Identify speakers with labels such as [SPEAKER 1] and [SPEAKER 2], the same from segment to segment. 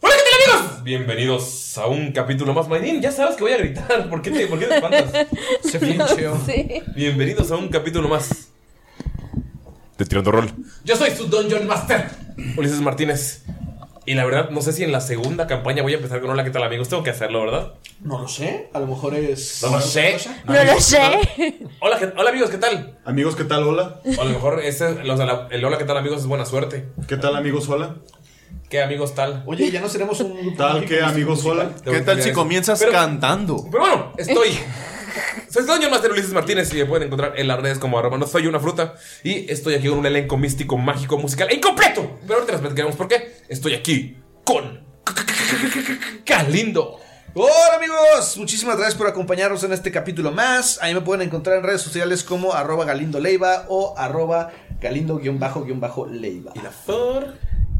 [SPEAKER 1] Hola, ¿qué tal amigos? Bienvenidos a un capítulo más. Maidin, ya sabes que voy a gritar. ¿Por qué te, por qué te espantas? Se
[SPEAKER 2] pincheó.
[SPEAKER 3] Sí.
[SPEAKER 1] Bienvenidos a un capítulo más. De tirando rol. Yo soy su Dungeon Master. Ulises Martínez. Y la verdad, no sé si en la segunda campaña voy a empezar con hola, ¿qué tal amigos? Tengo que hacerlo, ¿verdad?
[SPEAKER 2] No lo sé, a lo mejor es.
[SPEAKER 1] No lo sé.
[SPEAKER 3] No lo sé.
[SPEAKER 1] Hola, ¿qué- hola amigos, ¿qué tal?
[SPEAKER 4] Amigos, ¿qué tal? Hola.
[SPEAKER 1] O a lo mejor ese, los de la- el hola, ¿qué tal amigos? Es buena suerte.
[SPEAKER 4] ¿Qué tal, amigos? Hola.
[SPEAKER 1] ¿Qué amigos tal?
[SPEAKER 2] Oye, ya no seremos un grupo
[SPEAKER 4] ¿Tal
[SPEAKER 2] mágico este
[SPEAKER 4] que,
[SPEAKER 2] musical?
[SPEAKER 4] amigos? Hola.
[SPEAKER 1] ¿Qué tal si comienzas
[SPEAKER 4] cantando?
[SPEAKER 1] Pero bueno, estoy. Soy Dungeon Master Ulises Martínez y me pueden encontrar en las redes como arroba no soy una fruta. Y estoy aquí con un elenco místico, mágico, musical e incompleto. Pero ahorita les platicaremos por qué. Estoy aquí con. Calindo.
[SPEAKER 2] Hola amigos, muchísimas gracias por acompañarnos en este capítulo más. Ahí me pueden encontrar en redes sociales como arroba galindo leiva o arroba galindo-leiva.
[SPEAKER 1] Y la Thor.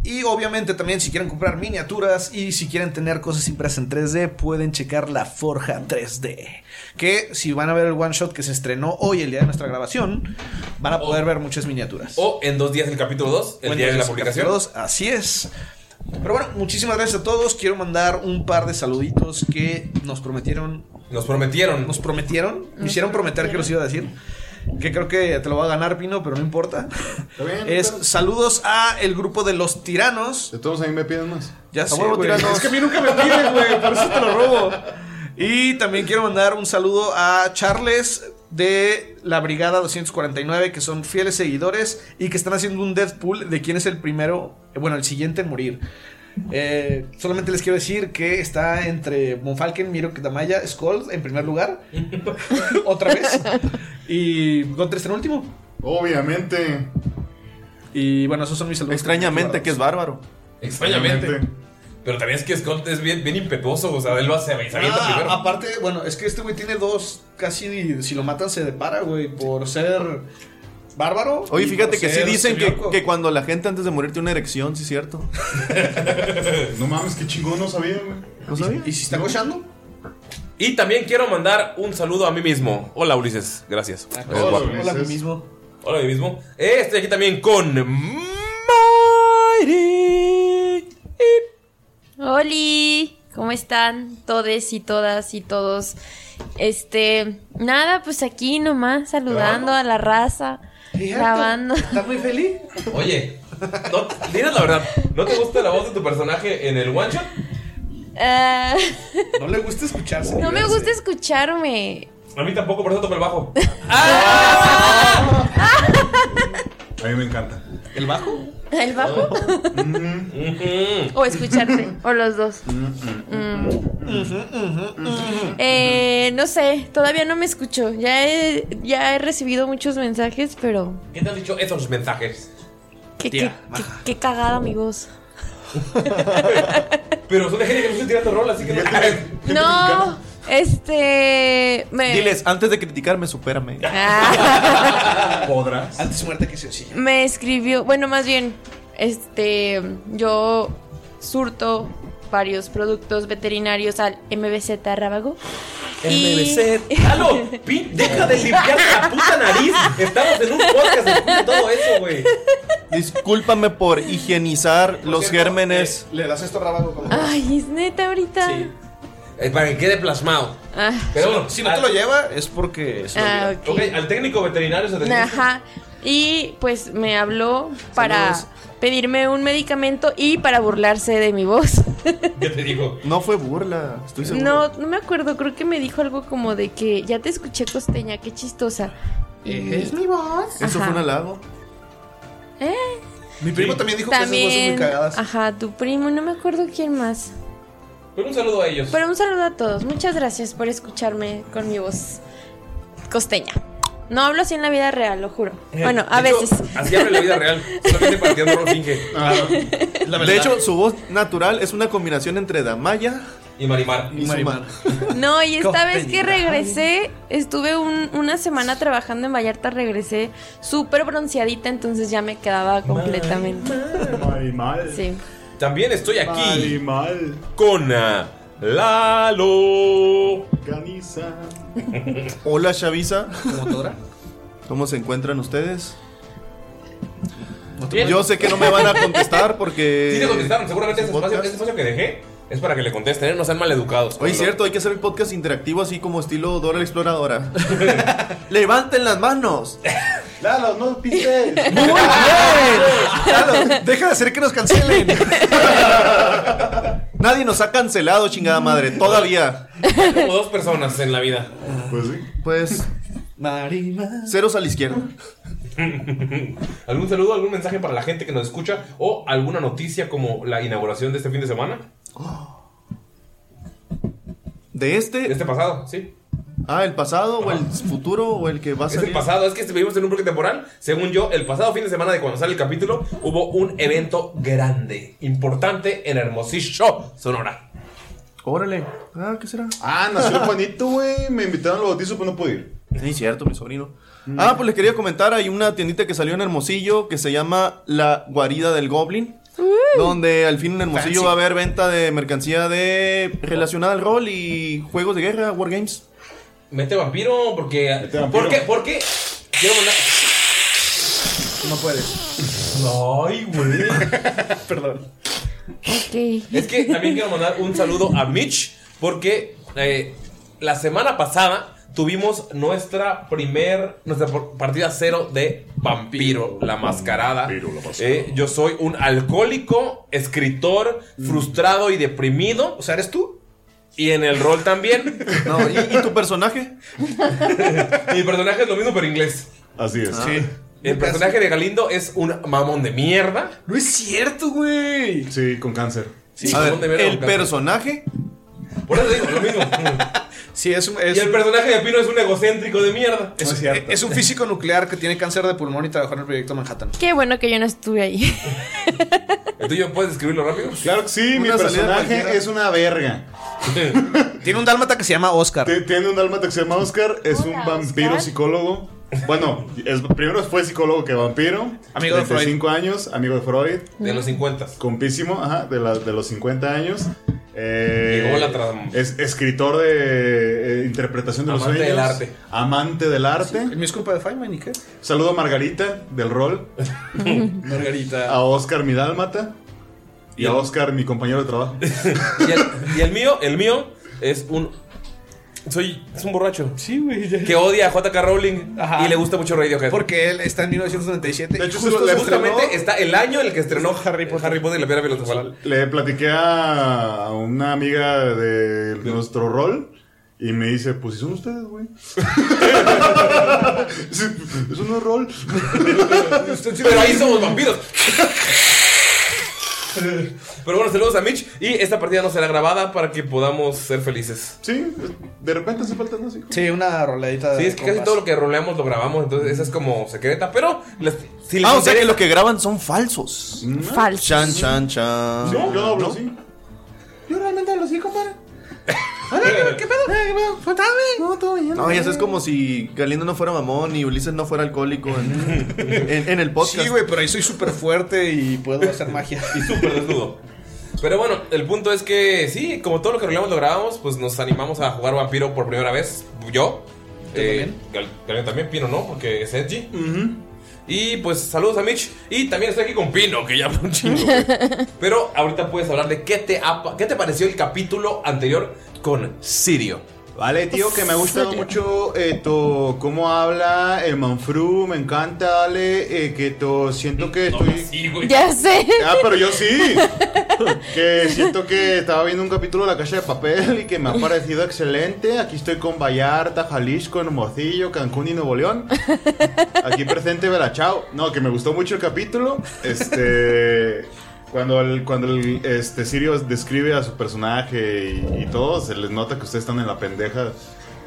[SPEAKER 2] Y obviamente también si quieren comprar miniaturas y si quieren tener cosas impresas en 3D, pueden checar la Forja 3D. Que si van a ver el one shot que se estrenó hoy, el día de nuestra grabación, van a
[SPEAKER 4] Oh.
[SPEAKER 2] poder ver muchas miniaturas.
[SPEAKER 1] O en dos días el capítulo 2, el
[SPEAKER 2] Bueno,
[SPEAKER 1] día de la
[SPEAKER 2] es
[SPEAKER 1] publicación.
[SPEAKER 2] capítulo dos, así es. Pero bueno, muchísimas gracias a todos. Quiero mandar un par de saluditos que nos prometieron.
[SPEAKER 1] Nos prometieron.
[SPEAKER 2] Nos prometieron. Me hicieron prometer que los iba a decir. Que creo que te lo va a ganar, Pino, pero no importa.
[SPEAKER 4] bien,
[SPEAKER 2] es
[SPEAKER 4] pero-
[SPEAKER 2] saludos a el grupo de los tiranos.
[SPEAKER 4] De todos a mí me piden más.
[SPEAKER 2] Ya sé,
[SPEAKER 4] huevo,
[SPEAKER 2] güey.
[SPEAKER 4] tiranos.
[SPEAKER 2] Es que a mí nunca me piden, güey. Por eso te lo robo. Y también quiero mandar un saludo a Charles de la Brigada 249, que son fieles seguidores y que están haciendo un Deadpool de quién es el primero, eh, bueno, el siguiente en morir. Eh, solamente les quiero decir que está entre Monfalken, Miro Damaya, Skull en primer lugar, otra vez, y Gunter está en último.
[SPEAKER 4] Obviamente.
[SPEAKER 2] Y bueno, esos son mis saludos.
[SPEAKER 4] bárbaro.
[SPEAKER 1] Extrañamente. Pero también es que Scott es bien, bien impetuoso. O sea, él lo hace sabiendo
[SPEAKER 2] Ah,
[SPEAKER 1] primero.
[SPEAKER 2] Aparte, bueno, es que este güey tiene dos, casi si lo matan se depara, güey, por ser bárbaro.
[SPEAKER 5] Oye,
[SPEAKER 2] y
[SPEAKER 5] fíjate
[SPEAKER 2] por
[SPEAKER 5] que sí
[SPEAKER 2] ser
[SPEAKER 5] dicen que,
[SPEAKER 2] semiorco.
[SPEAKER 5] que cuando la gente antes de morir tiene una erección, sí es cierto.
[SPEAKER 4] No mames, qué chingón, no sabía, güey.
[SPEAKER 5] ¿No sabía?
[SPEAKER 2] ¿Y si está gochando?
[SPEAKER 1] Y también quiero mandar un saludo a mí mismo. Hola Ulises, gracias. Eres guapo.
[SPEAKER 2] Hola, a mí mismo.
[SPEAKER 1] Hola, yo mismo. Eh, Estoy aquí también con Mighty.
[SPEAKER 3] Oli, ¿cómo están todes y todas y todos? Este, nada, pues aquí nomás saludando a la raza, grabando.
[SPEAKER 2] ¿Estás muy feliz?
[SPEAKER 1] Oye, no, dinos la verdad, ¿no te gusta la voz de tu personaje en el one shot?
[SPEAKER 3] Ah,
[SPEAKER 2] No le gusta escucharse.
[SPEAKER 3] no me
[SPEAKER 2] verse.
[SPEAKER 3] gusta escucharme.
[SPEAKER 1] A mí tampoco, por eso toco el bajo.
[SPEAKER 4] A mí me encanta.
[SPEAKER 5] El
[SPEAKER 6] ¿El bajo?
[SPEAKER 3] ¿El bajo? o escucharte. o los dos. Mm. Eh, no sé, todavía no me escucho. Ya he, ya he recibido muchos mensajes, pero
[SPEAKER 1] ¿Qué te han dicho esos mensajes?
[SPEAKER 3] qué,
[SPEAKER 1] Tía,
[SPEAKER 3] qué- qué- qué cagada mi voz.
[SPEAKER 1] Pero son de gente que no estoy tirando rol, así que no.
[SPEAKER 3] No, este. Me, ah,
[SPEAKER 2] Diles, antes de criticarme, supérame.
[SPEAKER 5] Podrás.
[SPEAKER 2] Ah,
[SPEAKER 6] Antes muerta que sencilla.
[SPEAKER 3] me escribió, bueno, más bien, este, yo surto varios productos veterinarios al MBZ Rábago.
[SPEAKER 1] MBZ. ¡Halo! Pin, deja de limpiar la puta nariz. Estamos en un podcast de todo eso, güey.
[SPEAKER 2] Discúlpame por higienizar los gérmenes.
[SPEAKER 6] Le das esto rábago como.
[SPEAKER 3] Ay, es neta ahorita.
[SPEAKER 1] Eh, Para que quede plasmado.
[SPEAKER 3] Ah,
[SPEAKER 1] Pero bueno,
[SPEAKER 6] Si no te
[SPEAKER 1] al-
[SPEAKER 6] lo lleva, es porque. se lo
[SPEAKER 3] ah,
[SPEAKER 6] olvidó.
[SPEAKER 3] ok.
[SPEAKER 1] Ok, pues, al técnico veterinario se te
[SPEAKER 3] Ajá. Y pues me habló para pedirme un medicamento y para burlarse de mi voz.
[SPEAKER 1] Yo te digo.
[SPEAKER 2] No fue burla, estoy seguro.
[SPEAKER 3] No, no me acuerdo, creo que me dijo algo como de que ya te escuché costeña, qué chistosa. Y-
[SPEAKER 2] ¿Es mi voz? Eso
[SPEAKER 3] Ajá.
[SPEAKER 2] fue un halago.
[SPEAKER 6] Mi primo también dijo que esas voces muy
[SPEAKER 3] También,
[SPEAKER 6] cagadas.
[SPEAKER 3] ajá, tu primo, no me acuerdo quién más.
[SPEAKER 1] Pero un saludo a ellos.
[SPEAKER 3] Pero un saludo a todos. Muchas gracias por escucharme con mi voz costeña. No hablo así en la vida real, lo juro. Bueno, a
[SPEAKER 1] Eh, De hecho,
[SPEAKER 3] veces.
[SPEAKER 1] Así abre la vida real. Solamente para que no lo finge.
[SPEAKER 6] La verdad.
[SPEAKER 2] De hecho, su voz natural es una combinación entre Damaya
[SPEAKER 1] Y Marimar.
[SPEAKER 2] y
[SPEAKER 6] Marimar.
[SPEAKER 2] Marimar.
[SPEAKER 3] No, y esta vez que
[SPEAKER 6] Costeña.
[SPEAKER 3] regresé, estuve un- una semana trabajando en Vallarta, regresé súper bronceadita, entonces ya me quedaba completamente.
[SPEAKER 5] Mal, mal.
[SPEAKER 3] Sí.
[SPEAKER 1] También estoy aquí
[SPEAKER 5] Mal, mal.
[SPEAKER 1] con ah, Lalo.
[SPEAKER 5] Organiza.
[SPEAKER 2] Hola, Chavisa.
[SPEAKER 6] ¿Motora?
[SPEAKER 2] ¿Cómo se encuentran ustedes?
[SPEAKER 6] No te
[SPEAKER 1] Bien.
[SPEAKER 2] Yo sé que no me van a contestar
[SPEAKER 1] Sí te
[SPEAKER 2] porque.
[SPEAKER 1] contestaron, seguramente ese espacio,
[SPEAKER 2] Podcast.
[SPEAKER 1] ese espacio que dejé es para que le contesten, ¿eh? no sean maleducados.
[SPEAKER 2] Oye,
[SPEAKER 1] Cuando-
[SPEAKER 2] cierto, hay que hacer el podcast interactivo así como estilo Dora la Exploradora. ¡Levanten las manos!
[SPEAKER 5] Lalo, no pises.
[SPEAKER 2] ¡Muy bien!
[SPEAKER 6] Claro, deja de hacer que nos cancelen.
[SPEAKER 2] Nadie nos ha cancelado, chingada madre, todavía.
[SPEAKER 1] Hay como dos personas en la vida.
[SPEAKER 5] Pues sí.
[SPEAKER 2] Pues,
[SPEAKER 6] Marimar.
[SPEAKER 2] ceros a la izquierda.
[SPEAKER 1] ¿Algún saludo, algún mensaje para la gente que nos escucha o alguna noticia como la inauguración de este fin de semana?
[SPEAKER 2] ¿De este?
[SPEAKER 1] Este pasado, sí.
[SPEAKER 2] Ah, ¿el pasado o el futuro o el que va a
[SPEAKER 1] Es el
[SPEAKER 2] salir?
[SPEAKER 1] pasado, es que vivimos en un bloque temporal. Según yo, el pasado fin de semana de cuando sale el capítulo, hubo un evento grande, importante en Hermosillo, Sonora.
[SPEAKER 2] Órale. Ah, ¿qué será?
[SPEAKER 5] Ah, nació el Juanito, güey. Me invitaron al bautizo, pero no pude ir.
[SPEAKER 2] Sí, cierto, mi sobrino.
[SPEAKER 6] Mm.
[SPEAKER 2] Ah, pues les quería comentar, hay una tiendita que salió en Hermosillo que se llama La Guarida del Goblin. Donde al fin en Hermosillo
[SPEAKER 6] Fancy.
[SPEAKER 2] va a haber venta de mercancía de relacionada al rol y juegos de guerra, wargames.
[SPEAKER 1] Mete vampiro, porque.
[SPEAKER 5] Mete vampiro.
[SPEAKER 1] ¿Por qué? ¿Por qué? Quiero mandar.
[SPEAKER 6] No puedes.
[SPEAKER 1] Ay, güey.
[SPEAKER 6] Perdón.
[SPEAKER 3] Ok.
[SPEAKER 1] Es que también quiero mandar un saludo a Mitch porque eh, la semana pasada tuvimos nuestra primer nuestra por- partida cero de Vampiro la Mascarada.
[SPEAKER 5] Vampiro la Mascarada.
[SPEAKER 1] Eh, yo soy un alcohólico, escritor, frustrado y deprimido
[SPEAKER 6] O sea, ¿eres tú?
[SPEAKER 1] y en el rol también.
[SPEAKER 2] No, ¿y, y tu personaje?
[SPEAKER 1] Mi personaje es lo mismo pero inglés.
[SPEAKER 5] Así es.
[SPEAKER 2] Ah.
[SPEAKER 1] El personaje de Galindo es un mamón de mierda.
[SPEAKER 6] No es cierto, güey.
[SPEAKER 5] Sí, con cáncer.
[SPEAKER 1] Sí,
[SPEAKER 2] A
[SPEAKER 1] mamón de
[SPEAKER 2] ver,
[SPEAKER 1] mierda,
[SPEAKER 2] el
[SPEAKER 1] Ocasio.
[SPEAKER 2] personaje.
[SPEAKER 1] Por eso digo lo mismo.
[SPEAKER 6] Sí, es un.
[SPEAKER 1] Y
[SPEAKER 6] Es,
[SPEAKER 1] el personaje de Pino es un egocéntrico de mierda.
[SPEAKER 6] es- es un físico nuclear que tiene cáncer de pulmón y trabajó en el proyecto Manhattan.
[SPEAKER 3] Qué bueno que yo no estuve ahí.
[SPEAKER 1] ¿El tuyo puedes describirlo rápido?
[SPEAKER 5] Claro que sí, mi
[SPEAKER 2] Una salida
[SPEAKER 5] personaje
[SPEAKER 2] cualquiera.
[SPEAKER 5] es una verga.
[SPEAKER 6] Tiene un dálmata que se llama Oscar.
[SPEAKER 5] Te- Tiene un dálmata que se llama Oscar, es un
[SPEAKER 3] Hola,
[SPEAKER 5] vampiro
[SPEAKER 3] Oscar.
[SPEAKER 5] psicólogo. Bueno, es- primero fue psicólogo que vampiro.
[SPEAKER 6] Amigo de Freud.
[SPEAKER 5] 35 años, amigo de Freud,
[SPEAKER 1] De los 50.
[SPEAKER 5] compísimo, ajá, de, la- de los 50 años. Eh,
[SPEAKER 1] Llegó la tra-
[SPEAKER 5] es escritor de eh, interpretación de
[SPEAKER 1] Amante
[SPEAKER 5] los
[SPEAKER 1] del
[SPEAKER 5] sueños.
[SPEAKER 1] arte.
[SPEAKER 5] Amante del arte.
[SPEAKER 6] El mío es culpa de Feynman y qué.
[SPEAKER 5] Saludo a Margarita del rol,
[SPEAKER 1] Margarita.
[SPEAKER 5] a Oscar mi dálmata y a Oscar mi compañero de trabajo.
[SPEAKER 1] Y el, y el mío, el mío es un. Soy. Es un borracho.
[SPEAKER 6] Sí, güey.
[SPEAKER 1] Que odia a JK Rowling
[SPEAKER 6] Ajá.
[SPEAKER 1] y le gusta mucho Radiohead.
[SPEAKER 6] Porque él está en 1997.
[SPEAKER 5] De hecho,
[SPEAKER 6] y justo
[SPEAKER 5] se lo-
[SPEAKER 6] se-
[SPEAKER 1] justamente
[SPEAKER 5] estrenó-
[SPEAKER 1] está el año en el que estrenó Harry Potter, Harry Potter y la piedra filosofal.
[SPEAKER 5] Le platiqué a una amiga de nuestro rol Y me dice, pues si son ustedes, güey. Sí, Eso no es rol.
[SPEAKER 1] Pero ahí somos vampiros. Pero bueno, saludos a Mitch. Y esta partida no será grabada para que podamos ser felices.
[SPEAKER 5] Sí, de repente hace falta, ¿no? Sí,
[SPEAKER 7] Sí, una
[SPEAKER 2] Ah,
[SPEAKER 7] roladita
[SPEAKER 1] Sí, es que casi
[SPEAKER 7] compás.
[SPEAKER 1] todo lo que roleamos lo grabamos. Entonces, esa es como secreta. Pero les- si les
[SPEAKER 2] Ah, o sea que
[SPEAKER 1] interesa-
[SPEAKER 2] los que graban son falsos.
[SPEAKER 8] Falsos.
[SPEAKER 2] Chan, chan, chan.
[SPEAKER 5] Sí, yo hablo así.
[SPEAKER 1] Yo realmente lo sí, compadre.
[SPEAKER 7] ¿Qué pedo?
[SPEAKER 5] Eh,
[SPEAKER 7] ¿Qué pedo?
[SPEAKER 5] pues,
[SPEAKER 7] Contame. No, todo bien.
[SPEAKER 2] No, ya es como si Galindo no fuera mamón y Ulises no fuera alcohólico en, en- en el podcast.
[SPEAKER 7] Sí, güey, pero ahí soy súper fuerte y puedo hacer magia.
[SPEAKER 1] Y súper desnudo. Pero bueno, el punto es que sí, como todo lo que roleamos lo grabamos, pues nos animamos a jugar vampiro por primera vez. Yo. Eh, Gal- Galen también, Pino, ¿no? Porque es Edgy. Y pues saludos a Mitch. Y también estoy aquí con Pino, que ya habló un chingo. güey. Pero ahorita puedes hablar de qué te, ha pa- qué te pareció el capítulo anterior con Sirio.
[SPEAKER 5] Vale, tío, que me ha gustado mucho esto, cómo habla el Manfru, me encanta, Ale, eh, que to- siento que estoy...
[SPEAKER 1] Sí, güey.
[SPEAKER 8] Ya sé.
[SPEAKER 5] Ah, pero yo sí. Que siento que estaba viendo un capítulo de La Casa de Papel y que me ha parecido excelente. Aquí estoy con Vallarta, Jalisco, Hermosillo, Cancún y Nuevo León. Aquí presente Verachao. No, que me gustó mucho el capítulo. Este... Cuando el, cuando el este, Sirio describe a su personaje y, y todo, se les nota que ustedes están en la pendeja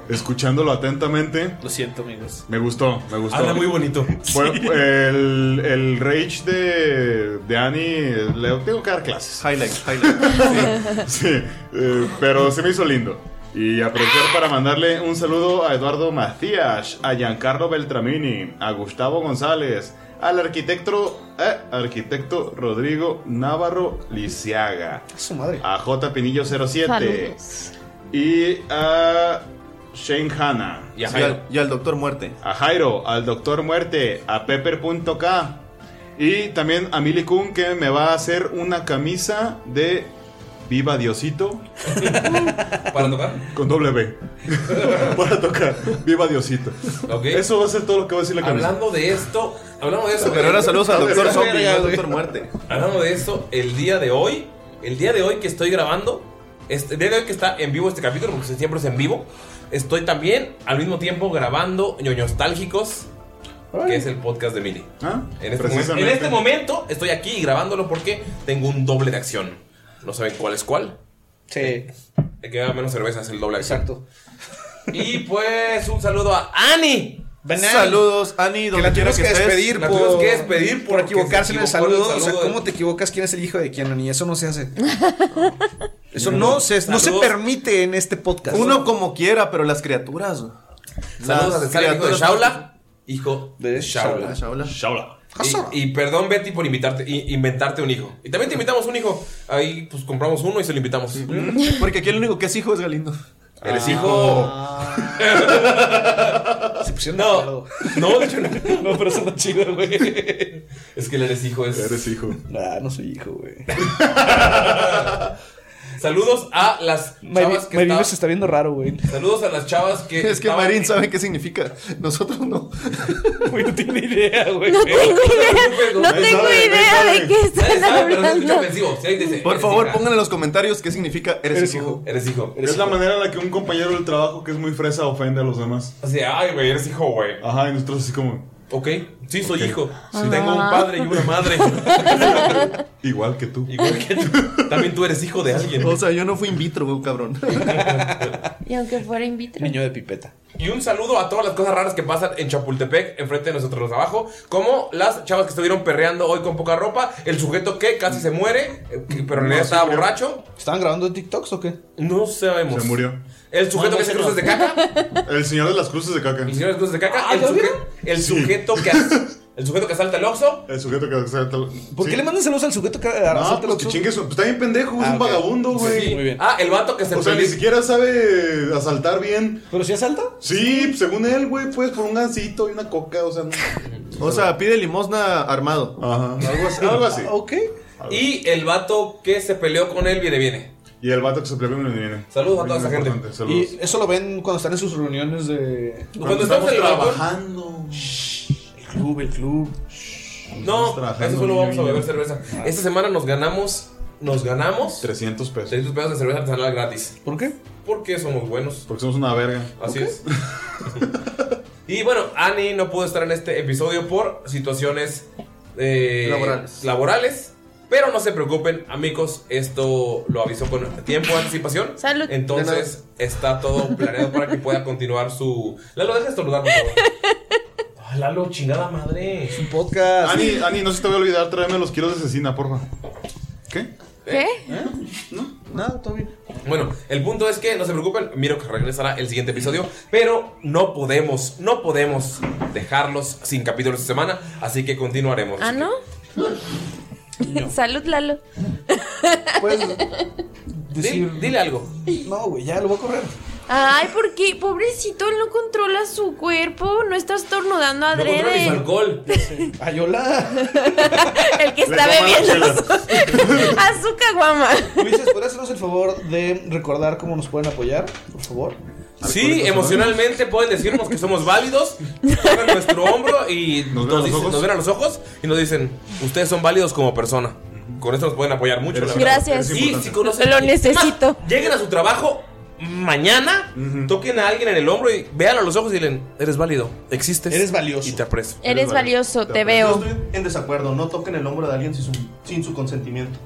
[SPEAKER 5] escuchándolo atentamente.
[SPEAKER 7] Lo siento, amigos.
[SPEAKER 5] Me gustó, me gustó.
[SPEAKER 1] Habla muy bonito.
[SPEAKER 5] Fue el, el rage de, de Annie. Le tengo que dar clases.
[SPEAKER 2] Highlight, highlight.
[SPEAKER 5] Sí, eh, pero se me hizo lindo. Y aprovechar para mandarle un saludo a Eduardo Macías, a Giancarlo Beltramini, a Gustavo González, al arquitecto, eh, arquitecto Rodrigo Navarro Lisiaga,
[SPEAKER 7] A su madre.
[SPEAKER 5] a J. Pinillo 07
[SPEAKER 8] Saludos.
[SPEAKER 5] y a Shane Hanna.
[SPEAKER 1] Y a
[SPEAKER 2] Y
[SPEAKER 1] Jairo.
[SPEAKER 2] al, y al doctor muerte.
[SPEAKER 5] a Jairo, al Doctor Muerte, a Pepper.k y también a Mili Kun que me va a hacer una camisa de Viva Diosito
[SPEAKER 1] ¿Para tocar?
[SPEAKER 5] con doble B para tocar Viva Diosito.
[SPEAKER 1] Ok.
[SPEAKER 5] Eso va a ser todo lo que va a decir la camisa.
[SPEAKER 1] Hablando de esto, hablamos de eso.
[SPEAKER 2] Pero ahora saludos al doctor
[SPEAKER 7] Verga,
[SPEAKER 2] zombie, no al
[SPEAKER 7] güey.
[SPEAKER 2] doctor muerte.
[SPEAKER 1] Hablando de esto, el día de hoy, el día de hoy que estoy grabando, este, el día de hoy que está en vivo este capítulo, porque siempre es en vivo, estoy también al mismo tiempo grabando Ñoñostálgicos, que es el podcast de Mili.
[SPEAKER 5] Ah,
[SPEAKER 1] En este, momento,
[SPEAKER 5] precisamente.
[SPEAKER 1] en este momento estoy aquí grabándolo porque tengo un doble de acción. No saben cuál es cuál.
[SPEAKER 7] Sí,
[SPEAKER 1] El que da menos cerveza es el doble de acción.
[SPEAKER 7] exacto.
[SPEAKER 1] Y pues un saludo a Ani.
[SPEAKER 7] Banana.
[SPEAKER 2] Saludos, Ani,
[SPEAKER 7] Que
[SPEAKER 2] donde
[SPEAKER 7] la
[SPEAKER 2] quiera
[SPEAKER 7] tuvimos
[SPEAKER 2] que
[SPEAKER 7] que,
[SPEAKER 2] estés.
[SPEAKER 7] despedir
[SPEAKER 1] La
[SPEAKER 7] por,
[SPEAKER 1] tuvimos que despedir
[SPEAKER 7] por
[SPEAKER 1] porque
[SPEAKER 7] equivocarse
[SPEAKER 1] se
[SPEAKER 7] en el
[SPEAKER 1] equivocó en el
[SPEAKER 7] saludo. O sea,
[SPEAKER 1] saludo.
[SPEAKER 7] ¿cómo te equivocas quién es el hijo de quién? Y eso no se hace. Eso no se, no se
[SPEAKER 1] Saludos.
[SPEAKER 7] permite en este podcast.
[SPEAKER 2] Uno como quiera, pero las criaturas.
[SPEAKER 1] Saludos a
[SPEAKER 2] las
[SPEAKER 1] César, hijo de
[SPEAKER 2] criaturas-
[SPEAKER 1] Shaula. Hijo de
[SPEAKER 7] De
[SPEAKER 1] Shaula.
[SPEAKER 2] Shaula.
[SPEAKER 1] Y, y perdón, Betty, por invitarte, i- inventarte un hijo. Y también te invitamos un hijo. Ahí pues compramos uno y se lo invitamos. Mm.
[SPEAKER 2] Porque aquí el único que es hijo es Galindo.
[SPEAKER 1] Eres hijo.
[SPEAKER 7] Se pusieron de
[SPEAKER 1] No,
[SPEAKER 7] acuerdo.
[SPEAKER 1] no, de hecho, no, No, pero eso no es chido, güey. Es que el eres hijo es.
[SPEAKER 5] Eres hijo.
[SPEAKER 7] Nah, no soy hijo, güey.
[SPEAKER 1] Saludos a las chavas que
[SPEAKER 7] Marino
[SPEAKER 1] estaban-
[SPEAKER 7] se está viendo raro, güey.
[SPEAKER 1] Saludos a las chavas que.
[SPEAKER 2] Es que
[SPEAKER 1] estaban-
[SPEAKER 2] Marín sabe qué significa. Nosotros no.
[SPEAKER 7] Güey, no tiene idea, güey.
[SPEAKER 8] No tengo idea, no
[SPEAKER 5] Nadie
[SPEAKER 8] tengo
[SPEAKER 5] sabe,
[SPEAKER 8] idea
[SPEAKER 5] nadie
[SPEAKER 8] de qué
[SPEAKER 1] Nadie
[SPEAKER 8] están
[SPEAKER 1] sabe, pero se escucha
[SPEAKER 8] hablando.
[SPEAKER 1] ofensivo. Si alguien dice,
[SPEAKER 2] Por
[SPEAKER 1] "Eres
[SPEAKER 2] favor,
[SPEAKER 1] hija",
[SPEAKER 2] pongan en los comentarios qué significa eres,
[SPEAKER 7] Eres
[SPEAKER 2] hijo.
[SPEAKER 7] hijo.
[SPEAKER 1] Eres hijo. Eres
[SPEAKER 5] Es la manera en la que un compañero del trabajo que es muy fresa ofende a los demás.
[SPEAKER 1] Así, ay, güey, eres hijo, güey.
[SPEAKER 5] Ajá, y nosotros así como,
[SPEAKER 1] Ok, sí, soy hijo.
[SPEAKER 7] Ah.
[SPEAKER 1] Sí, Tengo un padre y una madre.
[SPEAKER 5] igual que tú.
[SPEAKER 1] Igual que tú. También tú eres hijo de alguien.
[SPEAKER 2] O sea, yo no fui in vitro, güey, cabrón.
[SPEAKER 8] Y aunque fuera in vitro.
[SPEAKER 7] Niño de pipeta.
[SPEAKER 1] Y un saludo a todas las cosas raras que pasan en Chapultepec, enfrente de nosotros los de abajo, como las chavas que estuvieron perreando hoy con poca ropa, el sujeto que casi se muere, eh, que- pero en realidad estaba borracho,
[SPEAKER 7] ¿Estaban grabando TikToks o qué?
[SPEAKER 1] no sabemos.
[SPEAKER 5] Se murió.
[SPEAKER 1] El sujeto que hace cruces de caca,
[SPEAKER 5] El señor de las cruces de caca.
[SPEAKER 1] el señor hace cruces de caca,
[SPEAKER 7] Ah,
[SPEAKER 1] el,
[SPEAKER 7] ¿ya
[SPEAKER 1] suje-
[SPEAKER 7] vieron?
[SPEAKER 1] el sujeto que as- el sujeto que asalta el Oxxo,
[SPEAKER 5] El sujeto que...
[SPEAKER 7] ¿Por qué le mandan saludos al sujeto que
[SPEAKER 5] No,
[SPEAKER 7] arrasó
[SPEAKER 5] pues que chingue su... Pues está bien pendejo, es
[SPEAKER 7] Ah,
[SPEAKER 5] un
[SPEAKER 7] ok.
[SPEAKER 5] vagabundo, güey.
[SPEAKER 7] Sí, muy bien.
[SPEAKER 1] ah, el vato que se
[SPEAKER 5] O sea, ni
[SPEAKER 1] peli-
[SPEAKER 5] siquiera sabe asaltar bien.
[SPEAKER 7] ¿Pero si asalta?
[SPEAKER 5] Sí, según él, güey, pues por un gansito y una coca, o sea, no.
[SPEAKER 2] O sea, pide limosna armado.
[SPEAKER 5] Ajá, algo así. algo así.
[SPEAKER 1] Ah,
[SPEAKER 7] Ok.
[SPEAKER 1] y el vato que se peleó con él viene viene.
[SPEAKER 5] Y el vato que se plebe me lo viene.
[SPEAKER 1] Saludos a toda esa gente.
[SPEAKER 5] Importante, Saludos.
[SPEAKER 7] Y eso lo ven cuando están en sus reuniones de.
[SPEAKER 1] Cuando estamos en el balcón,
[SPEAKER 5] trabajando.
[SPEAKER 7] El club, el club.
[SPEAKER 1] no,
[SPEAKER 5] trabajando,
[SPEAKER 1] eso solo
[SPEAKER 5] niño,
[SPEAKER 1] vamos a beber
[SPEAKER 5] niño.
[SPEAKER 1] cerveza. Esta semana nos ganamos, nos ganamos
[SPEAKER 5] 300 pesos.
[SPEAKER 1] 300 pesos de cerveza artesanal gratis.
[SPEAKER 7] ¿Por qué?
[SPEAKER 1] Porque somos buenos.
[SPEAKER 4] Porque somos una verga.
[SPEAKER 1] Así es. y bueno, Annie no pudo estar en este episodio por situaciones eh,
[SPEAKER 2] Laborales.
[SPEAKER 1] laborales, Pero no se preocupen, amigos, esto lo avisó con tiempo de anticipación.
[SPEAKER 3] Salud.
[SPEAKER 1] Entonces está todo planeado para que pueda continuar su. Lalo, deja de estornudar, por favor. Ay, Lalo, chingada madre.
[SPEAKER 2] Un podcast.
[SPEAKER 4] Ani, Ani, no se te va a olvidar tráeme los kilos de asesina, porfa. ¿Qué?
[SPEAKER 3] ¿Qué?
[SPEAKER 2] Nada, todo bien.
[SPEAKER 1] Bueno, el punto es que no se preocupen, miro que regresará el siguiente episodio, pero no podemos, no podemos dejarlos sin capítulos esta semana, así que continuaremos.
[SPEAKER 3] ¿Ah, no? Salud, Lalo.
[SPEAKER 2] Puedes
[SPEAKER 1] Dile,
[SPEAKER 2] decir.
[SPEAKER 1] dile algo.
[SPEAKER 2] No, güey, ya lo voy a correr.
[SPEAKER 3] Ay, ¿por qué? Pobrecito, él no controla su cuerpo. No está estornudando
[SPEAKER 1] No controla ni su
[SPEAKER 3] adrede.
[SPEAKER 1] alcohol.
[SPEAKER 2] Ayola.
[SPEAKER 3] el que está
[SPEAKER 4] Le toman las
[SPEAKER 3] bebiendo
[SPEAKER 4] chelas.
[SPEAKER 3] su- a su caguama.
[SPEAKER 2] Ulises, ¿podrías hacernos el favor de recordar cómo nos pueden apoyar? Por favor.
[SPEAKER 1] Sí, emocionalmente pueden decirnos que somos válidos, tocan nuestro hombro y nos,
[SPEAKER 4] Nos ven a los
[SPEAKER 1] dicen-
[SPEAKER 4] ojos.
[SPEAKER 1] nos ven a los ojos y nos dicen, ustedes son válidos como persona. Con esto nos pueden apoyar mucho. la verdad.
[SPEAKER 3] Gracias.
[SPEAKER 4] Es
[SPEAKER 1] Y
[SPEAKER 4] importante.
[SPEAKER 1] si conocen-
[SPEAKER 3] Lo
[SPEAKER 1] Es más,
[SPEAKER 3] necesito.
[SPEAKER 1] lleguen a su trabajo mañana, toquen a alguien en el hombro y vean a los ojos y digan, eres válido, existes.
[SPEAKER 2] Eres valioso.
[SPEAKER 1] Y te aprecio.
[SPEAKER 3] Eres valioso, te veo.
[SPEAKER 5] Yo estoy en desacuerdo. No toquen el hombro de alguien sin su, sin su consentimiento.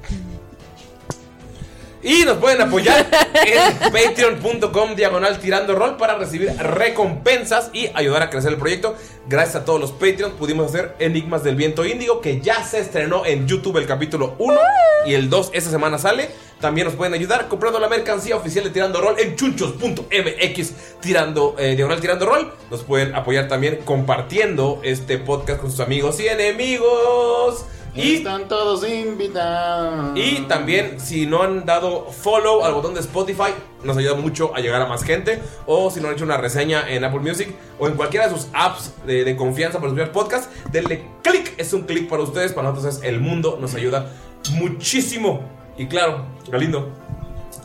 [SPEAKER 1] Y nos pueden apoyar en patreon.com diagonal tirando rol para recibir recompensas y ayudar a crecer el proyecto. Gracias a todos los Patreons pudimos hacer Enigmas del Viento Índigo que ya se estrenó en YouTube el capítulo 1 y el 2 esta semana sale. También nos pueden ayudar comprando la mercancía oficial de Tirando Rol en chunchos.mx tirando, eh, diagonal tirando rol. Nos pueden apoyar también compartiendo este podcast con sus amigos y enemigos. Y
[SPEAKER 4] Están todos invitados.
[SPEAKER 1] y también, si no han dado follow al botón de Spotify, nos ayuda mucho a llegar a más gente. O si no han hecho una reseña en Apple Music o en cualquiera de sus apps de, de confianza para subir podcast, denle click. Es un click para ustedes, para nosotros es el mundo. Nos ayuda muchísimo. Y claro, Galindo.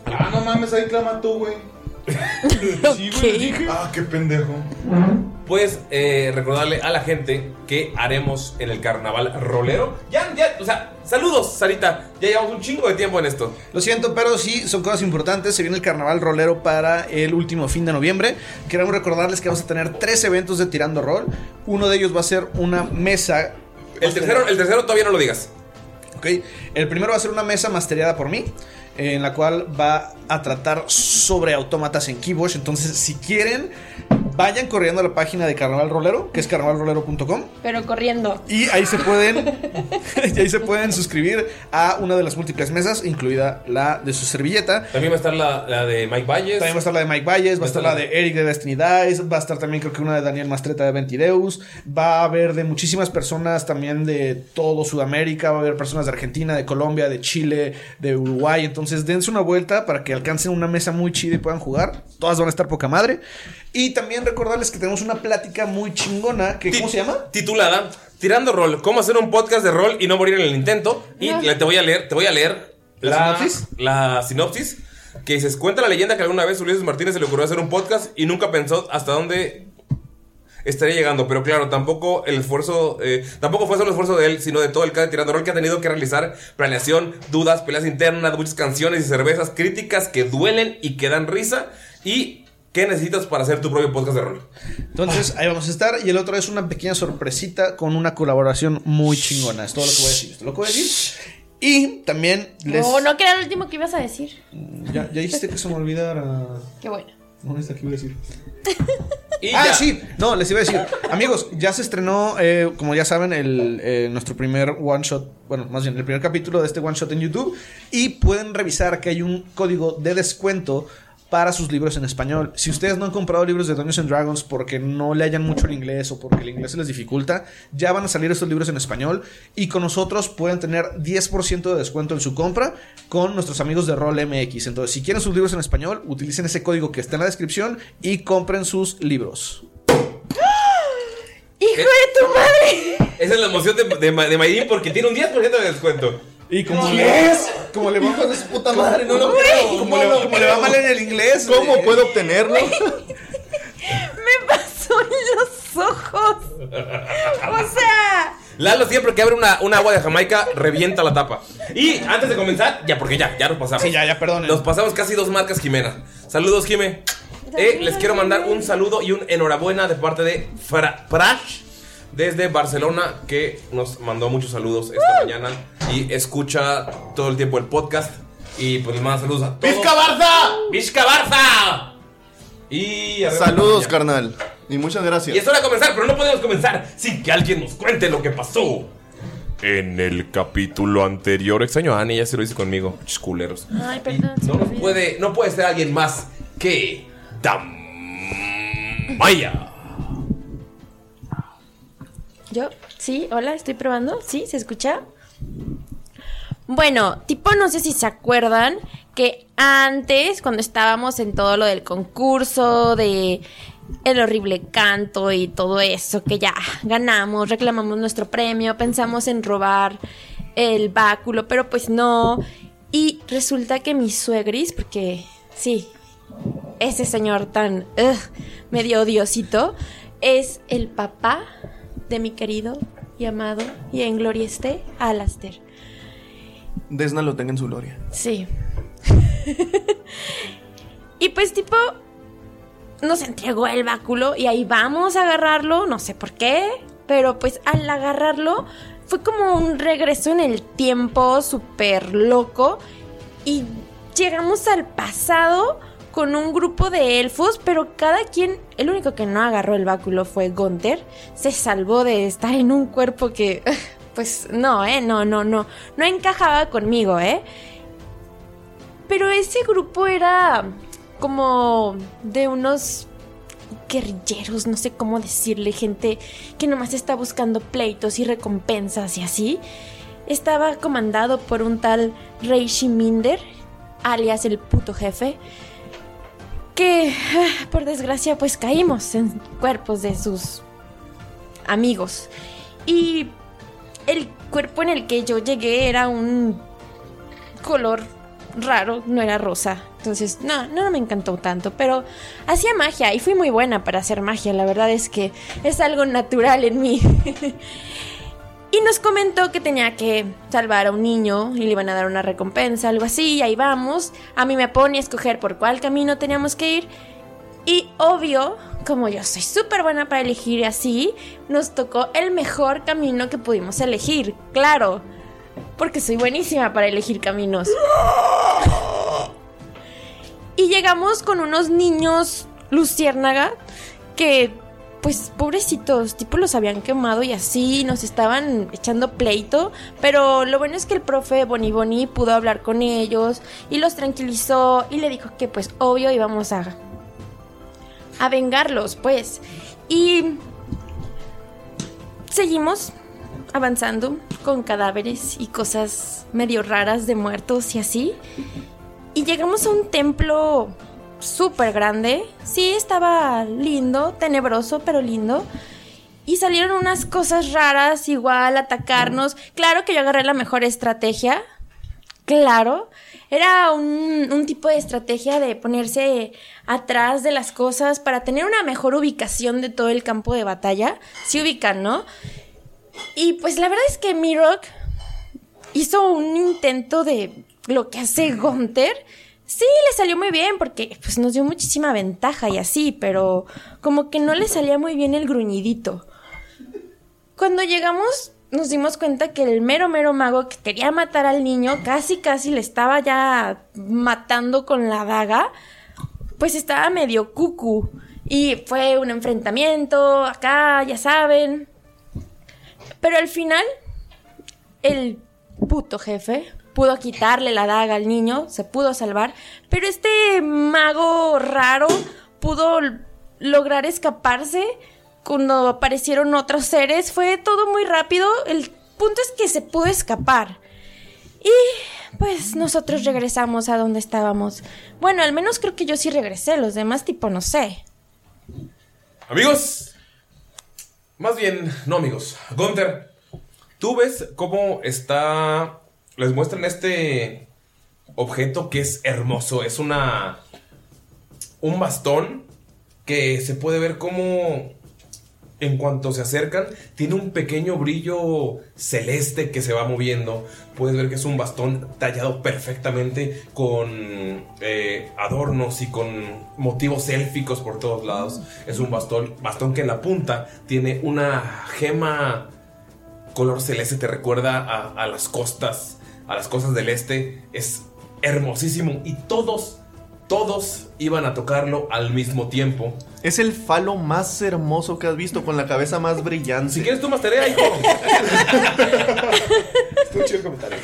[SPEAKER 4] Ah, no mames, ahí clama tú, güey. sí, güey, le dije. Ah, qué pendejo.
[SPEAKER 1] Puedes eh, recordarle a la gente que haremos en el carnaval rolero. Ya, ya, o sea, saludos, Sarita. Ya llevamos un chingo de tiempo en esto.
[SPEAKER 2] Lo siento, pero sí, son cosas importantes. Se viene el carnaval rolero para el último fin de noviembre. Queremos recordarles que vamos a tener tres eventos de tirando rol. Uno de ellos va a ser una mesa.
[SPEAKER 1] El tercero, el tercero todavía no lo digas.
[SPEAKER 2] Ok. El primero va a ser una mesa masterada por mí. En la cual va a tratar sobre autómatas en Keybosh. Entonces, si quieren, vayan corriendo a la página de Carnaval Rolero, que es carnavalrolero.com.
[SPEAKER 3] Pero corriendo.
[SPEAKER 2] Y ahí se pueden y ahí se pueden suscribir a una de las múltiples mesas, incluida la de su servilleta.
[SPEAKER 1] También va a estar la, la de Mike Valles.
[SPEAKER 2] También va a estar la de Mike Valles, va a estar la de Eric de Destiny Dice, va a estar también creo que una de Daniel Mastreta de Ventideus, va a haber de muchísimas personas también de todo Sudamérica, va a haber personas de Argentina, de Colombia, de Chile, de Uruguay, entonces dense una vuelta para que alcancen una mesa muy chida y puedan jugar, todas van a estar poca madre. Y también recordarles que tenemos una plática muy chingona, que ¿cómo
[SPEAKER 1] Ti-
[SPEAKER 2] se llama?
[SPEAKER 1] Titulada Tirando Rol, cómo hacer un podcast de rol y no morir en el intento. Y
[SPEAKER 3] Ah.
[SPEAKER 1] le- te voy a leer, te voy a leer
[SPEAKER 2] ¿La
[SPEAKER 1] la,
[SPEAKER 2] sinopsis?
[SPEAKER 1] la sinopsis, que dices, cuenta la leyenda que alguna vez Ulises Martínez se le ocurrió hacer un podcast y nunca pensó hasta dónde estaría llegando, pero claro, tampoco el esfuerzo, eh, tampoco fue solo el esfuerzo de él, sino de todo el cada tirando rol que ha tenido que realizar planeación, dudas, peleas internas, muchas canciones y cervezas, críticas que duelen y que dan risa y qué necesitas para hacer tu propio podcast de rol.
[SPEAKER 2] Entonces, ahí vamos a estar. Y el otro es una pequeña sorpresita con una colaboración muy chingona. Es todo lo que voy a decir. Es todo lo que voy a decir. Y también les.
[SPEAKER 3] No, no, que era lo último que ibas a decir.
[SPEAKER 2] Ya, ya dijiste que se me olvidara.
[SPEAKER 3] Qué bueno.
[SPEAKER 2] No, esta que iba a decir.
[SPEAKER 1] Y
[SPEAKER 2] ah,
[SPEAKER 1] ya.
[SPEAKER 2] sí, no, les iba a decir. Amigos, ya se estrenó, eh, como ya saben, el, eh, nuestro primer one shot, bueno, más bien el primer capítulo de este one shot en YouTube. Y pueden revisar que hay un código de descuento para sus libros en español. Si ustedes no han comprado libros de Dungeons and Dragons porque no le hallan mucho el inglés o porque el inglés se les dificulta, ya van a salir estos libros en español y con nosotros pueden tener 10% de descuento en su compra con nuestros amigos de Roll MX. Entonces, si quieren sus libros en español, utilicen ese código que está en la descripción y compren sus libros.
[SPEAKER 3] ¡Hijo de tu madre!
[SPEAKER 1] Esa es la emoción de, de, Ma- de Mayrin porque tiene un 10% de descuento.
[SPEAKER 2] Y como le, como le va,
[SPEAKER 5] de su puta madre, no lo creo.
[SPEAKER 2] como le- como le va mal en el inglés.
[SPEAKER 5] ¿Cómo
[SPEAKER 2] güey.
[SPEAKER 5] puedo obtenerlo?
[SPEAKER 3] Me pasó en los ojos. O sea,
[SPEAKER 1] Lalo siempre que abre una, una agua de Jamaica revienta la tapa. Y antes de comenzar, ya porque ya, ya nos pasamos.
[SPEAKER 2] Sí, ya, ya, perdonen.
[SPEAKER 1] Nos pasamos casi dos marcas, Jimena. Saludos, Jime. Eh, les quiero mandar un saludo y un enhorabuena de parte de Fra- Frash desde Barcelona que nos mandó muchos saludos esta mañana y escucha todo el tiempo el podcast. Y pues les manda saludos a todos.
[SPEAKER 4] ¡Vizca Barza!
[SPEAKER 1] ¡Vizca Barza! Y arriba
[SPEAKER 5] Saludos,
[SPEAKER 1] España.
[SPEAKER 5] carnal. Y muchas gracias.
[SPEAKER 1] Y es hora de comenzar, pero no podemos comenzar sin que alguien nos cuente lo que pasó. En el capítulo anterior, extraño a Annie, ya se lo hice conmigo, Pinches culeros.
[SPEAKER 3] Ay, perdón. se
[SPEAKER 1] No
[SPEAKER 3] me
[SPEAKER 1] nos
[SPEAKER 3] olvidó.
[SPEAKER 1] puede, no puede ser alguien más que Damaya.
[SPEAKER 3] Yo, sí, hola, estoy probando. ¿Sí? ¿Se escucha? Bueno, tipo, no sé si se acuerdan que antes, cuando estábamos en todo lo del concurso, de el horrible canto y todo eso, que ya ganamos, reclamamos nuestro premio, pensamos en robar el báculo, pero pues no. Y resulta que mis suegris, porque sí, ese señor tan ugh, medio odiosito es el papá de mi querido y amado y en gloria esté Alastair.
[SPEAKER 5] Desna lo tenga en su gloria.
[SPEAKER 3] Sí. y pues tipo nos entregó el báculo y ahí vamos a agarrarlo, no sé por qué, pero pues al agarrarlo fue como un regreso en el tiempo súper loco y llegamos al pasado con un grupo de elfos, pero cada quien, el único que no agarró el báculo fue Gunther, se salvó de estar en un cuerpo que, pues no, eh, no, no, no, no encajaba conmigo, eh. Pero ese grupo era como de unos guerrilleros, no sé cómo decirle, gente que nomás está buscando pleitos y recompensas y así. Estaba comandado por un tal Reishi Minder, alias el puto jefe, que ah, por desgracia pues caímos en cuerpos de sus amigos. Y el cuerpo en el que yo llegué era un color raro, no era rosa. Entonces, no, no, no me encantó tanto, pero hacía magia y fui muy buena para hacer magia. La verdad es que es algo natural en mí. y nos comentó que tenía que salvar a un niño y le iban a dar una recompensa, algo así, y ahí vamos. A mí me pone a escoger por cuál camino teníamos que ir. Y obvio, como yo soy súper buena para elegir y así, nos tocó el mejor camino que pudimos elegir, claro. Porque soy buenísima para elegir caminos. Y llegamos con unos niños luciérnaga que, pues, pobrecitos, tipo los habían quemado y así, nos estaban echando pleito. Pero lo bueno es que el profe Boni Boni pudo hablar con ellos y los tranquilizó y le dijo que, pues, obvio íbamos a, a vengarlos, pues. Y seguimos avanzando con cadáveres y cosas medio raras de muertos y así. Y llegamos a un templo súper grande. Sí, estaba lindo, tenebroso, pero lindo. Y salieron unas cosas raras, igual, atacarnos. Claro que yo agarré la mejor estrategia. Claro. Era un, un tipo de estrategia de ponerse atrás de las cosas para tener una mejor ubicación de todo el campo de batalla. Se ubican, ¿no? Y pues la verdad es que Mirok hizo un intento de lo que hace Gunther. Sí, le salió muy bien porque pues, nos dio muchísima ventaja y así, pero como que no le salía muy bien el gruñidito. Cuando llegamos nos dimos cuenta que el mero mero mago que quería matar al niño casi casi le estaba ya matando con la daga pues estaba medio cucu. Y fue un enfrentamiento acá, ya saben. Pero al final, el puto jefe pudo quitarle la daga al niño, se pudo salvar. Pero este mago raro pudo l- lograr escaparse cuando aparecieron otros seres. Fue todo muy rápido. El punto es que se pudo escapar. Y pues nosotros regresamos a donde estábamos. Bueno, al menos creo que yo sí regresé, los demás tipo no sé.
[SPEAKER 1] Amigos, más bien, no amigos. Gunther, tú ves cómo está. Les muestran este objeto que es hermoso. Es una. Un bastón que se puede ver como. en cuanto se acercan, tiene un pequeño brillo celeste que se va moviendo. Puedes ver que es un bastón tallado perfectamente con eh, adornos y con motivos élficos por todos lados. Es un bastón, bastón que en la punta tiene una gema color celeste te recuerda a, a las costas, a las costas del este. Es hermosísimo y todos, todos iban a tocarlo al mismo tiempo.
[SPEAKER 5] Es el falo más hermoso que has visto, con la cabeza más brillante. Si
[SPEAKER 1] quieres, tú más tarea, hijo.
[SPEAKER 5] el comentario.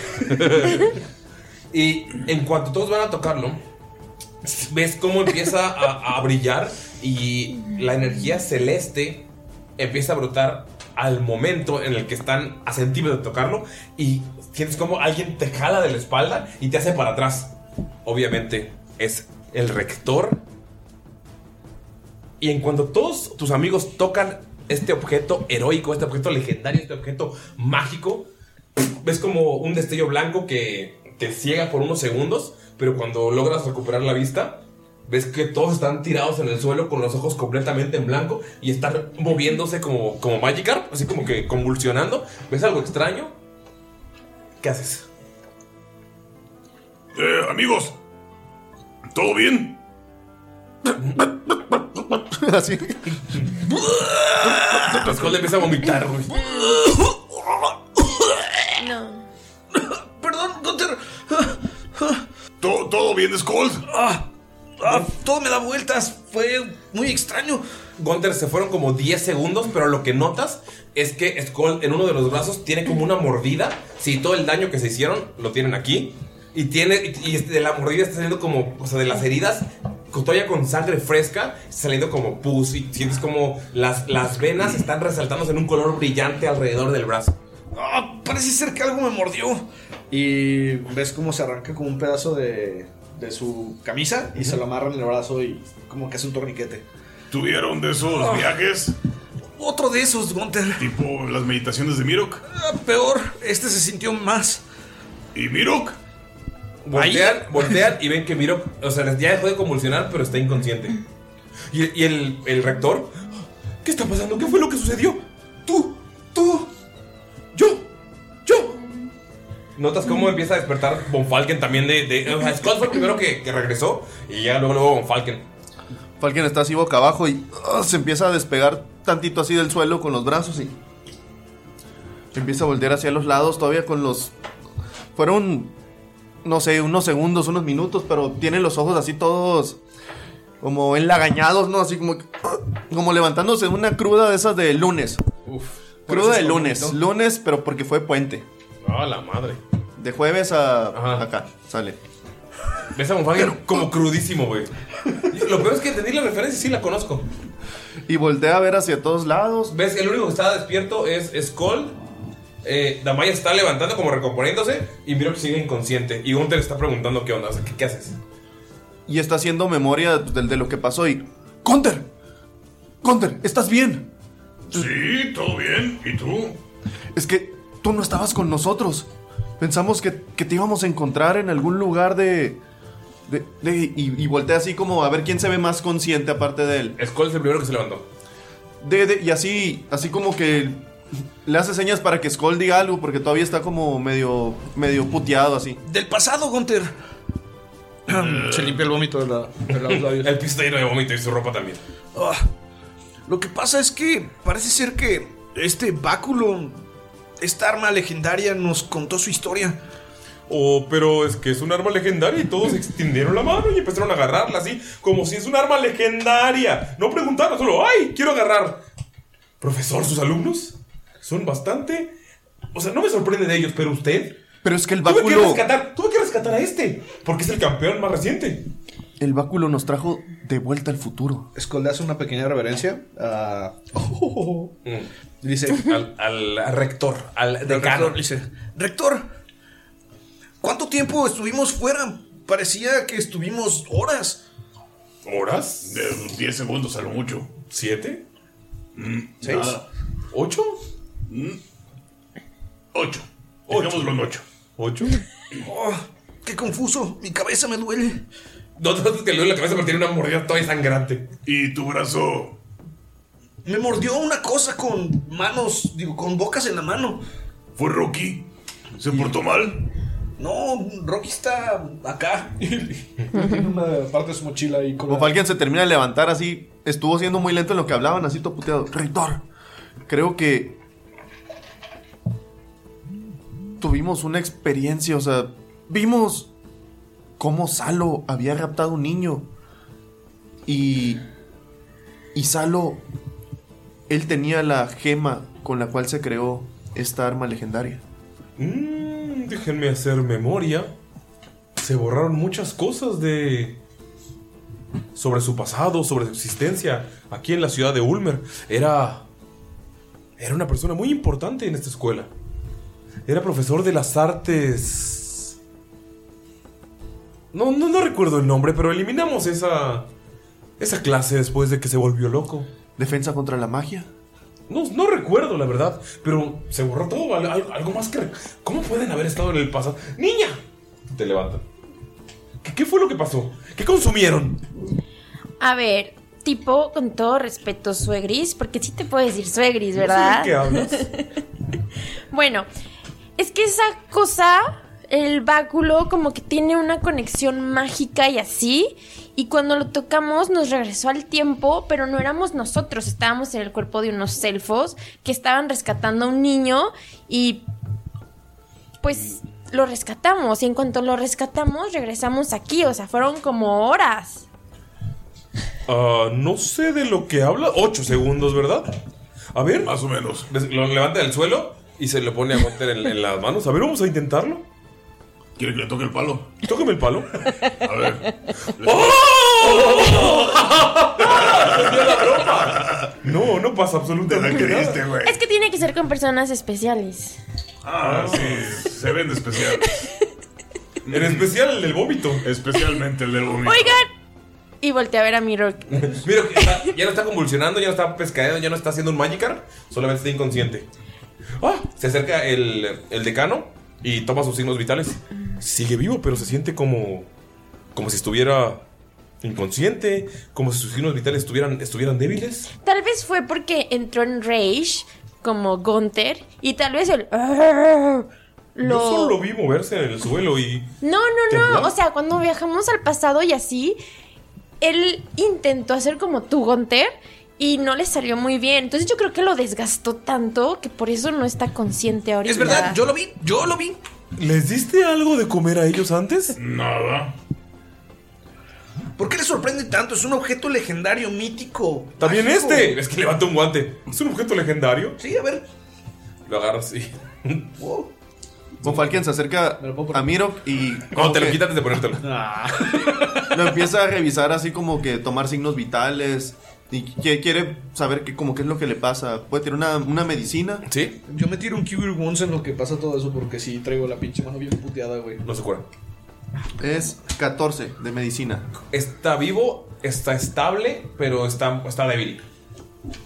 [SPEAKER 1] Y en cuanto todos van a tocarlo, ves cómo empieza a, a brillar y la energía celeste empieza a brotar al momento en el que están a centímetros de tocarlo y sientes como alguien te jala de la espalda y te hace para atrás. Obviamente es el rector. Y en cuanto todos tus amigos tocan este objeto heroico, este objeto legendario, este objeto mágico, ves como un destello blanco que te ciega por unos segundos, pero cuando logras recuperar la vista, ves que todos están tirados en el suelo con los ojos completamente en blanco y están moviéndose como, como Magikarp, así como que convulsionando. ¿Ves algo extraño? ¿Qué haces?
[SPEAKER 9] Eh, amigos, ¿todo bien?
[SPEAKER 5] Así.
[SPEAKER 1] Rascol empieza a vomitar, güey.
[SPEAKER 3] No.
[SPEAKER 9] Perdón, Gunter. ¿Todo, todo bien, Skull?
[SPEAKER 1] Ah, todo me da vueltas. Fue muy extraño. Gunter, se fueron como 10 segundos, pero lo que notas es que Skull en uno de los brazos tiene como una mordida. Si todo el daño que se hicieron lo tienen aquí. Y tiene y este, de la mordida está saliendo como, o sea, de las heridas, con- todavía con sangre fresca, está saliendo como pus. Y sientes como las, las venas están resaltándose en un color brillante alrededor del brazo.
[SPEAKER 2] Ah, parece ser que algo me mordió. Y ves cómo se arranca como un pedazo de, de su camisa y se lo amarra en el brazo y como que hace un torniquete.
[SPEAKER 9] ¿Tuvieron de esos
[SPEAKER 2] Ah.
[SPEAKER 9] viajes?
[SPEAKER 2] Otro de esos, Gunter.
[SPEAKER 9] Tipo las meditaciones de Mirok.
[SPEAKER 2] peor, este se sintió más.
[SPEAKER 9] ¿Y Mirok?
[SPEAKER 1] Voltean, voltean y ven que Miro, o sea, ya dejó de convulsionar, pero está inconsciente. Y, y el, el rector, ¿qué está pasando? ¿Qué fue lo que sucedió? Tú, tú, yo, yo. Notas cómo empieza a despertar Von Falken también de... de o sea, Skull fue el primero que, que regresó y ya luego, luego Von Falken.
[SPEAKER 5] Falken está así boca abajo y ah, se empieza a despegar tantito así del suelo con los brazos y empieza a voltear hacia los lados todavía con los... Fueron, no sé, unos segundos, unos minutos, pero tiene los ojos así todos como enlagañados, ¿no? Así como, como levantándose de una cruda de esas de lunes.
[SPEAKER 1] Por
[SPEAKER 5] Cruda
[SPEAKER 1] eso
[SPEAKER 5] de
[SPEAKER 1] es
[SPEAKER 5] lunes,
[SPEAKER 1] favorito.
[SPEAKER 5] lunes, pero porque fue puente.
[SPEAKER 1] Ah, la madre.
[SPEAKER 5] De jueves a acá, sale.
[SPEAKER 1] Ves a Von Falken como crudísimo, güey. Lo peor es que entendí la referencia y sí la conozco.
[SPEAKER 5] Y voltea a ver hacia todos lados.
[SPEAKER 1] ¿Ves? El único que está despierto es Skull. Eh, Damaya está levantando, como recomponiéndose. Y Miro que sigue inconsciente. Y Gunther está preguntando qué onda, o sea, ¿qué, qué haces?
[SPEAKER 5] y está haciendo memoria de, de lo que pasó y... ¡Conter! ¡Conter! ¿Estás bien?
[SPEAKER 9] Sí, todo bien. ¿Y tú?
[SPEAKER 5] Es que tú no estabas con nosotros. Pensamos que, que te íbamos a encontrar en algún lugar de... de- de- y, y voltea así como a ver quién se ve más consciente aparte de él.
[SPEAKER 1] Skull es el primero que se levantó.
[SPEAKER 5] De- de- y así, así como que le hace señas para que Skull diga algo porque todavía está como medio, medio puteado así.
[SPEAKER 2] Del pasado, Gunter. Em, Se limpia el vómito de la, de los labios.
[SPEAKER 1] el piso está lleno de vómito y su ropa también.
[SPEAKER 2] Ah, lo que pasa es que parece ser que este báculo, esta arma legendaria, nos contó su historia.
[SPEAKER 1] Oh, pero es que es un arma legendaria y todos extendieron la mano y empezaron a agarrarla así, como si es un arma legendaria. No preguntaron, solo, ¡ay! Quiero agarrar. Profesor, sus alumnos son bastante. O sea, no me sorprende de ellos, pero usted.
[SPEAKER 5] Pero es que el
[SPEAKER 1] Tuve que
[SPEAKER 5] báculo...
[SPEAKER 1] rescatar, tuve que rescatar a este, porque es el campeón más reciente.
[SPEAKER 5] El báculo nos trajo de vuelta al futuro.
[SPEAKER 2] Skull le hace una pequeña reverencia a... Dice...
[SPEAKER 1] Al, al rector, al decano.
[SPEAKER 2] Rector, dice, Rector, ¿cuánto tiempo estuvimos fuera? Parecía que estuvimos horas.
[SPEAKER 1] ¿Horas?
[SPEAKER 9] De 10 Eh, segundos a lo mucho. Mm,
[SPEAKER 1] ¿Siete?
[SPEAKER 2] ¿Seis?
[SPEAKER 9] Nada.
[SPEAKER 1] ¿Ocho?
[SPEAKER 9] Mm. Ocho. Dejémoslo en ocho.
[SPEAKER 1] ¿Ocho?
[SPEAKER 2] Oh, qué confuso, mi cabeza me duele.
[SPEAKER 1] No te notas que le duele la cabeza, pero tiene una mordida todavía sangrante.
[SPEAKER 9] ¿Y tu brazo?
[SPEAKER 2] Me mordió una cosa con manos, digo, con bocas en la mano.
[SPEAKER 9] ¿Fue Rocky? ¿Se portó mal?
[SPEAKER 2] No, Rocky está acá. Tiene una parte de su mochila ahí con
[SPEAKER 5] Como
[SPEAKER 2] la-
[SPEAKER 5] alguien se termina de levantar así, estuvo siendo muy lento en lo que hablaban, así todo puteado. Reitor, creo que tuvimos una experiencia, o sea, vimos cómo Salo había raptado un niño. Y. Y Salo, él tenía la gema con la cual se creó esta arma legendaria.
[SPEAKER 1] Mm, déjenme hacer memoria. Se borraron muchas cosas de. sobre su pasado, sobre su existencia aquí en la ciudad de Ulmer. Era. Era una persona muy importante en esta escuela. Era profesor de las artes. No, no, no recuerdo el nombre, pero eliminamos esa. esa clase después de que se volvió loco.
[SPEAKER 5] ¿Defensa contra la magia?
[SPEAKER 1] No, no recuerdo, la verdad, pero se borró todo. al- al- Algo más que. re- ¿Cómo pueden haber estado en el pasado? ¡Niña! Te levantan. ¿Qué, qué fue lo que pasó? ¿Qué consumieron?
[SPEAKER 3] A ver, tipo, con todo respeto, suegris, porque sí te puedo decir suegris,
[SPEAKER 1] No sé de
[SPEAKER 3] ¿verdad?
[SPEAKER 1] qué hablas.
[SPEAKER 3] Bueno, es que esa cosa, el báculo, como que tiene una conexión mágica y así. Y cuando lo tocamos nos regresó al tiempo, pero no éramos nosotros, estábamos en el cuerpo de unos elfos que estaban rescatando a un niño y pues lo rescatamos. Y en cuanto lo rescatamos, regresamos aquí, o sea, fueron como horas.
[SPEAKER 1] Ah, no sé de lo que habla. Ocho segundos, ¿verdad? A ver. Más o menos. Lo levanta del suelo y se lo pone a Gunter en, en las manos. A ver, vamos a intentarlo.
[SPEAKER 9] ¿Quiere que le toque el palo?
[SPEAKER 1] Tócame el palo.
[SPEAKER 9] A ver.
[SPEAKER 1] ¡Oh! No, no pasa absolutamente nada.
[SPEAKER 9] güey.
[SPEAKER 3] Es que tiene que ser con personas especiales.
[SPEAKER 9] Ah, sí. Se vende especial.
[SPEAKER 1] En especial el del vómito.
[SPEAKER 9] Especialmente el del vómito.
[SPEAKER 3] Oigan. Y volteé a ver a mi rock.
[SPEAKER 1] Mira, está- ya no está convulsionando, ya no está pescadeando, ya no está haciendo un Magikarp, solamente está inconsciente. Ah, se acerca el, el decano y toma sus signos vitales. Sigue vivo, pero se siente como. como si estuviera inconsciente, como si sus signos vitales estuvieran, estuvieran débiles.
[SPEAKER 3] Tal vez fue porque entró en rage como Gunther y tal vez el
[SPEAKER 1] Yo
[SPEAKER 3] lo
[SPEAKER 1] solo lo vi moverse en el suelo y.
[SPEAKER 3] No, no,
[SPEAKER 1] ¿Temblar?
[SPEAKER 3] no, o sea, cuando viajamos al pasado y así él intentó hacer como tú Gunther y no le salió muy bien. Entonces yo creo que lo desgastó tanto que por eso no está consciente ahorita.
[SPEAKER 2] Es verdad, yo lo vi, yo lo vi.
[SPEAKER 1] ¿Les diste algo de comer a ellos antes?
[SPEAKER 9] Nada.
[SPEAKER 2] ¿Por qué le sorprende tanto? Es un objeto legendario, mítico.
[SPEAKER 1] También
[SPEAKER 2] mágico.
[SPEAKER 1] este. Es que levanta un guante. Es un objeto legendario.
[SPEAKER 2] Sí, a ver. Oh,
[SPEAKER 1] Lo agarras y.
[SPEAKER 2] Wow.
[SPEAKER 5] Bonfalken se acerca
[SPEAKER 2] Me lo puedo poner.
[SPEAKER 5] a Mirok y.
[SPEAKER 1] No, te lo
[SPEAKER 5] como que-
[SPEAKER 1] quitas de ponértelo.
[SPEAKER 5] Lo empieza a revisar así como que tomar signos vitales y que quiere saber que como qué es lo que le pasa. Puede tener una, una medicina.
[SPEAKER 1] ¿Sí?
[SPEAKER 2] Yo me tiro un Cure Wounds en lo que pasa todo eso porque sí traigo la pinche mano bien puteada, güey.
[SPEAKER 1] No se cura.
[SPEAKER 5] Es 14 de medicina.
[SPEAKER 1] está vivo, está estable, pero está, está débil.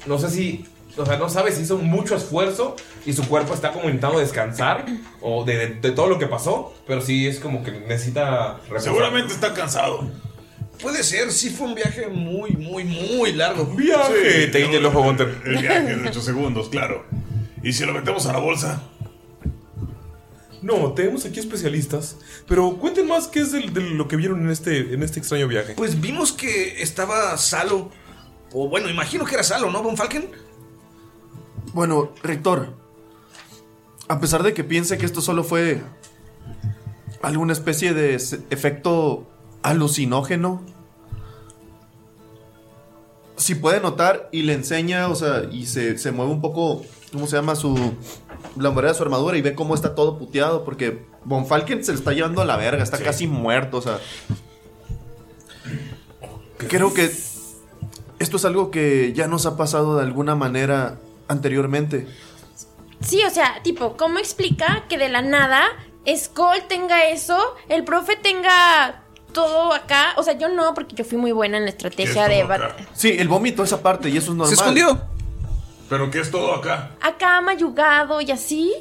[SPEAKER 1] No sé si, o sea, no sabe si hizo mucho esfuerzo y su cuerpo está como intentando descansar o de, de- de todo lo que pasó, pero sí es como que necesita reposar.
[SPEAKER 9] Seguramente está cansado.
[SPEAKER 2] Puede ser, sí fue un viaje muy, muy, muy largo.
[SPEAKER 1] Viaje, te guiña el ojo, Gunter.
[SPEAKER 9] El viaje de 8 segundos, claro. Y si lo metemos a la bolsa,
[SPEAKER 1] No, tenemos aquí especialistas, pero cuenten más qué es del- de, lo que vieron en este, en este extraño viaje.
[SPEAKER 2] Pues vimos que estaba Salo. O bueno, imagino que era Salo, ¿no, Von Falken?
[SPEAKER 5] Bueno, rector, a pesar de que piense que esto solo fue alguna especie de se- efecto alucinógeno, si puede notar y le enseña, o sea, y se, se mueve un poco, ¿cómo se llama? Su, la hombrera de su armadura y ve cómo está todo puteado porque Von Falken se lo está llevando a la verga, está casi muerto, o sea. Creo que esto es algo que ya nos ha pasado de alguna manera anteriormente.
[SPEAKER 3] Sí, o sea, tipo, ¿cómo explica que de la nada Skull tenga eso, el profe tenga todo acá? O sea, yo no, porque yo fui muy buena en la estrategia
[SPEAKER 9] ¿Qué es
[SPEAKER 3] de...
[SPEAKER 9] todo
[SPEAKER 3] bat-
[SPEAKER 9] acá?
[SPEAKER 5] Sí, el vómito esa parte y eso es normal.
[SPEAKER 2] Se escondió.
[SPEAKER 9] ¿pero qué es todo acá?
[SPEAKER 3] Acá mayugado y así.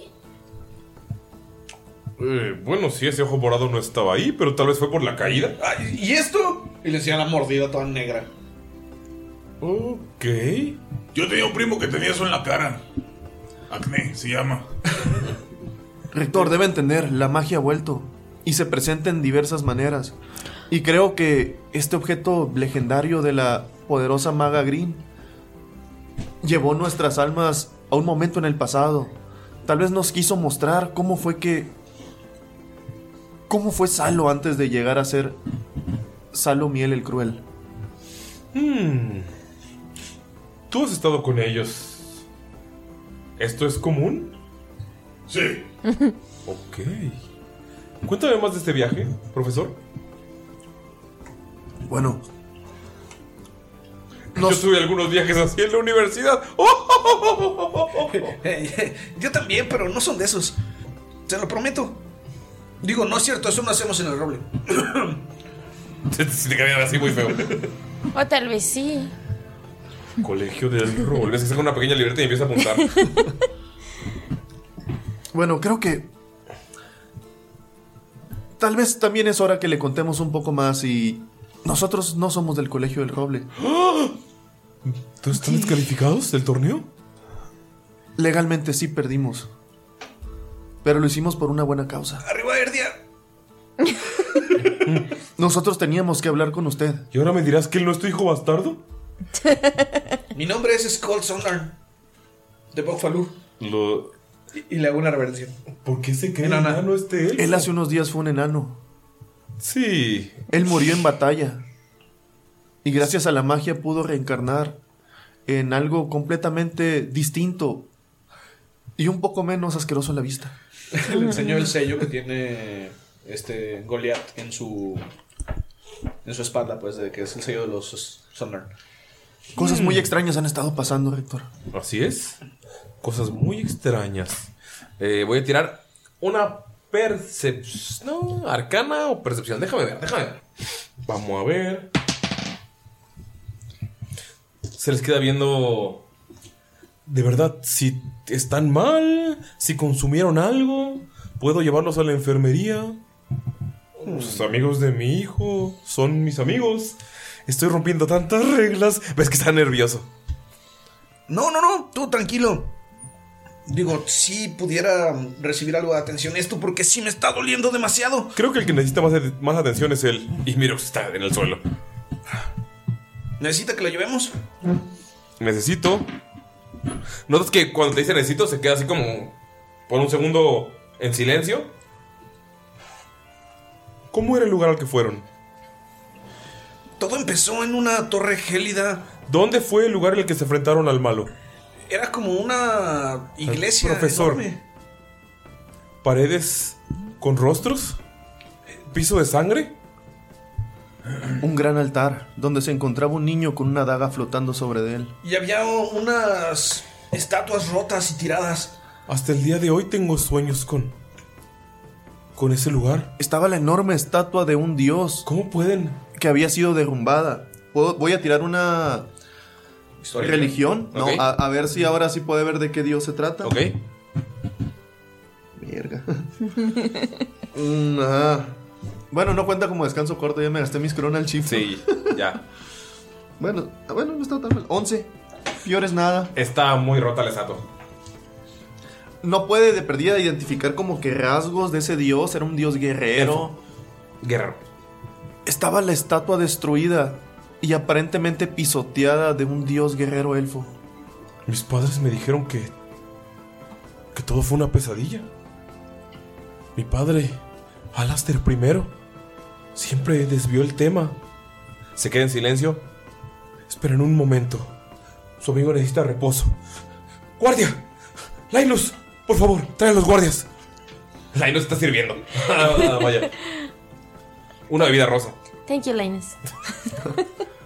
[SPEAKER 1] Eh, bueno, sí, ese ojo morado no estaba ahí, pero tal vez fue por la caída.
[SPEAKER 2] Ah, ¿Y esto? Y le enseñan la mordida toda negra.
[SPEAKER 1] Ok.
[SPEAKER 9] Yo tenía un primo que tenía eso en la cara. Acné, se llama.
[SPEAKER 5] Rector, debe entender, la magia ha vuelto y se presenta en diversas maneras. Y creo que este objeto legendario de la poderosa maga Green llevó nuestras almas a un momento en el pasado. Tal vez nos quiso mostrar cómo fue que... ¿Cómo fue Salo antes de llegar a ser Salo Miel el Cruel?
[SPEAKER 1] Hmm. Tú has estado con ellos. ¿Esto es común? Sí. ok. Cuéntame más de este viaje, profesor.
[SPEAKER 5] Bueno.
[SPEAKER 1] Yo tuve algunos viajes así en la universidad. Oh,
[SPEAKER 2] Eh, Yo también, pero no son de esos. Se lo prometo. Digo, no es cierto, eso no hacemos en el roble.
[SPEAKER 1] Se te caían así muy feo.
[SPEAKER 3] O tal vez sí.
[SPEAKER 1] Colegio del Robles. Se saca una pequeña libreta y empieza a apuntar.
[SPEAKER 5] Bueno, creo que... Tal vez también es hora que le contemos un poco más y... Nosotros no somos del Colegio del Roble.
[SPEAKER 1] ¿Entonces están descalificados del torneo?
[SPEAKER 5] Legalmente sí perdimos. Pero lo hicimos por una buena causa.
[SPEAKER 2] ¡Arriba, Erdia!
[SPEAKER 5] Nosotros teníamos que hablar con usted.
[SPEAKER 1] ¿Y ahora me dirás que él no es tu hijo bastardo?
[SPEAKER 2] Mi nombre es Skull Sondern. De Bokfalur.
[SPEAKER 1] Lo...
[SPEAKER 2] Y, y le hago una reverencia.
[SPEAKER 1] ¿Por qué se cree
[SPEAKER 2] Enana.
[SPEAKER 1] enano este él?
[SPEAKER 5] Él hace unos días fue un enano.
[SPEAKER 1] Sí.
[SPEAKER 5] Él murió en batalla. Y gracias a la magia pudo reencarnar en algo completamente distinto. Y un poco menos asqueroso a la vista.
[SPEAKER 2] Le enseñó el sello que tiene este Goliath en su en su espalda, pues, de que es el sello de los Sondern.
[SPEAKER 5] Cosas muy extrañas han estado pasando, Rector.
[SPEAKER 1] Así es. Cosas muy extrañas. Eh, voy a tirar una percepción. No, arcana o percepción. Déjame ver, déjame ver. Vamos a ver. Se les queda viendo. De verdad, si están mal, si consumieron algo, puedo llevarlos a la enfermería. Pues, Los amigos de mi hijo son mis amigos. Estoy rompiendo tantas reglas. Ves que está nervioso.
[SPEAKER 2] No, no, no, tú tranquilo. Digo, si pudiera recibir algo de atención esto porque sí me está doliendo demasiado.
[SPEAKER 1] Creo que el que necesita más, más atención es él. Y mira, está en el suelo.
[SPEAKER 2] ¿Necesita que lo llevemos?
[SPEAKER 1] Necesito. Notas que cuando te dice necesito se queda así como por un segundo en silencio. ¿Cómo era el lugar al que fueron?
[SPEAKER 2] Todo empezó en una torre gélida.
[SPEAKER 1] ¿Dónde fue el lugar en el que se enfrentaron al malo?
[SPEAKER 2] Era como una iglesia.
[SPEAKER 1] Profesor.
[SPEAKER 2] enorme.
[SPEAKER 1] ¿Paredes con rostros? ¿Piso de sangre?
[SPEAKER 5] Un gran altar donde se encontraba un niño con una daga flotando sobre de él.
[SPEAKER 2] Y había unas estatuas rotas y tiradas.
[SPEAKER 1] Hasta el día de hoy tengo sueños con. con ese lugar.
[SPEAKER 5] Estaba la enorme estatua de un dios
[SPEAKER 1] ¿Cómo pueden?
[SPEAKER 5] que había sido derrumbada. Puedo- voy a tirar una religión, ¿no?
[SPEAKER 1] Ok.
[SPEAKER 5] A, a ver si ahora sí puede ver de qué dios se trata.
[SPEAKER 1] Ok.
[SPEAKER 5] Verga. Mm, ajá. Bueno, no cuenta como descanso corto, ya me gasté mis al shift.
[SPEAKER 1] Sí, ya.
[SPEAKER 5] Bueno, ah, bueno, no está tan mal. 11. Peor es nada.
[SPEAKER 1] Está muy rota la estatua.
[SPEAKER 5] No puede de perdida identificar como que rasgos de ese dios. Era un dios guerrero.
[SPEAKER 1] Guerrero.
[SPEAKER 5] Estaba la estatua destruida y aparentemente pisoteada de un dios guerrero elfo.
[SPEAKER 1] Mis padres me dijeron que. que todo fue una pesadilla. Mi padre, Alastair primero, siempre desvió el tema. Se queda en silencio. Esperen un momento. Su amigo necesita reposo. ¡Guardia! ¡Lailus! Por favor, trae a los guardias. Lailus está sirviendo. vaya. Una bebida rosa.
[SPEAKER 3] Thank you, Linus.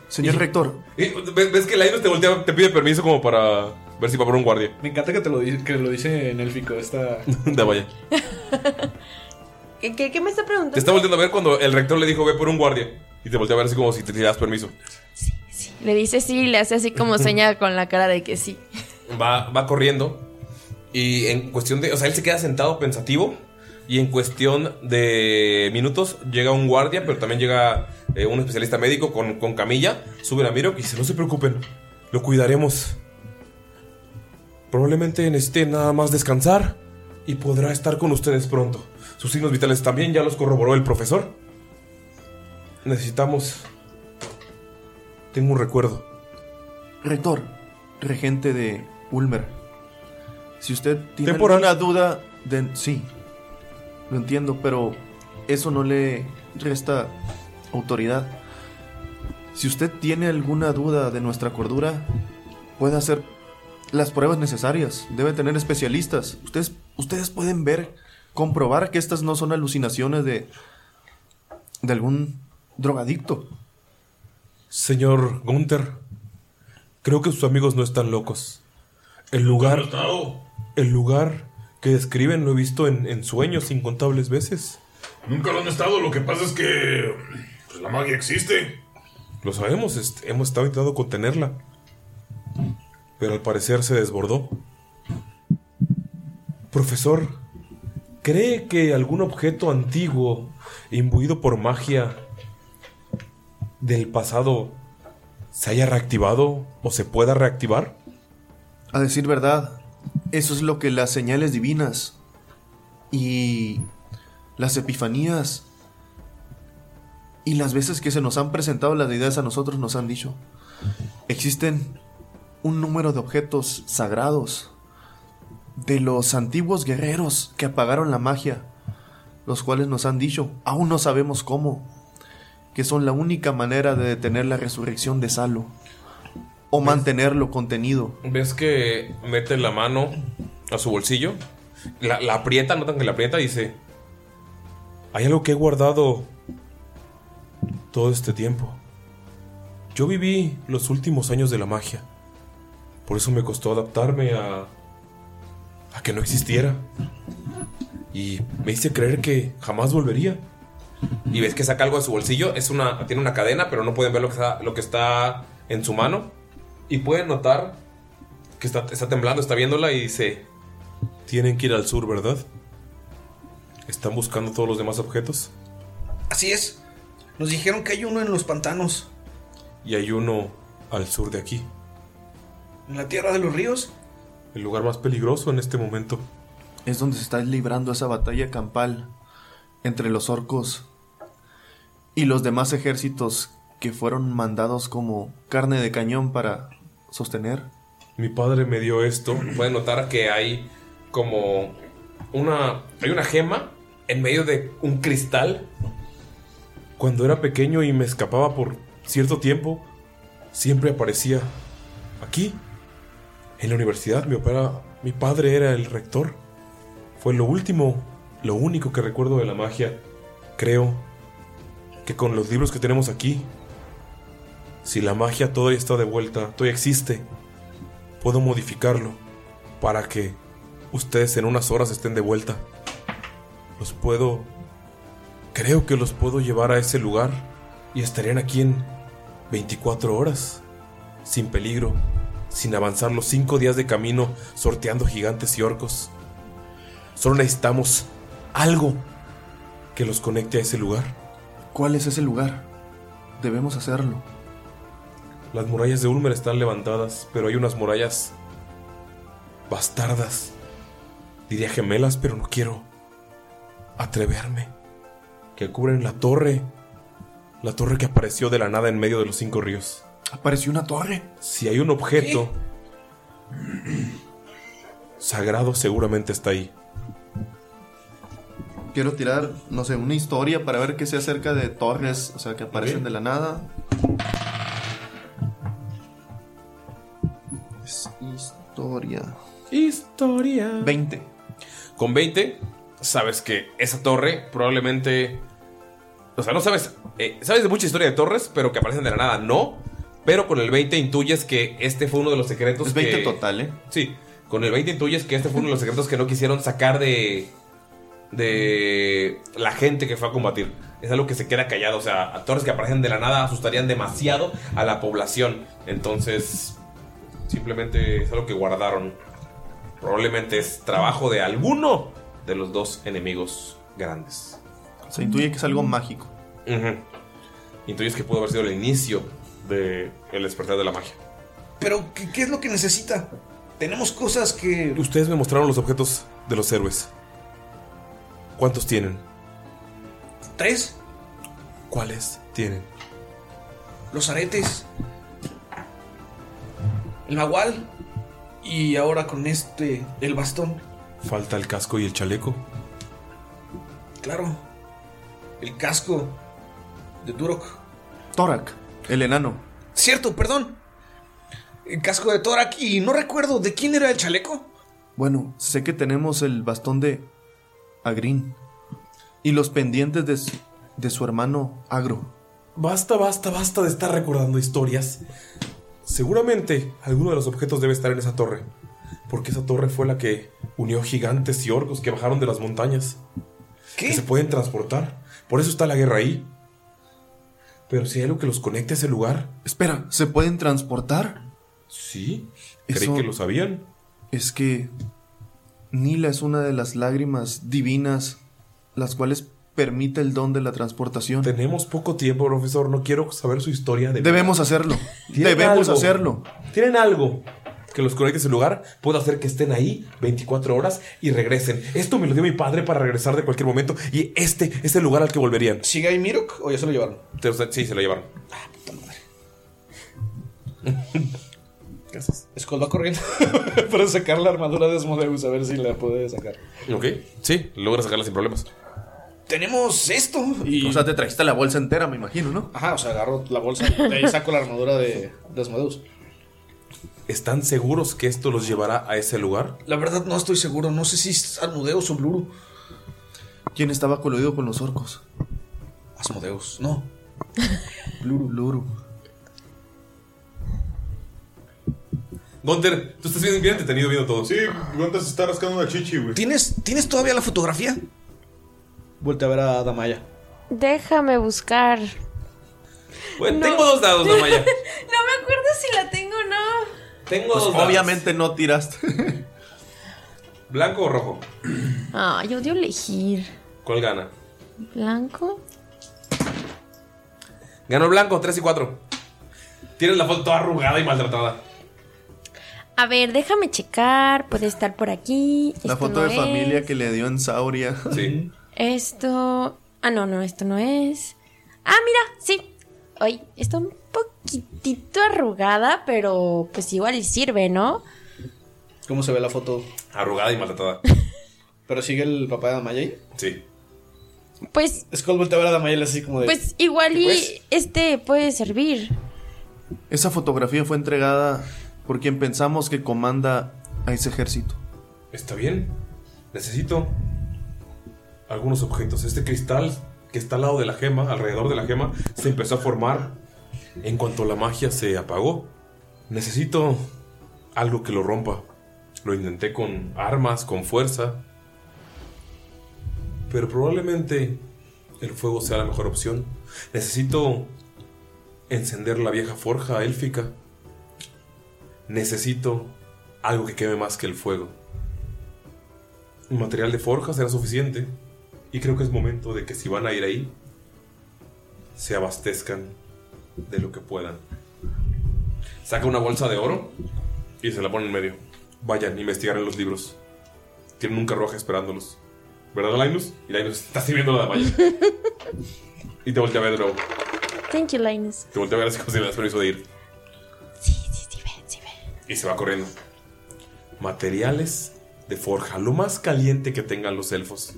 [SPEAKER 5] Señor rector,
[SPEAKER 1] ¿Ves ves que Lailus te voltea, te pide permiso como para ver si va por un guardia?
[SPEAKER 2] Me encanta que te lo dice, que lo dice en élfico esta.
[SPEAKER 1] Da, vaya.
[SPEAKER 3] ¿Qué, qué, qué me está preguntando?
[SPEAKER 1] Te está volteando a ver cuando el rector le dijo ve por un guardia. Y te voltea a ver así como si te le das permiso.
[SPEAKER 3] Le dice sí, le hace así como seña con la cara de que sí.
[SPEAKER 1] Va, va corriendo. Y en cuestión de. O sea, él se queda sentado pensativo. Y en cuestión de minutos llega un guardia, pero también llega eh, un especialista médico con, con camilla. Sube a Miro y dice: No se preocupen, lo cuidaremos. Probablemente necesite nada más descansar y podrá estar con ustedes pronto. Sus signos vitales también ya los corroboró el profesor. Necesitamos... Tengo un recuerdo.
[SPEAKER 5] Rector, regente de Ulmer. Si usted tiene
[SPEAKER 1] Temporal.
[SPEAKER 5] alguna duda, de... sí, lo entiendo, pero eso no le resta autoridad. Si usted tiene alguna duda de nuestra cordura, puede hacer las pruebas necesarias. Debe tener especialistas. Ustedes, ustedes pueden ver, comprobar que estas no son alucinaciones de, de algún drogadicto.
[SPEAKER 1] Señor Gunther, creo que sus amigos no están locos. El lugar. El lugar que describen lo he visto en, en sueños incontables veces.
[SPEAKER 9] Nunca lo han estado, lo que pasa es que. pues, la magia existe.
[SPEAKER 1] Lo sabemos, est- hemos estado intentando contenerla. Pero al parecer se desbordó. Profesor, ¿cree que algún objeto antiguo, imbuido por magia del pasado, se haya reactivado o se pueda reactivar?
[SPEAKER 5] A decir verdad, eso es lo que las señales divinas y las epifanías y las veces que se nos han presentado las deidades a nosotros nos han dicho. Existen un número de objetos sagrados de los antiguos guerreros que apagaron la magia, los cuales nos han dicho, aún no sabemos cómo, que son la única manera de detener la resurrección de Salo o mantenerlo contenido.
[SPEAKER 1] ¿Ves que mete la mano a su bolsillo? La, la aprieta, notan que la aprieta y dice... Hay algo que he guardado todo este tiempo. Yo viví los últimos años de la magia. Por eso me costó adaptarme a... a que no existiera. Y me hice creer que jamás volvería. Y ves que saca algo de su bolsillo. Es una, tiene una cadena, pero no pueden ver lo que está, lo que está en su mano. Y pueden notar que está, está temblando, está viéndola y dice... Tienen que ir al sur, ¿verdad? ¿Están buscando todos los demás objetos?
[SPEAKER 2] Así es. Nos dijeron que hay uno en los pantanos,
[SPEAKER 1] Y hay uno al sur de aquí.
[SPEAKER 2] en la tierra de los ríos.
[SPEAKER 1] El lugar más peligroso en este momento.
[SPEAKER 5] es donde se está librando esa batalla campal entre los orcos y los demás ejércitos que fueron mandados como carne de cañón para sostener.
[SPEAKER 1] Mi padre me dio esto. Pueden notar que hay como una. Hay una gema en medio de un cristal. Cuando era pequeño y me escapaba por cierto tiempo, siempre aparecía aquí. En la universidad mi, papá- mi padre era el rector. Fue lo último, lo único que recuerdo de la magia. Creo que con los libros que tenemos aquí, si la magia todavía está de vuelta, todavía existe, puedo modificarlo para que ustedes en unas horas estén de vuelta. Los puedo... Creo que los puedo llevar a ese lugar y estarían aquí en 24 horas, sin peligro, sin avanzar los 5 días de camino sorteando gigantes y orcos. Solo necesitamos algo que los conecte a ese lugar.
[SPEAKER 5] ¿Cuál es ese lugar? Debemos hacerlo.
[SPEAKER 1] Las murallas de Ulmer están levantadas, pero hay unas murallas bastardas. Diría gemelas, pero no quiero atreverme. Que cubren la torre. La torre que apareció de la nada en medio de los cinco ríos.
[SPEAKER 5] ¿Apareció una torre?
[SPEAKER 1] Si hay un objeto sagrado, seguramente está ahí.
[SPEAKER 5] Quiero tirar, no sé, una historia para ver qué sea acerca de torres, o sea, que aparecen de la nada. Es historia.
[SPEAKER 1] Historia.
[SPEAKER 5] 20.
[SPEAKER 1] Con 20, sabes que esa torre probablemente. O sea, no sabes. eh, sabes de mucha historia de torres, pero que aparecen de la nada, no. Pero con el 20 intuyes que este fue uno de los secretos.
[SPEAKER 5] Es 20
[SPEAKER 1] que-
[SPEAKER 5] total, ¿eh?
[SPEAKER 1] Sí. Con el 20 intuyes que este fue uno de los secretos que no quisieron sacar de. de. la gente que fue a combatir. Es algo que se queda callado. O sea, a torres que aparecen de la nada asustarían demasiado a la población. Entonces. Simplemente es algo que guardaron. Probablemente es trabajo de alguno de los dos enemigos grandes.
[SPEAKER 5] Se intuye que es algo mágico.
[SPEAKER 1] Ujú. Intuyes que pudo haber sido el inicio de el despertar de la magia.
[SPEAKER 2] Pero, ¿qué, qué es lo que necesita? Tenemos cosas que.
[SPEAKER 1] Ustedes me mostraron los objetos de los héroes. ¿Cuántos tienen?
[SPEAKER 2] ¿Tres?
[SPEAKER 1] ¿Cuáles tienen?
[SPEAKER 2] Los aretes. El nahual. Y ahora con este. El bastón.
[SPEAKER 1] Falta el casco y el chaleco.
[SPEAKER 2] Claro. El casco. De Turok.
[SPEAKER 5] Torak, el enano.
[SPEAKER 2] Cierto, perdón. El casco de Torak. Y no recuerdo de quién era el chaleco.
[SPEAKER 5] Bueno, sé que tenemos el bastón de Agrin y los pendientes de su, de su hermano Agro.
[SPEAKER 1] Basta, basta, basta de estar recordando historias. Seguramente alguno de los objetos debe estar en esa torre. Porque esa torre fue la que unió gigantes y orcos que bajaron de las montañas. Que se pueden transportar. Por eso está la guerra ahí. Pero si hay algo que los conecte a ese lugar.
[SPEAKER 5] Espera, ¿se pueden transportar?
[SPEAKER 1] Sí. Creí
[SPEAKER 5] Eso-
[SPEAKER 1] que lo sabían.
[SPEAKER 5] Es que Nila es una de las lágrimas divinas las cuales permite el don de la transportación.
[SPEAKER 1] Tenemos poco tiempo, profesor. No quiero saber su historia. De
[SPEAKER 5] Debemos hacerlo.
[SPEAKER 1] ¿Tienen
[SPEAKER 5] Debemos
[SPEAKER 1] algo?
[SPEAKER 5] hacerlo.
[SPEAKER 1] ¿Tienen algo? Que los conecte a ese lugar, puedo hacer que estén ahí 24 horas y regresen. Esto me lo dio mi padre para regresar de cualquier momento y este es el lugar al que volverían.
[SPEAKER 2] ¿Sigue ahí Mirok o ya se lo llevaron?
[SPEAKER 1] Te- Sí, se lo llevaron. Gracias.
[SPEAKER 2] Skull va corriendo para sacar la armadura de Asmodeus, a ver si la puede sacar.
[SPEAKER 1] Ok, sí, logra sacarla sin problemas.
[SPEAKER 2] Tenemos esto y...
[SPEAKER 5] O sea, te trajiste la bolsa entera, me imagino, ¿no?
[SPEAKER 2] Ajá, o sea, agarro la bolsa y de ahí saco la armadura de, de Asmodeus.
[SPEAKER 1] ¿Están seguros que esto los llevará a ese lugar?
[SPEAKER 2] La verdad no estoy seguro, no sé si es Asmodeus o Bluru.
[SPEAKER 5] ¿Quién estaba coludido con los orcos?
[SPEAKER 2] Asmodeus, no.
[SPEAKER 5] Luru. Luru.
[SPEAKER 1] Gunter, tú estás bien, bien detenido viendo todo.
[SPEAKER 4] Sí, Gonta se está rascando una chichi, güey.
[SPEAKER 2] ¿Tienes, ¿Tienes todavía la fotografía? Volte a ver a Damaya.
[SPEAKER 3] Déjame buscar.
[SPEAKER 1] Bueno, tengo dos dados, Damaya.
[SPEAKER 3] No me acuerdo si la tengo o no.
[SPEAKER 1] Tengo
[SPEAKER 5] Pues
[SPEAKER 1] dos dados.
[SPEAKER 5] obviamente no tiraste.
[SPEAKER 1] ¿Blanco o rojo?
[SPEAKER 3] Ah, yo odio elegir.
[SPEAKER 1] ¿Cuál gana?
[SPEAKER 3] ¿Blanco?
[SPEAKER 1] Ganó el blanco, 3 y 4. Tienes la foto toda arrugada y maltratada.
[SPEAKER 3] A ver, déjame checar. Puede estar por aquí.
[SPEAKER 5] La
[SPEAKER 3] Esto
[SPEAKER 5] foto
[SPEAKER 3] no
[SPEAKER 5] de familia
[SPEAKER 3] es.
[SPEAKER 5] que le dio en Sauria.
[SPEAKER 1] Sí.
[SPEAKER 3] Esto. Ah, no, no, esto no es. Ah, mira, sí. Hoy está un poquitito arrugada, pero pues igual y sirve, ¿no?
[SPEAKER 2] ¿Cómo se ve la foto?
[SPEAKER 1] Arrugada y maltratada.
[SPEAKER 2] ¿Pero sigue el papá de Damaya ahí?
[SPEAKER 1] Sí.
[SPEAKER 3] Pues,
[SPEAKER 2] Skull voltea a ver a Damaya así como de...
[SPEAKER 3] pues igual y
[SPEAKER 2] Pues.
[SPEAKER 3] este puede servir.
[SPEAKER 5] Esa fotografía fue entregada por quien pensamos que comanda a ese ejército.
[SPEAKER 1] Está bien. Necesito algunos objetos. Este cristal que está al lado de la gema, alrededor de la gema, se empezó a formar en cuanto la magia se apagó. Necesito algo que lo rompa. Lo intenté con armas, con fuerza. Pero probablemente el fuego sea la mejor opción. Necesito encender la vieja forja élfica. Necesito algo que queme más que el fuego. Un material de forja será suficiente. Y creo que es momento de que si van a ir ahí, se abastezcan de lo que puedan. Saca una bolsa de oro y se la pone en medio. Vayan, investigarán los libros. Tienen un carruaje esperándolos. ¿Verdad, Linus? Y Linus está sirviendo la valla. y te voltea a ver de nuevo.
[SPEAKER 3] Thank you, Linus.
[SPEAKER 1] Te voltea a ver así como si le das permiso de ir.
[SPEAKER 3] Sí, sí, sí, ven, sí, ven.
[SPEAKER 1] Y se va corriendo. Materiales de forja. Lo más caliente que tengan los elfos.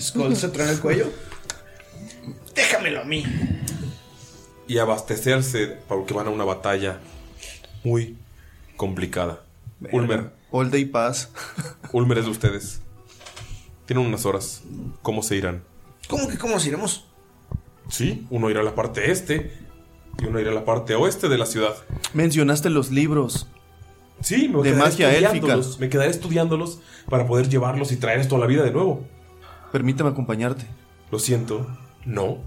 [SPEAKER 2] Skull se trae el cuello. Déjamelo a mí.
[SPEAKER 1] y abastecerse porque van a una batalla muy complicada. Ulmer,
[SPEAKER 5] All Day Pass.
[SPEAKER 1] Ulmer es de ustedes. Tienen unas horas. ¿Cómo se irán?
[SPEAKER 2] ¿Cómo que cómo nos iremos?
[SPEAKER 1] Sí, uno irá a la parte este y uno irá a la parte oeste de la ciudad.
[SPEAKER 5] Mencionaste los libros.
[SPEAKER 1] Sí, me
[SPEAKER 5] De
[SPEAKER 1] quedaré
[SPEAKER 5] magia
[SPEAKER 1] estudiándolos,
[SPEAKER 5] élfica.
[SPEAKER 1] Me quedaré estudiándolos para poder llevarlos y traer esto a la vida de nuevo.
[SPEAKER 5] Permíteme acompañarte.
[SPEAKER 1] Lo siento, no.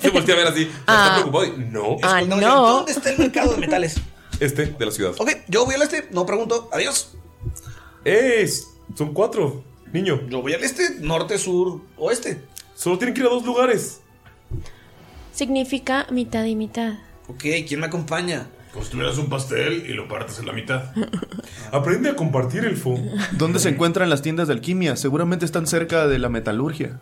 [SPEAKER 1] se voltea a ver así. ¿Está preocupado? Y, No.
[SPEAKER 3] Ah,
[SPEAKER 2] Skull,
[SPEAKER 3] no.
[SPEAKER 2] ¿Dónde está el mercado de metales?
[SPEAKER 1] Este de la ciudad.
[SPEAKER 2] Ok, yo voy al este, no pregunto. Adiós.
[SPEAKER 1] ¡Eh! Son cuatro, niño.
[SPEAKER 2] Yo voy al este, norte, sur, oeste.
[SPEAKER 1] Solo tienen que ir a dos lugares.
[SPEAKER 3] Significa mitad y mitad.
[SPEAKER 2] Ok, ¿quién me acompaña?
[SPEAKER 9] Pues tuvieras un pastel y lo partes en la mitad. Aprende a compartir el fo.
[SPEAKER 5] ¿Dónde se encuentran las tiendas de alquimia? Seguramente están cerca de la metalurgia.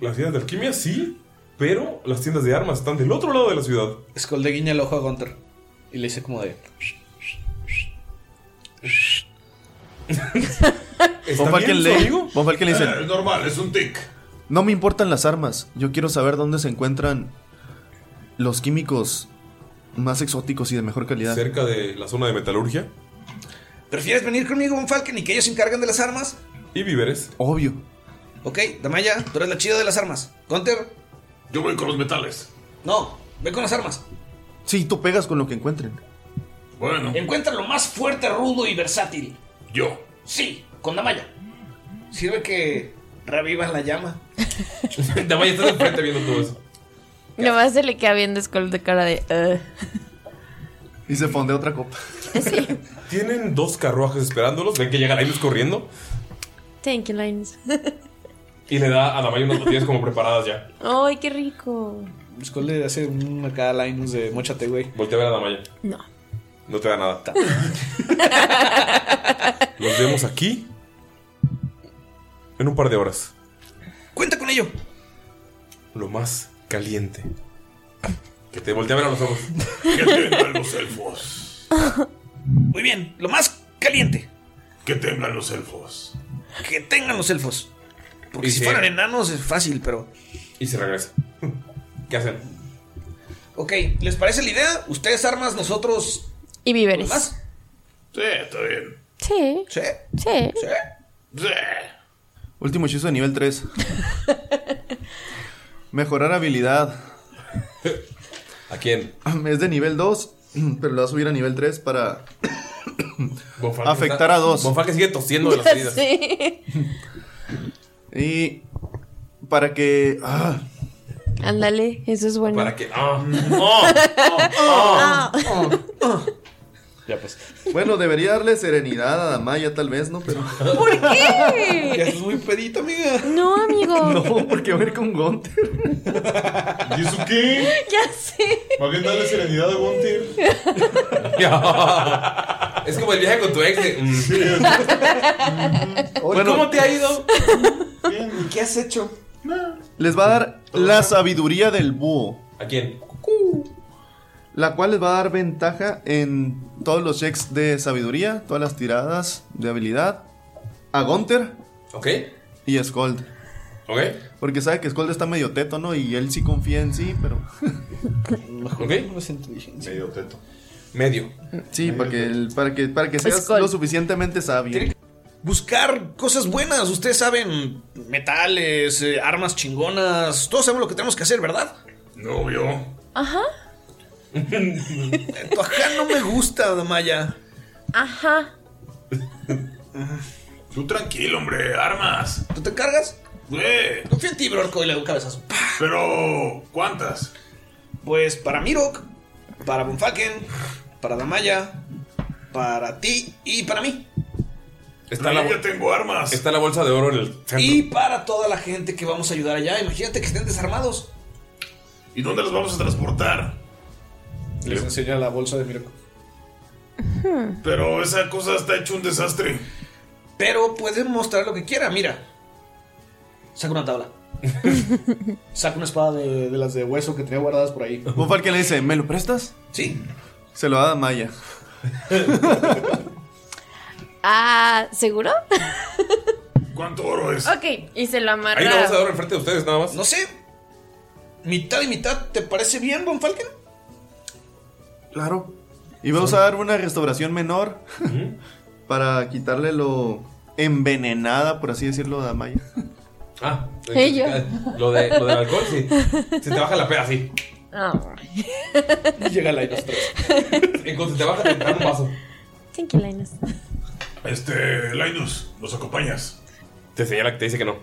[SPEAKER 1] Las tiendas de alquimia sí, pero las tiendas de armas están del otro lado de la ciudad.
[SPEAKER 2] Skolde guiña el ojo a Gunter y le dice como de.
[SPEAKER 5] Von Falken
[SPEAKER 9] bien,
[SPEAKER 5] le,
[SPEAKER 9] amigo?
[SPEAKER 5] Von Falken le dice,
[SPEAKER 9] Eh, es normal, es un tic.
[SPEAKER 5] no me importan las armas, yo quiero saber dónde se encuentran los químicos más exóticos y de mejor calidad.
[SPEAKER 1] Cerca de la zona de metalurgia
[SPEAKER 2] ¿Prefieres venir conmigo, Von Falken, y que ellos se encargan de las armas?
[SPEAKER 1] y víveres.
[SPEAKER 5] Obvio.
[SPEAKER 2] Ok, Damaya, tú eres la chida de las armas. Gunter,
[SPEAKER 9] Yo voy con los metales.
[SPEAKER 2] no, ve con las armas.
[SPEAKER 5] Sí, tú pegas con lo que encuentren.
[SPEAKER 9] Bueno,
[SPEAKER 2] Encuentra lo más fuerte, rudo y versátil.
[SPEAKER 9] yo.
[SPEAKER 2] Sí, con Damaya. Sirve que revivas la llama.
[SPEAKER 1] Damaya, estás de frente viendo todo eso.
[SPEAKER 3] Nomás se le queda viendo Skull de cara de. "Ugh".
[SPEAKER 5] Y se fondea otra copa.
[SPEAKER 1] Tienen dos carruajes esperándolos. Ven que llega Linus corriendo
[SPEAKER 3] Thank you, Linus.
[SPEAKER 1] y le da a Damaya unas tortillas como preparadas ya.
[SPEAKER 3] ¡Ay, qué rico!
[SPEAKER 2] Skolde Pues, hace un acá Linus de mochate, güey.
[SPEAKER 1] Voltea a ver a Damaya.
[SPEAKER 3] No.
[SPEAKER 1] No te da nada. Los vemos aquí en un par de horas.
[SPEAKER 2] ¡Cuenta con ello!
[SPEAKER 1] Lo más caliente. Que te voltea a ver a los ojos.
[SPEAKER 9] ¿Qué temblan los elfos?
[SPEAKER 2] Muy bien, lo más caliente
[SPEAKER 9] ¿Qué temblan los elfos?
[SPEAKER 2] que tengan los elfos. Porque
[SPEAKER 1] Y
[SPEAKER 2] si
[SPEAKER 1] sí.
[SPEAKER 2] fueran enanos es fácil, pero.
[SPEAKER 1] Y se regresa. ¿Qué hacen?
[SPEAKER 2] Ok, ¿les parece la idea? Ustedes armas, nosotros.
[SPEAKER 3] Y víveres.
[SPEAKER 2] ¿Más?
[SPEAKER 9] Sí, está bien.
[SPEAKER 3] Sí,
[SPEAKER 2] Sí,
[SPEAKER 3] sí.
[SPEAKER 2] sí.
[SPEAKER 9] Sí.
[SPEAKER 5] Último hechizo de nivel 3. Mejorar habilidad.
[SPEAKER 1] ¿A quién?
[SPEAKER 5] Es de nivel 2, pero lo vas a subir a nivel 3 para...
[SPEAKER 1] Bonfalque
[SPEAKER 5] Afectar
[SPEAKER 1] está-
[SPEAKER 5] a dos.
[SPEAKER 1] Bonfalque sigue tosiendo de las heridas.
[SPEAKER 3] Sí.
[SPEAKER 5] Y... Para que... ah,
[SPEAKER 3] Ándale, eso es bueno.
[SPEAKER 1] Para que. ¡Ah! ah. ¡Oh!
[SPEAKER 2] Ya pues.
[SPEAKER 5] bueno, debería darle serenidad a Damaya tal vez, ¿no? Pero...
[SPEAKER 3] ¿Por qué?
[SPEAKER 2] Ya es muy pedito, amiga.
[SPEAKER 3] No, amigo.
[SPEAKER 5] No, porque va a ir con Gunter.
[SPEAKER 4] ¿Y eso qué?
[SPEAKER 3] Ya sé.
[SPEAKER 4] Más bien darle serenidad a Gunter.
[SPEAKER 1] Es como el viaje con tu ex. de, mm,
[SPEAKER 5] Bueno,
[SPEAKER 1] ¿Cómo te ha ido?
[SPEAKER 4] Bien.
[SPEAKER 2] ¿Qué has hecho?
[SPEAKER 5] les va a dar la sabiduría del búho,
[SPEAKER 1] ¿A quién?
[SPEAKER 5] la cual les va a dar ventaja en todos los checks de sabiduría, todas las tiradas de habilidad, a Gunter
[SPEAKER 1] ¿Ok?
[SPEAKER 5] y a Skold.
[SPEAKER 1] ¿Ok?
[SPEAKER 5] Porque sabe que Skold está medio teto, ¿no? Y él sí confía en sí, pero...
[SPEAKER 1] ¿Ok?
[SPEAKER 4] Medio teto.
[SPEAKER 1] Medio.
[SPEAKER 5] Sí, para que, el- para que, para que seas
[SPEAKER 3] Skold.
[SPEAKER 5] lo suficientemente sabio.
[SPEAKER 2] Buscar cosas buenas. Ustedes saben metales, eh, armas chingonas. Todos sabemos lo que tenemos que hacer, ¿verdad?
[SPEAKER 9] No, yo.
[SPEAKER 2] Tu Ajá, no me gusta, Damaya.
[SPEAKER 3] Ajá.
[SPEAKER 9] Tú tranquilo, hombre. Armas.
[SPEAKER 2] ¿Tú te encargas?
[SPEAKER 9] Güey.
[SPEAKER 2] Confío en ti, Brorco, y le doy un cabezazo. ¡Pah!
[SPEAKER 9] Pero, Oh, ¿cuántas?
[SPEAKER 2] Pues para Mirok, para Bonfaken, para Damaya, para ti y para mí.
[SPEAKER 1] Está
[SPEAKER 9] Pero
[SPEAKER 1] la,
[SPEAKER 9] yo ya tengo armas.
[SPEAKER 1] está la bolsa de oro en el centro.
[SPEAKER 2] Y para toda la gente que vamos a ayudar allá. Imagínate que estén desarmados.
[SPEAKER 9] ¿Y dónde las vamos a transportar?
[SPEAKER 2] Les enseña la bolsa de Mirok.
[SPEAKER 9] Pero Oh, esa cosa está hecho un desastre.
[SPEAKER 2] Pero pueden mostrar lo que quiera, mira. Saca una tabla. Saca una espada de, de las de hueso que tenía guardadas por ahí.
[SPEAKER 5] Bofal que le dice, ¿me lo prestas?
[SPEAKER 2] Sí.
[SPEAKER 5] Se lo da a Maya.
[SPEAKER 3] Ah, ¿seguro?
[SPEAKER 9] ¿Cuánto oro es?
[SPEAKER 3] Ok, y se lo amarra.
[SPEAKER 1] Hay una bolsa de oro enfrente de ustedes nada más.
[SPEAKER 2] No sé. Mitad y mitad, ¿te parece bien, Von Falken?
[SPEAKER 5] Claro. Y va a usar una restauración menor para quitarle lo envenenada, por así decirlo, a Damaya.
[SPEAKER 1] Ah,
[SPEAKER 3] Ella.
[SPEAKER 1] Lo, de, lo del alcohol, sí. Se te baja la peda, sí.
[SPEAKER 3] Ah.
[SPEAKER 2] Y llega la tres.
[SPEAKER 1] En cuanto se te baja, te dan un vaso.
[SPEAKER 3] Thank you, Linus.
[SPEAKER 9] Este, Linus, nos acompañas.
[SPEAKER 1] Te señala que te dice que no.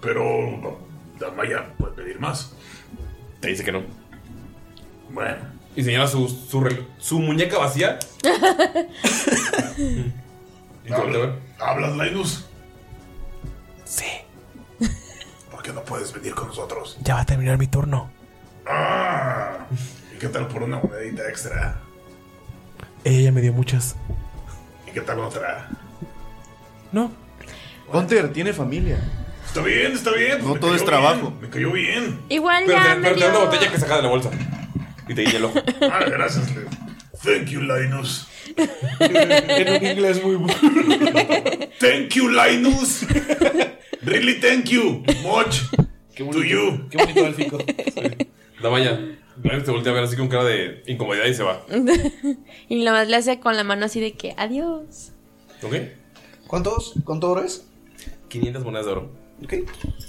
[SPEAKER 9] Pero, Damaya puede pedir más.
[SPEAKER 1] Te dice que no.
[SPEAKER 9] Bueno,
[SPEAKER 1] Y señala su, su, reloj- su muñeca vacía. y te voltea a ver.
[SPEAKER 9] ¿hablas, Linus? Sí. ¿Por qué no puedes venir con nosotros?
[SPEAKER 1] Ya va a terminar mi turno.
[SPEAKER 9] Ah, ¿Qué tal por una monedita extra?
[SPEAKER 10] Ella me dio muchas.
[SPEAKER 9] ¿Y qué tal otra?
[SPEAKER 5] Gunter tiene familia.
[SPEAKER 9] Está bien, está bien.
[SPEAKER 5] No
[SPEAKER 9] me
[SPEAKER 5] todo
[SPEAKER 9] cayó
[SPEAKER 5] es trabajo.
[SPEAKER 9] bien, Me cayó bien.
[SPEAKER 3] Igual
[SPEAKER 1] Pero
[SPEAKER 3] ya
[SPEAKER 1] te,
[SPEAKER 3] me
[SPEAKER 1] pero te da una
[SPEAKER 3] dio...
[SPEAKER 1] botella que saca de la bolsa. Y te hielo.
[SPEAKER 9] Ah, gracias, Leo. Thank you, Linus.
[SPEAKER 10] En un inglés muy bueno.
[SPEAKER 9] Thank you, Linus. Really, thank you. Much. To you.
[SPEAKER 2] Qué bonito élfico.
[SPEAKER 1] La maña. Glenn se voltea a ver así con cara de incomodidad y se va.
[SPEAKER 3] Y nada más le hace con la mano así de que adiós.
[SPEAKER 1] ¿Ok?
[SPEAKER 2] ¿Cuántos? ¿Cuánto oro es?
[SPEAKER 1] 500 monedas de oro.
[SPEAKER 2] Ok.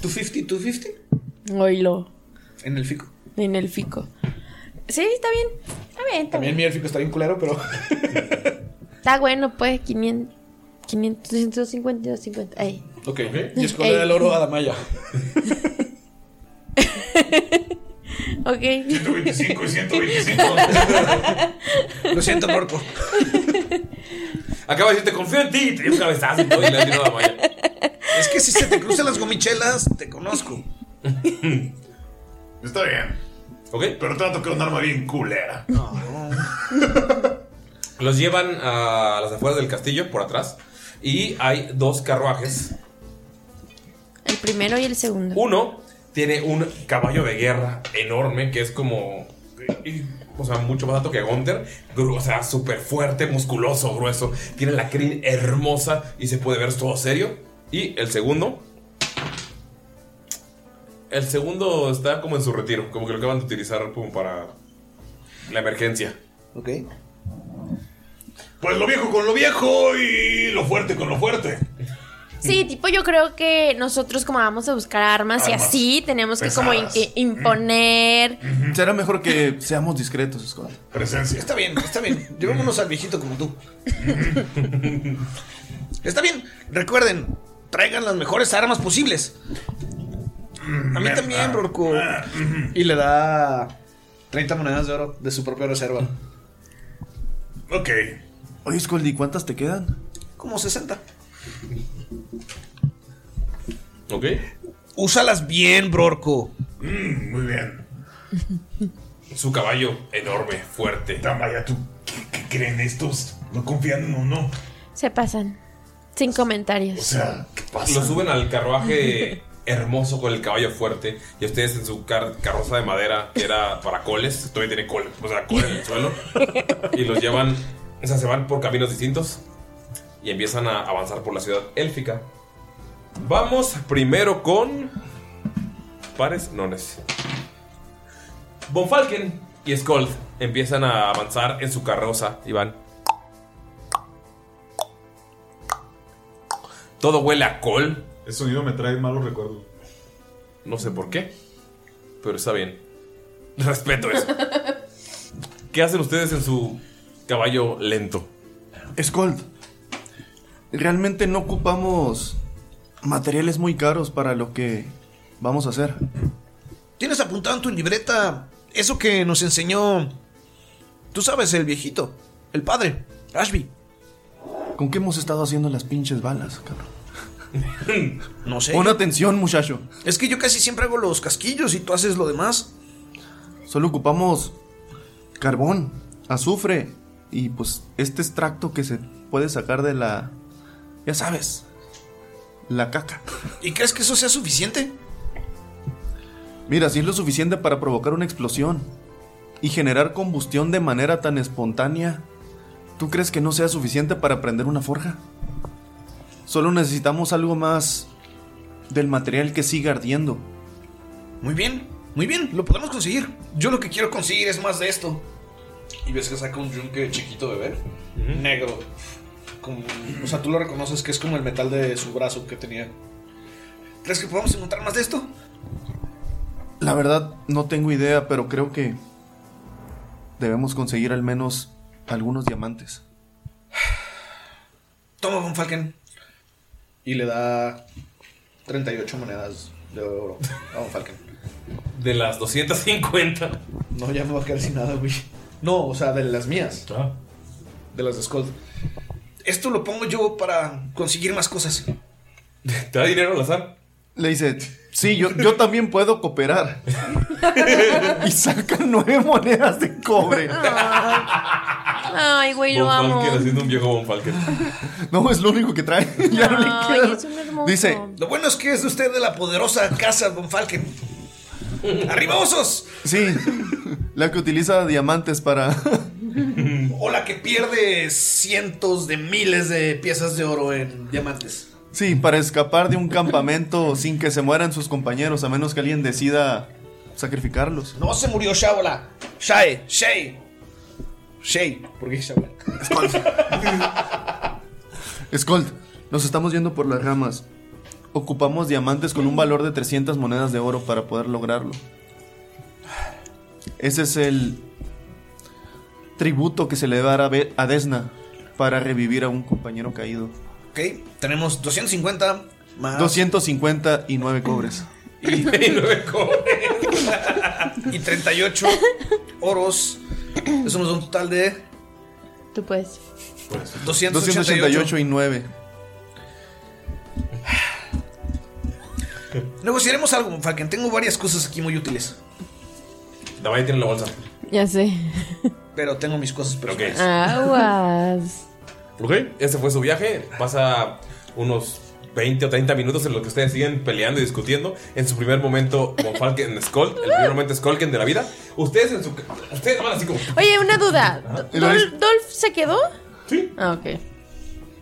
[SPEAKER 2] 250, 250.
[SPEAKER 3] Oílo.
[SPEAKER 2] En el fico.
[SPEAKER 3] En el fico. Sí, está bien. Está bien, está bien.
[SPEAKER 2] También mi élfico está bien culero, pero.
[SPEAKER 3] Está bueno, pues, 500, 500, 250, 50. Ay.
[SPEAKER 2] Ok. Y escolar
[SPEAKER 3] Ey.
[SPEAKER 2] el oro a Damaya.
[SPEAKER 3] Ok.
[SPEAKER 9] 125 y 125.
[SPEAKER 2] Lo siento, Norco.
[SPEAKER 1] Acaba de decirte, confío en ti. Y te dio un cabezazo y todo, y le tiró a la malla.
[SPEAKER 2] Es que si se te cruzan las gomichelas, te conozco.
[SPEAKER 9] Está bien.
[SPEAKER 1] ¿Ok?
[SPEAKER 9] Pero trato que un arma bien culera.
[SPEAKER 1] Los llevan a las afueras del castillo, por atrás. Y hay dos carruajes.
[SPEAKER 3] El primero y el segundo.
[SPEAKER 1] Uno tiene un caballo de guerra enorme que es como. y- O sea, mucho más alto que Gunther. Gru- O sea, súper fuerte, musculoso, grueso. Tiene la crin hermosa y se puede ver todo serio. Y el segundo. El segundo está como en su retiro. Como que lo acaban de utilizar como para la emergencia.
[SPEAKER 2] Ok.
[SPEAKER 9] Pues lo viejo con lo viejo y lo fuerte con lo fuerte.
[SPEAKER 3] Sí, tipo, yo creo que nosotros, como vamos a buscar armas, y
[SPEAKER 9] Armas
[SPEAKER 3] así, tenemos que, como, in-
[SPEAKER 9] pesadas.
[SPEAKER 3] que imponer.
[SPEAKER 5] Será mejor que seamos discretos, Scott.
[SPEAKER 9] Presencia.
[SPEAKER 2] Está bien, está bien. Llevémonos al viejito como tú. Está bien. Recuerden, traigan las mejores armas posibles. A mí también, Rorco. Y le da 30 monedas de oro de su propia reserva.
[SPEAKER 9] Ok.
[SPEAKER 5] Oye, Scoldy, ¿cuántas te quedan?
[SPEAKER 2] Como 60.
[SPEAKER 1] ¿Ok?
[SPEAKER 2] Úsalas bien, Brorco.
[SPEAKER 9] Mm, muy bien.
[SPEAKER 1] Su caballo enorme, fuerte.
[SPEAKER 9] Damaya, ¿tú qué, qué creen estos? ¿No confían en uno?
[SPEAKER 3] Se pasan. Sin
[SPEAKER 9] O
[SPEAKER 3] comentarios.
[SPEAKER 9] sea, ¿qué pasa?
[SPEAKER 1] Lo suben al carruaje hermoso con el caballo fuerte. Y ustedes en su car- carroza de madera, que era para coles, todavía tiene col, o sea, col en el suelo. Y los llevan, o sea, se van por caminos distintos. Y empiezan a avanzar por la ciudad élfica. Vamos primero con. Pares, nones. Bonfalken y Skold empiezan a avanzar en su carroza y van. Todo huele a col,
[SPEAKER 4] Ese sonido me trae malos recuerdos.
[SPEAKER 1] No sé por qué, pero está bien. Respeto eso. ¿Qué hacen ustedes en su caballo lento?
[SPEAKER 5] Scold, realmente no ocupamos materiales muy caros para lo que vamos a hacer.
[SPEAKER 2] Tienes apuntado en tu libreta eso que nos enseñó. Tú sabes, el viejito, el padre, Ashby.
[SPEAKER 5] ¿Con qué hemos estado haciendo las pinches balas, cabrón?
[SPEAKER 2] No sé.
[SPEAKER 5] Pon atención, muchacho.
[SPEAKER 2] Es que yo casi siempre hago los casquillos y tú haces lo demás.
[SPEAKER 5] Solo ocupamos carbón, azufre y pues este extracto que se puede sacar de la... Ya sabes, la caca.
[SPEAKER 2] ¿Y crees que eso sea suficiente?
[SPEAKER 5] Mira, si es lo suficiente para provocar una explosión y generar combustión de manera tan espontánea, ¿tú crees que no sea suficiente para prender una forja? Solo necesitamos algo más del material que siga ardiendo.
[SPEAKER 2] Muy bien, muy bien, lo podemos conseguir. Yo lo que quiero conseguir es más de esto. Y ves que saca un yunque chiquito de ver, negro. Como- o sea, tú lo reconoces que es como el metal de su brazo que tenía. ¿Crees que podemos encontrar más de esto?
[SPEAKER 5] La verdad, no tengo idea, pero creo que debemos conseguir al menos algunos diamantes.
[SPEAKER 2] Toma, Von Falken. Y le da 38 monedas de oro a Von Falken.
[SPEAKER 1] De las 250.
[SPEAKER 2] No, ya me va a quedar sin nada, güey. No, o sea, de las mías,
[SPEAKER 1] Ah.
[SPEAKER 2] de las de Skull. Esto lo pongo yo para conseguir más cosas.
[SPEAKER 1] ¿Te da dinero al azar?
[SPEAKER 5] Le dice, sí, yo, yo también puedo cooperar. y sacan nueve monedas de cobre.
[SPEAKER 3] Ay, güey, lo
[SPEAKER 1] Von
[SPEAKER 3] amo.
[SPEAKER 1] Falken haciendo un viejo Von Falken.
[SPEAKER 5] No, es lo único que trae. Ya no le
[SPEAKER 3] Ay,
[SPEAKER 5] queda.
[SPEAKER 3] es un hermoso.
[SPEAKER 5] Dice,
[SPEAKER 2] Lo bueno es que es de usted de la poderosa casa Von Falken. ¡Arriba osos!
[SPEAKER 5] sí, la que utiliza diamantes para...
[SPEAKER 2] O la que pierde cientos de miles de piezas de oro en diamantes.
[SPEAKER 5] Sí, para escapar de un campamento sin que se mueran sus compañeros, a menos que alguien decida sacrificarlos.
[SPEAKER 2] No se murió Shaola. Shae, Shay. Shay, ¿por qué Shaola?
[SPEAKER 5] Skold, nos estamos yendo por las ramas. Ocupamos diamantes con un valor de 300 monedas de oro para poder lograrlo. Ese es el tributo que se le dará a Be- a Desna para revivir a un compañero caído.
[SPEAKER 2] Ok, tenemos 250 más.
[SPEAKER 5] 259 cobres.
[SPEAKER 2] Y, y 38 oros. Eso nos da un total de
[SPEAKER 3] Tú puedes.
[SPEAKER 2] 288.
[SPEAKER 5] 288 y 9.
[SPEAKER 2] Negociaremos algo, Von Falken. Tengo varias cosas aquí muy útiles.
[SPEAKER 1] Damaya tiene la bolsa.
[SPEAKER 3] Ya sé.
[SPEAKER 2] Pero tengo mis cosas
[SPEAKER 1] personales.
[SPEAKER 11] Ah.
[SPEAKER 3] Aguas.
[SPEAKER 1] Ok, ese fue su viaje. Pasa unos 20 o 30 minutos en los que ustedes siguen peleando y discutiendo. En su primer momento, Von Falken Skull, el primer momento Skolken de la vida. Ustedes en su. Ustedes van así como.
[SPEAKER 3] Oye, una duda.
[SPEAKER 1] Y lo
[SPEAKER 3] ¿Dol- ¿Dolph se quedó?
[SPEAKER 1] Sí.
[SPEAKER 3] Ah, ok.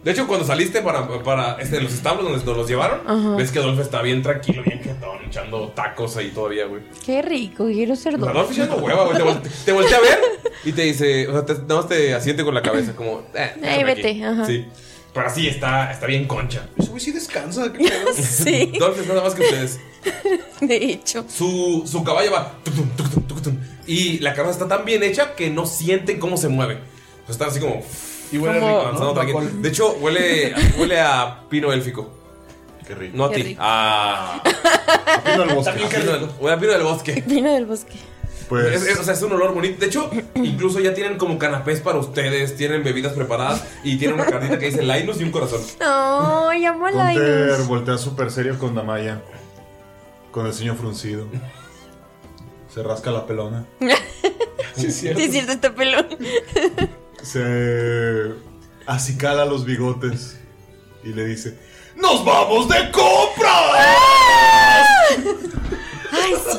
[SPEAKER 1] De hecho, cuando saliste para, para este, los establos donde nos los llevaron,
[SPEAKER 3] Ajá.
[SPEAKER 1] ves que Adolfo está bien tranquilo, bien quietón, echando tacos ahí todavía, güey.
[SPEAKER 3] Qué rico, quiero ser Dolph.
[SPEAKER 1] Adolfo echando hueva, güey. Te, volte- te voltea a ver y te dice, o sea, te, nada más te asiente con la cabeza, como, eh,
[SPEAKER 3] Ey,
[SPEAKER 1] déjame aquí.
[SPEAKER 3] vete, ajá.
[SPEAKER 1] Sí. Pero así está, está bien concha.
[SPEAKER 2] Uy, sí descansa. qué pedo.
[SPEAKER 3] Sí.
[SPEAKER 1] Adolfo es nada más que ustedes.
[SPEAKER 3] De hecho.
[SPEAKER 1] Su, su caballo va tuctum, tuctum, tuctum, y la carroza está tan bien hecha que no sienten cómo se mueve. O sea, están así como y
[SPEAKER 2] huele Como- rico, ¿no?
[SPEAKER 1] avanzando tranquilo.
[SPEAKER 2] Bacol.
[SPEAKER 1] De hecho, huele, huele a pino élfico. Qué rico. No a
[SPEAKER 3] Qué
[SPEAKER 1] ti.
[SPEAKER 3] rico.
[SPEAKER 1] A pino Pues. del bosque. A pino del, huele a pino del bosque.
[SPEAKER 3] Vino del bosque.
[SPEAKER 1] Es, es- o sea, es un olor bonito. De hecho, incluso ya tienen como canapés para ustedes, tienen bebidas preparadas y tienen una cartita que dice Linus y un corazón.
[SPEAKER 3] No, llamo a la
[SPEAKER 4] Gunter
[SPEAKER 3] Inus.
[SPEAKER 4] voltea súper serio con Damaya. Con el ceño fruncido. Se rasca la pelona.
[SPEAKER 1] Sí, es
[SPEAKER 3] Sí, es cierto, está pelón.
[SPEAKER 4] Se acicala los bigotes. Y le dice:
[SPEAKER 9] ¡Nos vamos de compra!
[SPEAKER 3] Ay, sí.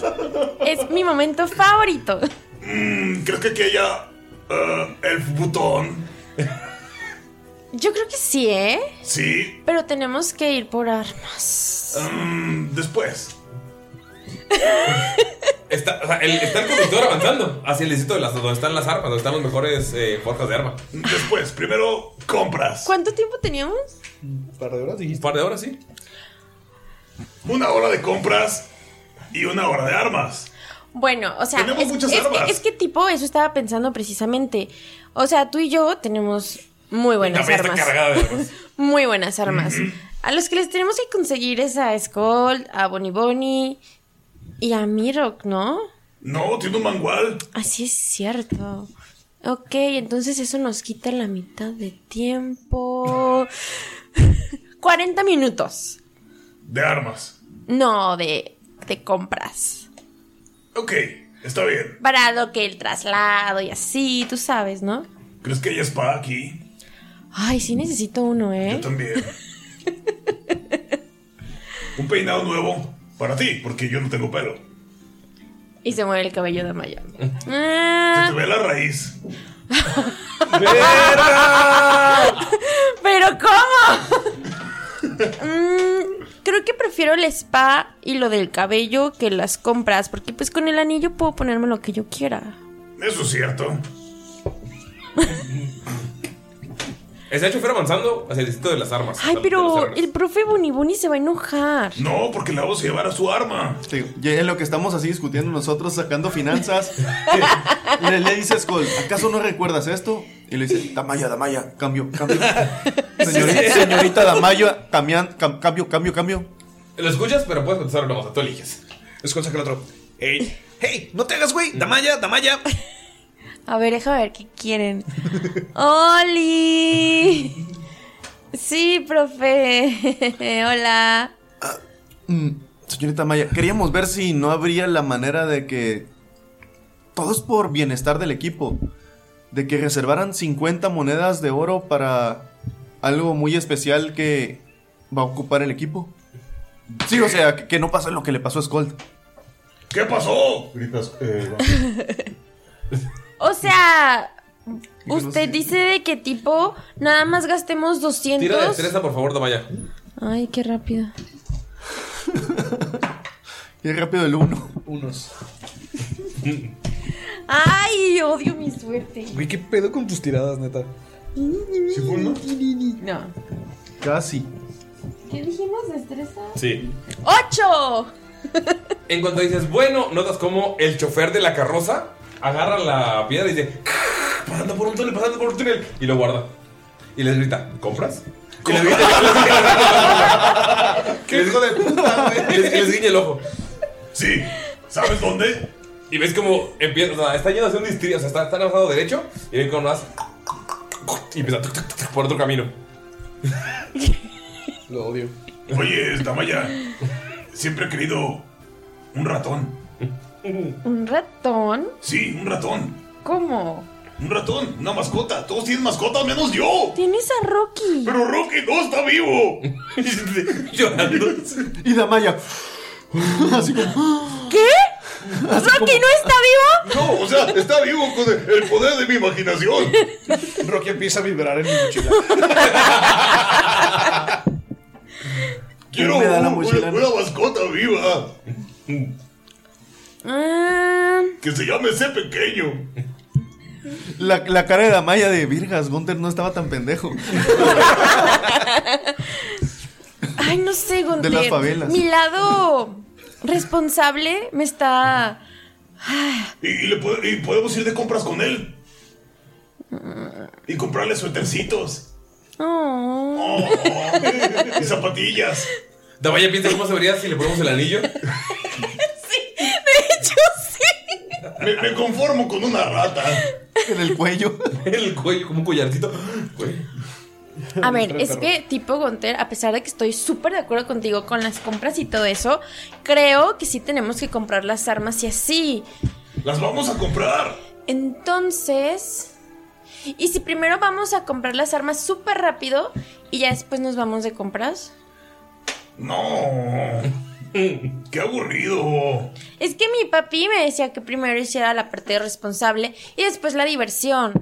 [SPEAKER 3] Es mi momento favorito.
[SPEAKER 9] Mm, ¿Crees que aquí haya eh, el botón?
[SPEAKER 3] Yo creo que sí, ¿eh?
[SPEAKER 9] Sí,
[SPEAKER 3] Pero tenemos que ir por armas.
[SPEAKER 9] mm, después.
[SPEAKER 1] Está, o sea, el, está el conductor avanzando hacia el distrito de las, donde están las armas, donde están las mejores eh, forjas de arma.
[SPEAKER 9] Después, primero compras.
[SPEAKER 3] ¿Cuánto tiempo teníamos?
[SPEAKER 1] Un par de horas, Un par de horas, sí.
[SPEAKER 9] Una hora de compras y una hora de armas.
[SPEAKER 3] Bueno, o sea,
[SPEAKER 9] Tenemos
[SPEAKER 3] es,
[SPEAKER 9] muchas
[SPEAKER 3] es
[SPEAKER 9] armas.
[SPEAKER 3] que, es que tipo, eso estaba pensando precisamente. O sea, tú y yo tenemos muy buenas
[SPEAKER 9] También está
[SPEAKER 3] armas.
[SPEAKER 9] cargada de armas.
[SPEAKER 3] Muy buenas armas. A los que les tenemos que conseguir es a Skull, a Bonnie Bonnie y a Mirok, ¿no?
[SPEAKER 9] No, tiene un mangual.
[SPEAKER 3] Así es cierto. Ok, entonces eso nos quita la mitad de tiempo. 40 minutos.
[SPEAKER 9] De armas.
[SPEAKER 3] No, de, de compras.
[SPEAKER 9] Ok, está bien.
[SPEAKER 3] Para lo que el traslado y así, tú sabes, ¿no?
[SPEAKER 9] ¿Crees que hay spa aquí?
[SPEAKER 3] Ay, sí necesito uno, ¿eh?
[SPEAKER 9] Yo también. un peinado nuevo para ti, porque yo no tengo pelo.
[SPEAKER 3] Y se mueve el cabello de Maya.
[SPEAKER 9] Mm. Se
[SPEAKER 3] Ah,
[SPEAKER 9] te ve la raíz.
[SPEAKER 3] ¿Pero cómo? Mm, creo que prefiero el spa y lo del cabello que las compras, porque pues con el anillo puedo ponerme lo que yo quiera.
[SPEAKER 9] Eso es cierto.
[SPEAKER 1] Está el chofer avanzando hacia el distrito de las armas.
[SPEAKER 3] Ay,
[SPEAKER 1] Hasta los
[SPEAKER 3] pero
[SPEAKER 1] terrenos.
[SPEAKER 3] el profe Boniboni se va a enojar.
[SPEAKER 9] No, porque la vamos a llevar a su arma.
[SPEAKER 5] Sí, y en lo que estamos así discutiendo nosotros, sacando finanzas, le, le dice Skull, ¿acaso no recuerdas esto? Y le dice, Damaya, Damaya, cambio, cambio. Señorita, señorita Damaya, cambian, cam- cambio, cambio, cambio.
[SPEAKER 1] Lo escuchas, pero puedes contestar o no. O sea, tú eliges.
[SPEAKER 2] Skull saca el otro. Hey, hey, no te hagas, güey. Damaya, Damaya.
[SPEAKER 3] A ver, déjame ver qué quieren. ¡Oli! Sí, profe. Hola.
[SPEAKER 5] Mm,
[SPEAKER 2] señorita Maya, queríamos ver si no habría la manera de que. Todo es por bienestar del equipo. De que reservaran 50 monedas de oro para algo muy especial que va a ocupar el equipo. Sí, o sea, que, que no pase lo que le pasó a Scold.
[SPEAKER 5] ¿Qué pasó?
[SPEAKER 12] Gritas.
[SPEAKER 3] O sea,
[SPEAKER 1] no sé.
[SPEAKER 3] usted dice de qué tipo nada más gastemos
[SPEAKER 1] Tira de
[SPEAKER 3] 200.
[SPEAKER 1] destreza, por favor, Damaya.
[SPEAKER 3] Ay, qué rápido.
[SPEAKER 2] Qué rápido el uno.
[SPEAKER 13] Unos.
[SPEAKER 3] Ay, odio mi suerte.
[SPEAKER 13] Güey, ¿qué pedo con tus tiradas, neta?
[SPEAKER 3] No.
[SPEAKER 2] Casi.
[SPEAKER 3] ¿Qué dijimos? ¿Destreza?
[SPEAKER 1] Sí.
[SPEAKER 3] ¡Ocho!
[SPEAKER 1] En cuanto dices, bueno, notas como el chofer de la carroza agarra la piedra y dice, "Ah, pasando por un túnel, pasando por un túnel, y lo guarda. Y les grita, ¿compras? Y les grita, ¡Qué hijo de puta, güey! Y les, y les guiña el ojo. Sí, ¿sabes dónde? Y ves como empieza, o sea, está yendo hacia un distrito, o sea, está, está en el lado derecho, y ven como más. Y empieza tuc, tuc, tuc, por otro camino.
[SPEAKER 13] Lo odio.
[SPEAKER 5] Oye, esta malla. Siempre he querido un ratón.
[SPEAKER 3] ¿Un ratón?
[SPEAKER 5] Sí, un ratón.
[SPEAKER 3] ¿Cómo?
[SPEAKER 5] Un ratón, una mascota. Todos tienen mascotas menos yo.
[SPEAKER 3] Tienes a Rocky.
[SPEAKER 5] Pero Rocky no está vivo.
[SPEAKER 1] Llorando.
[SPEAKER 2] Y Damaya. Así como.
[SPEAKER 3] ¿Qué? ¿Rocky no está vivo?
[SPEAKER 5] No, o sea, está vivo con el poder de mi imaginación.
[SPEAKER 13] Rocky empieza a vibrar en mi mochila.
[SPEAKER 5] Quiero
[SPEAKER 13] Me da la
[SPEAKER 5] un-
[SPEAKER 13] mochila,
[SPEAKER 5] una, una mascota viva.
[SPEAKER 3] Ah,
[SPEAKER 5] Que se llame ese pequeño.
[SPEAKER 2] La, la cara de Damaya de Virgas, Gunther no estaba tan pendejo.
[SPEAKER 3] ay, no sé, Gonter.
[SPEAKER 2] las favelas.
[SPEAKER 3] Mi lado responsable me está.
[SPEAKER 5] Y, y le pod- y podemos ir de compras con él. Y comprarle suetercitos.
[SPEAKER 3] Oh.
[SPEAKER 5] Y zapatillas.
[SPEAKER 1] Damaya piensa cómo se vería si le ponemos el anillo.
[SPEAKER 3] De hecho, sí.
[SPEAKER 5] Me, me conformo con una rata.
[SPEAKER 2] En el cuello.
[SPEAKER 1] El cuello, como un collarcito. Güey.
[SPEAKER 3] A ver, es que tipo Gonter, a pesar de que estoy súper de acuerdo contigo con las compras y todo eso, creo que sí tenemos que comprar las armas y así.
[SPEAKER 5] Las vamos a comprar.
[SPEAKER 3] Entonces. ¿Y si primero vamos a comprar las armas súper rápido y ya después nos vamos de compras?
[SPEAKER 5] No. Qué aburrido.
[SPEAKER 3] Es que mi papi me decía que primero hiciera la parte responsable y después la diversión.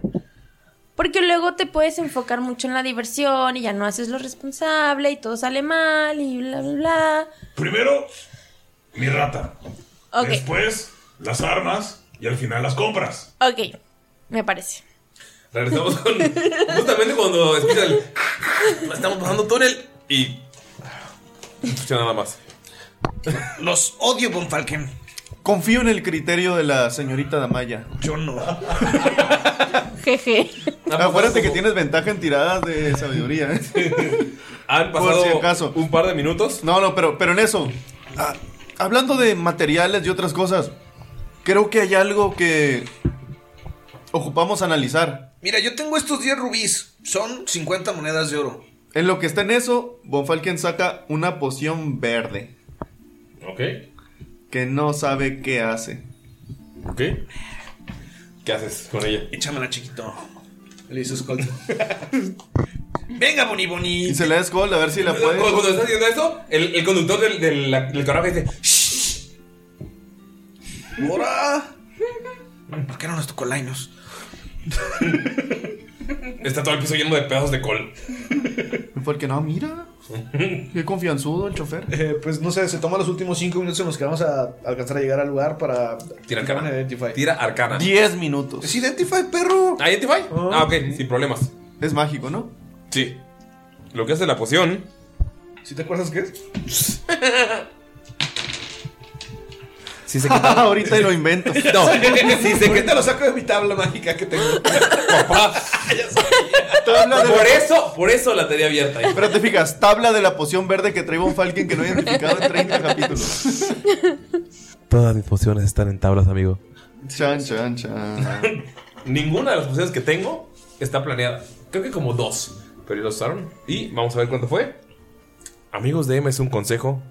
[SPEAKER 3] Porque luego te puedes enfocar mucho en la diversión y ya no haces lo responsable y todo sale mal y bla, bla, bla.
[SPEAKER 5] Primero, mi rata.
[SPEAKER 3] Ok.
[SPEAKER 5] Después, las armas. Y al final, las compras.
[SPEAKER 3] Ok, me parece.
[SPEAKER 1] Regresamos con. Justamente cuando escucha el. Estamos pasando túnel y. No escucha nada más.
[SPEAKER 13] Los odio, Von Falken.
[SPEAKER 2] Confío en el criterio de la señorita Damaya.
[SPEAKER 13] Yo no.
[SPEAKER 3] Jeje.
[SPEAKER 2] Acuérdate que tienes ventaja en tiradas de sabiduría. ¿eh?
[SPEAKER 1] Han
[SPEAKER 2] Por
[SPEAKER 1] pasado
[SPEAKER 2] si acaso.
[SPEAKER 1] un par de minutos.
[SPEAKER 2] No, no, pero, pero en eso. ah, hablando de materiales y otras cosas, creo que hay algo que ocupamos analizar.
[SPEAKER 13] Mira, yo tengo estos 10 rubíes. Son 50 monedas de oro.
[SPEAKER 2] En lo que está en eso, Bonfalken saca una poción verde
[SPEAKER 1] Ok.
[SPEAKER 2] que no sabe qué hace.
[SPEAKER 1] Ok. ¿Qué haces con ella?
[SPEAKER 13] Échamela, chiquito. Le dice Scott. Venga, Boni Boni.
[SPEAKER 2] Y se la da a Skull a ver si la
[SPEAKER 1] Cuando,
[SPEAKER 2] puede.
[SPEAKER 1] cuando estás haciendo eso, el, el conductor del, del, la- del carruaje dice: "Shh".
[SPEAKER 13] ¡Hora! ¿Por qué no nos tocó Linus?
[SPEAKER 1] Está todo el piso lleno de pedazos de col.
[SPEAKER 2] Porque no, mira. Qué confianzudo el chofer.
[SPEAKER 13] pues no sé, se toma los últimos 5 minutos en los que vamos a alcanzar a llegar al lugar para.
[SPEAKER 1] Tira
[SPEAKER 13] tirar
[SPEAKER 1] arcana.
[SPEAKER 13] Identify.
[SPEAKER 1] Tira arcana.
[SPEAKER 2] 10 minutos.
[SPEAKER 13] ¡Es Identify, perro!
[SPEAKER 1] ¿Ah, ¿Identify?
[SPEAKER 2] Oh.
[SPEAKER 1] Ah, ok, sin problemas.
[SPEAKER 2] Es mágico, ¿no?
[SPEAKER 1] Sí. Lo que hace la poción.
[SPEAKER 13] ¿Sí te acuerdas qué es?
[SPEAKER 1] Si se quita.
[SPEAKER 2] Ahorita lo invento.
[SPEAKER 1] No, si se quita
[SPEAKER 13] Ahorita
[SPEAKER 1] los
[SPEAKER 13] lo saco de mi tabla mágica que tengo.
[SPEAKER 1] papá.
[SPEAKER 2] Tabla de
[SPEAKER 1] Por
[SPEAKER 2] la-
[SPEAKER 1] eso, por eso la tenía abierta.
[SPEAKER 2] Pero te fijas, tabla de la poción verde que trae Bonfalken que no he identificado en 30 capítulos.
[SPEAKER 14] Todas mis pociones están en tablas, amigo.
[SPEAKER 2] Chan, chan, chan.
[SPEAKER 1] Ninguna de las posiciones que tengo está planeada. Creo que como dos. Pero ya lo usaron. Y vamos a ver cuánto fue. Amigos de M es un consejo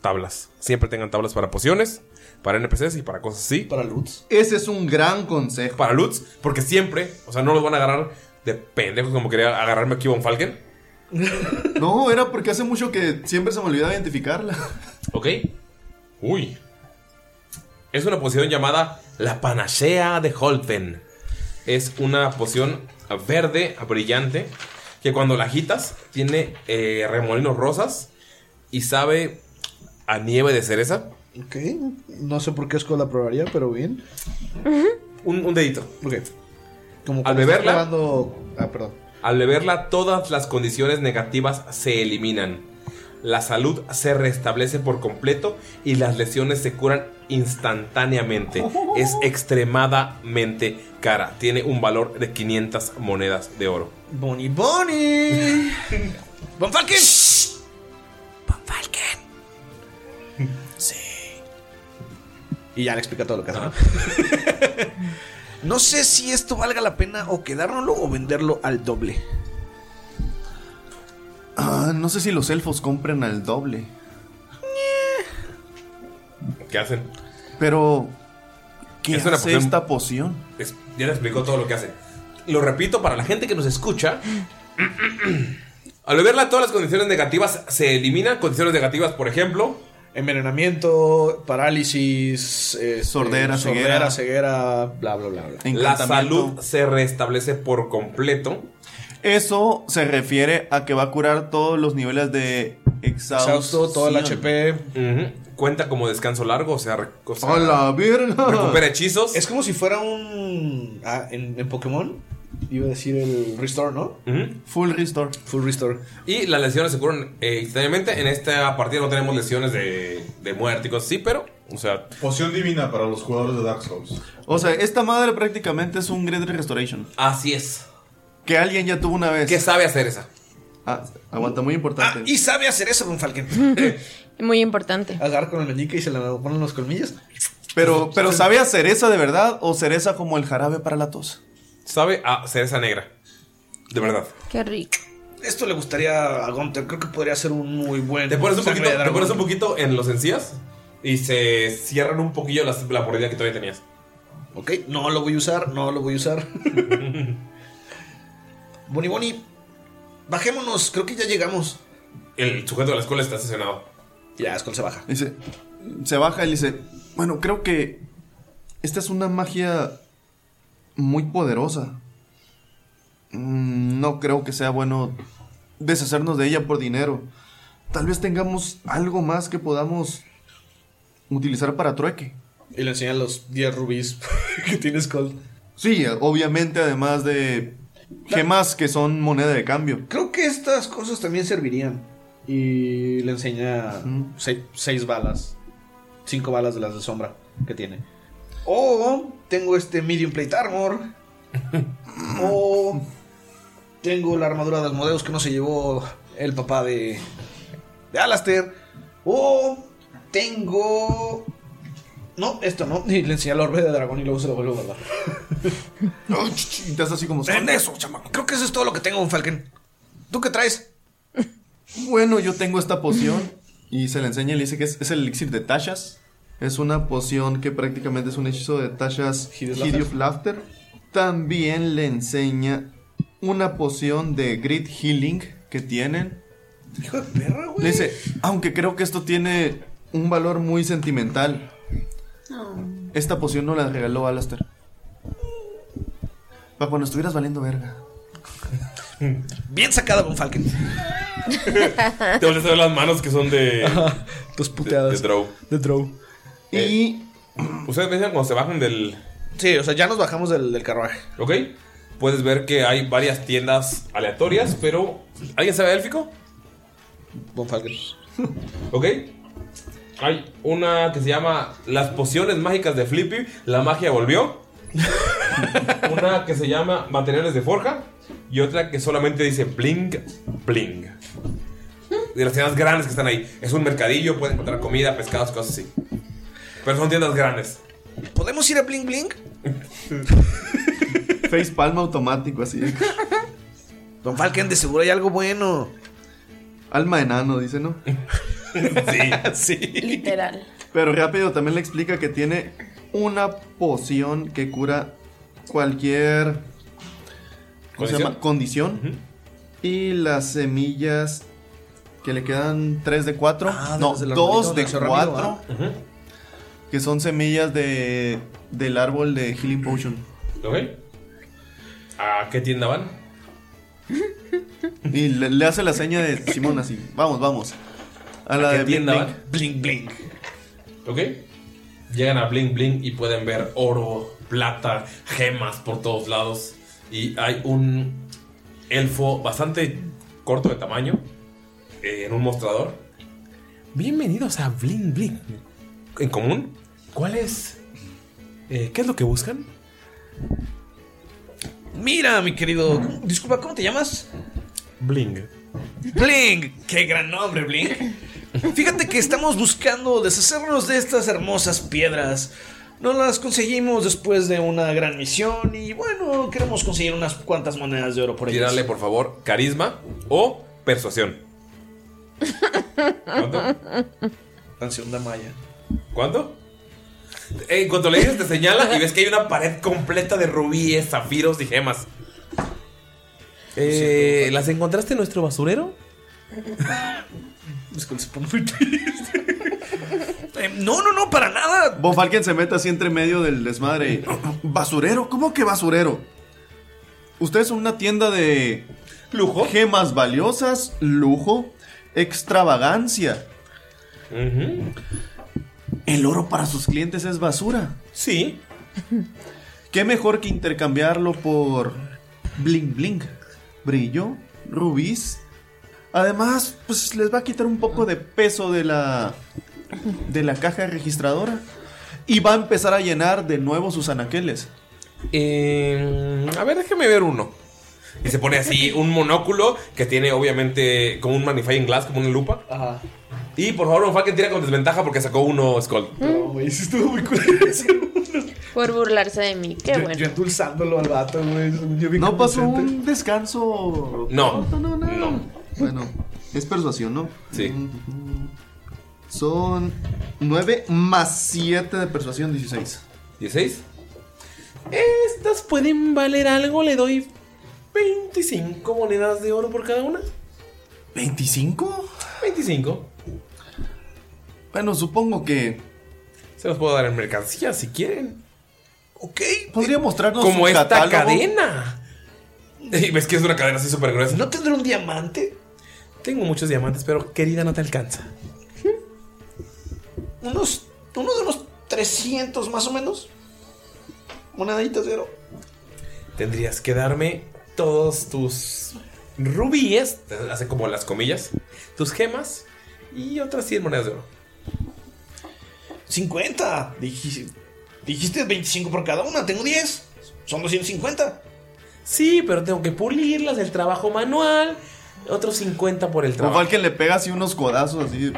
[SPEAKER 1] tablas. Siempre tengan tablas para pociones, para NPCs y para cosas así. Para
[SPEAKER 5] loots. Ese es un gran consejo.
[SPEAKER 1] Para loots, porque siempre, o sea, no los van a agarrar de pendejos como quería agarrarme aquí a un Falcon.
[SPEAKER 5] No, era porque hace mucho que siempre se me olvidaba identificarla.
[SPEAKER 1] Ok. Uy. Es una poción llamada la Panacea de Holten. Es una poción verde, brillante, que cuando la agitas tiene eh, remolinos rosas y sabe a nieve de cereza.
[SPEAKER 2] Ok, no sé por qué Esco la probaría, pero bien.
[SPEAKER 1] Un, un dedito.
[SPEAKER 2] Ok. Como
[SPEAKER 1] Al
[SPEAKER 2] cuando estás
[SPEAKER 1] beberla-
[SPEAKER 2] clavando- Ah, perdón.
[SPEAKER 1] Al beberla, todas las condiciones negativas se eliminan. La salud se restablece por completo y las lesiones se curan instantáneamente.
[SPEAKER 5] Oh.
[SPEAKER 1] Es extremadamente cara. Tiene un valor de 500 monedas de oro.
[SPEAKER 2] Bonnie Bonnie. ¡Von Falken! Y ya le explica todo lo que hace. ¿no? No sé si esto valga la pena o quedárnoslo o venderlo al doble.
[SPEAKER 5] Ah, no sé si los elfos compran al doble.
[SPEAKER 1] ¿Qué hacen?
[SPEAKER 5] Pero. ¿Qué
[SPEAKER 1] Es una
[SPEAKER 5] hace
[SPEAKER 1] poción-
[SPEAKER 5] esta poción?
[SPEAKER 1] Es- ya le explicó todo lo que hace. Lo repito para la gente que nos escucha. Al beberla, todas las condiciones negativas se eliminan. Condiciones negativas, por ejemplo,
[SPEAKER 2] Envenenamiento, parálisis, este,
[SPEAKER 5] Sordera, ceguera.
[SPEAKER 2] sordera, ceguera, bla, bla, bla. bla.
[SPEAKER 1] la salud se restablece por completo.
[SPEAKER 5] Eso se refiere a que va a curar todos los niveles de exhausto.
[SPEAKER 1] Ujú. Cuenta como descanso largo, o sea, re- o sea,
[SPEAKER 5] ¡A la verga!
[SPEAKER 1] recupera hechizos.
[SPEAKER 2] Es como si fuera un. ah, en, en Pokémon, iba a decir el Restore, ¿no?
[SPEAKER 5] Full Restore.
[SPEAKER 2] Full Restore.
[SPEAKER 1] Y las lesiones se curan eh, instantáneamente. En esta partida no tenemos lesiones de, de muerte y cosas así, pero, o sea,
[SPEAKER 4] Poción divina para los jugadores de Dark Souls.
[SPEAKER 5] O sea, esta madre prácticamente es un Great Restoration.
[SPEAKER 1] así es.
[SPEAKER 5] Que alguien ya tuvo una vez.
[SPEAKER 1] ¿Qué sabe hacer esa?
[SPEAKER 5] Ah, aguanta, muy importante.
[SPEAKER 2] Ah, Y sabe hacer eso, Von Falken.
[SPEAKER 3] Muy importante.
[SPEAKER 2] Agarra con el meñique y se la ponen los colmillos.
[SPEAKER 5] Pero, pero ¿sabe a cereza de verdad o cereza como el jarabe para la tos?
[SPEAKER 1] Sabe a cereza negra. De verdad.
[SPEAKER 3] Qué rico.
[SPEAKER 2] Esto le gustaría a Gunther. Creo que podría ser un muy buen.
[SPEAKER 1] Te pones un
[SPEAKER 2] sangre
[SPEAKER 1] poquito,
[SPEAKER 2] de
[SPEAKER 1] te
[SPEAKER 2] dragón.
[SPEAKER 1] pones un poquito en los encías y se cierran un poquillo las, la mordida que todavía tenías.
[SPEAKER 2] Ok, no lo voy a usar, no lo voy a usar. Boni Boni, bajémonos. Creo que ya llegamos.
[SPEAKER 1] El sujeto de la escuela está estacionado.
[SPEAKER 2] Ya, Skull se baja.
[SPEAKER 5] Dice, se baja y le dice, bueno, creo que esta es una magia muy poderosa. Mm, No creo que sea bueno deshacernos de ella por dinero. Tal vez tengamos algo más que podamos utilizar para trueque.
[SPEAKER 2] Y le enseñan los 10 rubíes que tiene Skull.
[SPEAKER 5] Sí, obviamente además de gemas que son moneda de cambio.
[SPEAKER 2] Creo que estas cosas también servirían. Y le enseña se- seis balas. Cinco balas de las de sombra que tiene. O tengo este medium plate armor. o tengo la armadura de Asmodeus que no se llevó el papá de, de Alastair. O tengo... No, esto no. Y le enseña el orbe de dragón y luego se lo vuelvo a guardar. ¡Oh,
[SPEAKER 5] Y te hace así como...
[SPEAKER 2] En eso, chamaco. Creo que eso es todo lo que tengo, Falken. ¿Tú qué traes?
[SPEAKER 5] Bueno, yo tengo esta poción y se la enseña y le dice que es, es el elixir de Tashas. Es una poción que prácticamente es un hechizo de Tashas
[SPEAKER 2] Hideous
[SPEAKER 5] Hide of Laughter. También le enseña una poción de Grid Healing que tienen.
[SPEAKER 2] Hijo de perra, güey.
[SPEAKER 5] Le dice, aunque creo que esto tiene un valor muy sentimental. Esta poción no la regaló Alastair. Para cuando estuvieras valiendo verga.
[SPEAKER 2] Bien sacada, Von Falken.
[SPEAKER 1] Te volteas a ver las manos que son de,
[SPEAKER 2] Tus
[SPEAKER 1] de, de
[SPEAKER 2] puteadas.
[SPEAKER 1] Drow.
[SPEAKER 2] Pues, De Drow.
[SPEAKER 5] Y
[SPEAKER 1] Ustedes piensan cuando se bajan del,
[SPEAKER 2] Sí, o sea, ya nos bajamos del, del carruaje.
[SPEAKER 1] ¿Ok? Puedes ver que hay varias tiendas aleatorias, pero... ¿Alguien sabe élfico?
[SPEAKER 2] Von Falken.
[SPEAKER 1] ¿Ok? Hay una que se llama Las pociones mágicas de Flippy, la magia volvió. una que se llama Materiales de forja y otra que solamente dice bling, bling. De las tiendas grandes que están ahí. Es un mercadillo, pueden encontrar comida, pescados, cosas así. Pero son tiendas grandes.
[SPEAKER 2] ¿Podemos ir a Bling Bling?
[SPEAKER 5] face palma automático así.
[SPEAKER 2] Von Falken, de seguro hay algo bueno.
[SPEAKER 5] Alma enano, dice, ¿no?
[SPEAKER 1] sí.
[SPEAKER 5] Ah,
[SPEAKER 3] Literal.
[SPEAKER 5] Pero rápido también le explica que tiene una poción que cura cualquier ¿cómo se
[SPEAKER 1] ¿Condición?
[SPEAKER 5] llama? condición. Y las semillas que le quedan 3 de 4. no,
[SPEAKER 2] las del
[SPEAKER 5] 2
[SPEAKER 2] arbolito
[SPEAKER 5] de
[SPEAKER 2] Ah, de nuestro amigo, ¿ah?
[SPEAKER 5] 4. Que son semillas de, del árbol de Healing Potion.
[SPEAKER 1] ¿Ok? ¿A qué tienda van?
[SPEAKER 5] Y le, le hace la seña de Simón así. Vamos, vamos. A la
[SPEAKER 1] ¿A
[SPEAKER 5] de
[SPEAKER 1] qué
[SPEAKER 5] Blink
[SPEAKER 1] tienda
[SPEAKER 5] Blink.
[SPEAKER 1] van? Blink, blink. ¿Ok? Llegan a Blink Blink y pueden ver oro, plata, gemas por todos lados. Y hay un elfo bastante corto de tamaño eh, en un mostrador. Bienvenidos a Blink Blink. ¿En común? ¿Cuál es? eh, ¿Qué es lo que buscan?
[SPEAKER 2] Mira, mi querido. Disculpa, ¿cómo te llamas?
[SPEAKER 1] Bling.
[SPEAKER 2] Bling. Qué gran nombre, Bling. Fíjate que estamos buscando deshacernos de estas hermosas piedras. No las conseguimos después de una gran misión y bueno, queremos conseguir unas cuantas monedas de oro por ellas.
[SPEAKER 1] Tírale, por favor, carisma o persuasión.
[SPEAKER 2] Canción de Maya.
[SPEAKER 1] ¿Cuánto? Eh, En cuanto le dices, te señala y ves que hay una pared completa de rubíes, zafiros y gemas. Eh, ¿Las encontraste en nuestro basurero?
[SPEAKER 2] Es que se pone muy triste. Eh, no, no, no, para nada.
[SPEAKER 5] Von Falken se mete así entre medio del desmadre. y, ¿Basurero? ¿Cómo que basurero? Ustedes son una tienda de. Lujo. Gemas valiosas, lujo, extravagancia. El oro para sus clientes es basura.
[SPEAKER 1] Sí.
[SPEAKER 5] ¿Qué mejor que intercambiarlo por. Bling bling. Brillo, rubis. Además, pues les va a quitar un poco de peso de la. de la caja registradora. Y va a empezar a llenar de nuevo sus anaqueles.
[SPEAKER 1] Eh, a ver, déjame ver uno. Y se pone así un monóculo que tiene obviamente como un magnifying glass, como una lupa.
[SPEAKER 2] Ajá.
[SPEAKER 1] Y por favor, un Falken tira con desventaja porque sacó uno Skull.
[SPEAKER 2] No, güey, sí estuvo muy curioso.
[SPEAKER 3] Por burlarse de mí. Qué
[SPEAKER 2] Yo-
[SPEAKER 3] bueno.
[SPEAKER 2] Yo endulzándolo al vato, güey.
[SPEAKER 5] No
[SPEAKER 2] pues,
[SPEAKER 5] pasó un descanso.
[SPEAKER 1] No.
[SPEAKER 5] no, no. Bueno, es persuasión, ¿no?
[SPEAKER 1] Sí.
[SPEAKER 5] Son 9 más 7 de persuasión, 16.
[SPEAKER 1] ¿16?
[SPEAKER 10] Estas pueden valer algo, le doy 25 monedas de oro por cada una.
[SPEAKER 5] ¿25?
[SPEAKER 1] 25.
[SPEAKER 5] Bueno, supongo que.
[SPEAKER 1] Se los puedo dar en mercancía si quieren.
[SPEAKER 2] Ok.
[SPEAKER 5] Podría mostrarnos
[SPEAKER 1] Como
[SPEAKER 5] su
[SPEAKER 1] esta
[SPEAKER 5] catálogo?
[SPEAKER 1] cadena. Y ves que es una cadena así súper gruesa.
[SPEAKER 2] ¿No tendrá un diamante?
[SPEAKER 1] Tengo muchos diamantes, pero querida no te alcanza.
[SPEAKER 2] Unos, uno de unos 300 más o menos. Moneditas de oro.
[SPEAKER 1] Tendrías que darme todos tus rubíes, te hace como las comillas, tus gemas y otras 100 monedas de oro.
[SPEAKER 2] 50. Dijiste, dijiste 25 por cada una. Tengo 10. Son 250.
[SPEAKER 1] Sí, pero tengo que pulirlas, el trabajo manual, otros 50 por el
[SPEAKER 5] Como
[SPEAKER 1] trabajo.
[SPEAKER 5] al que le pega así unos codazos, así.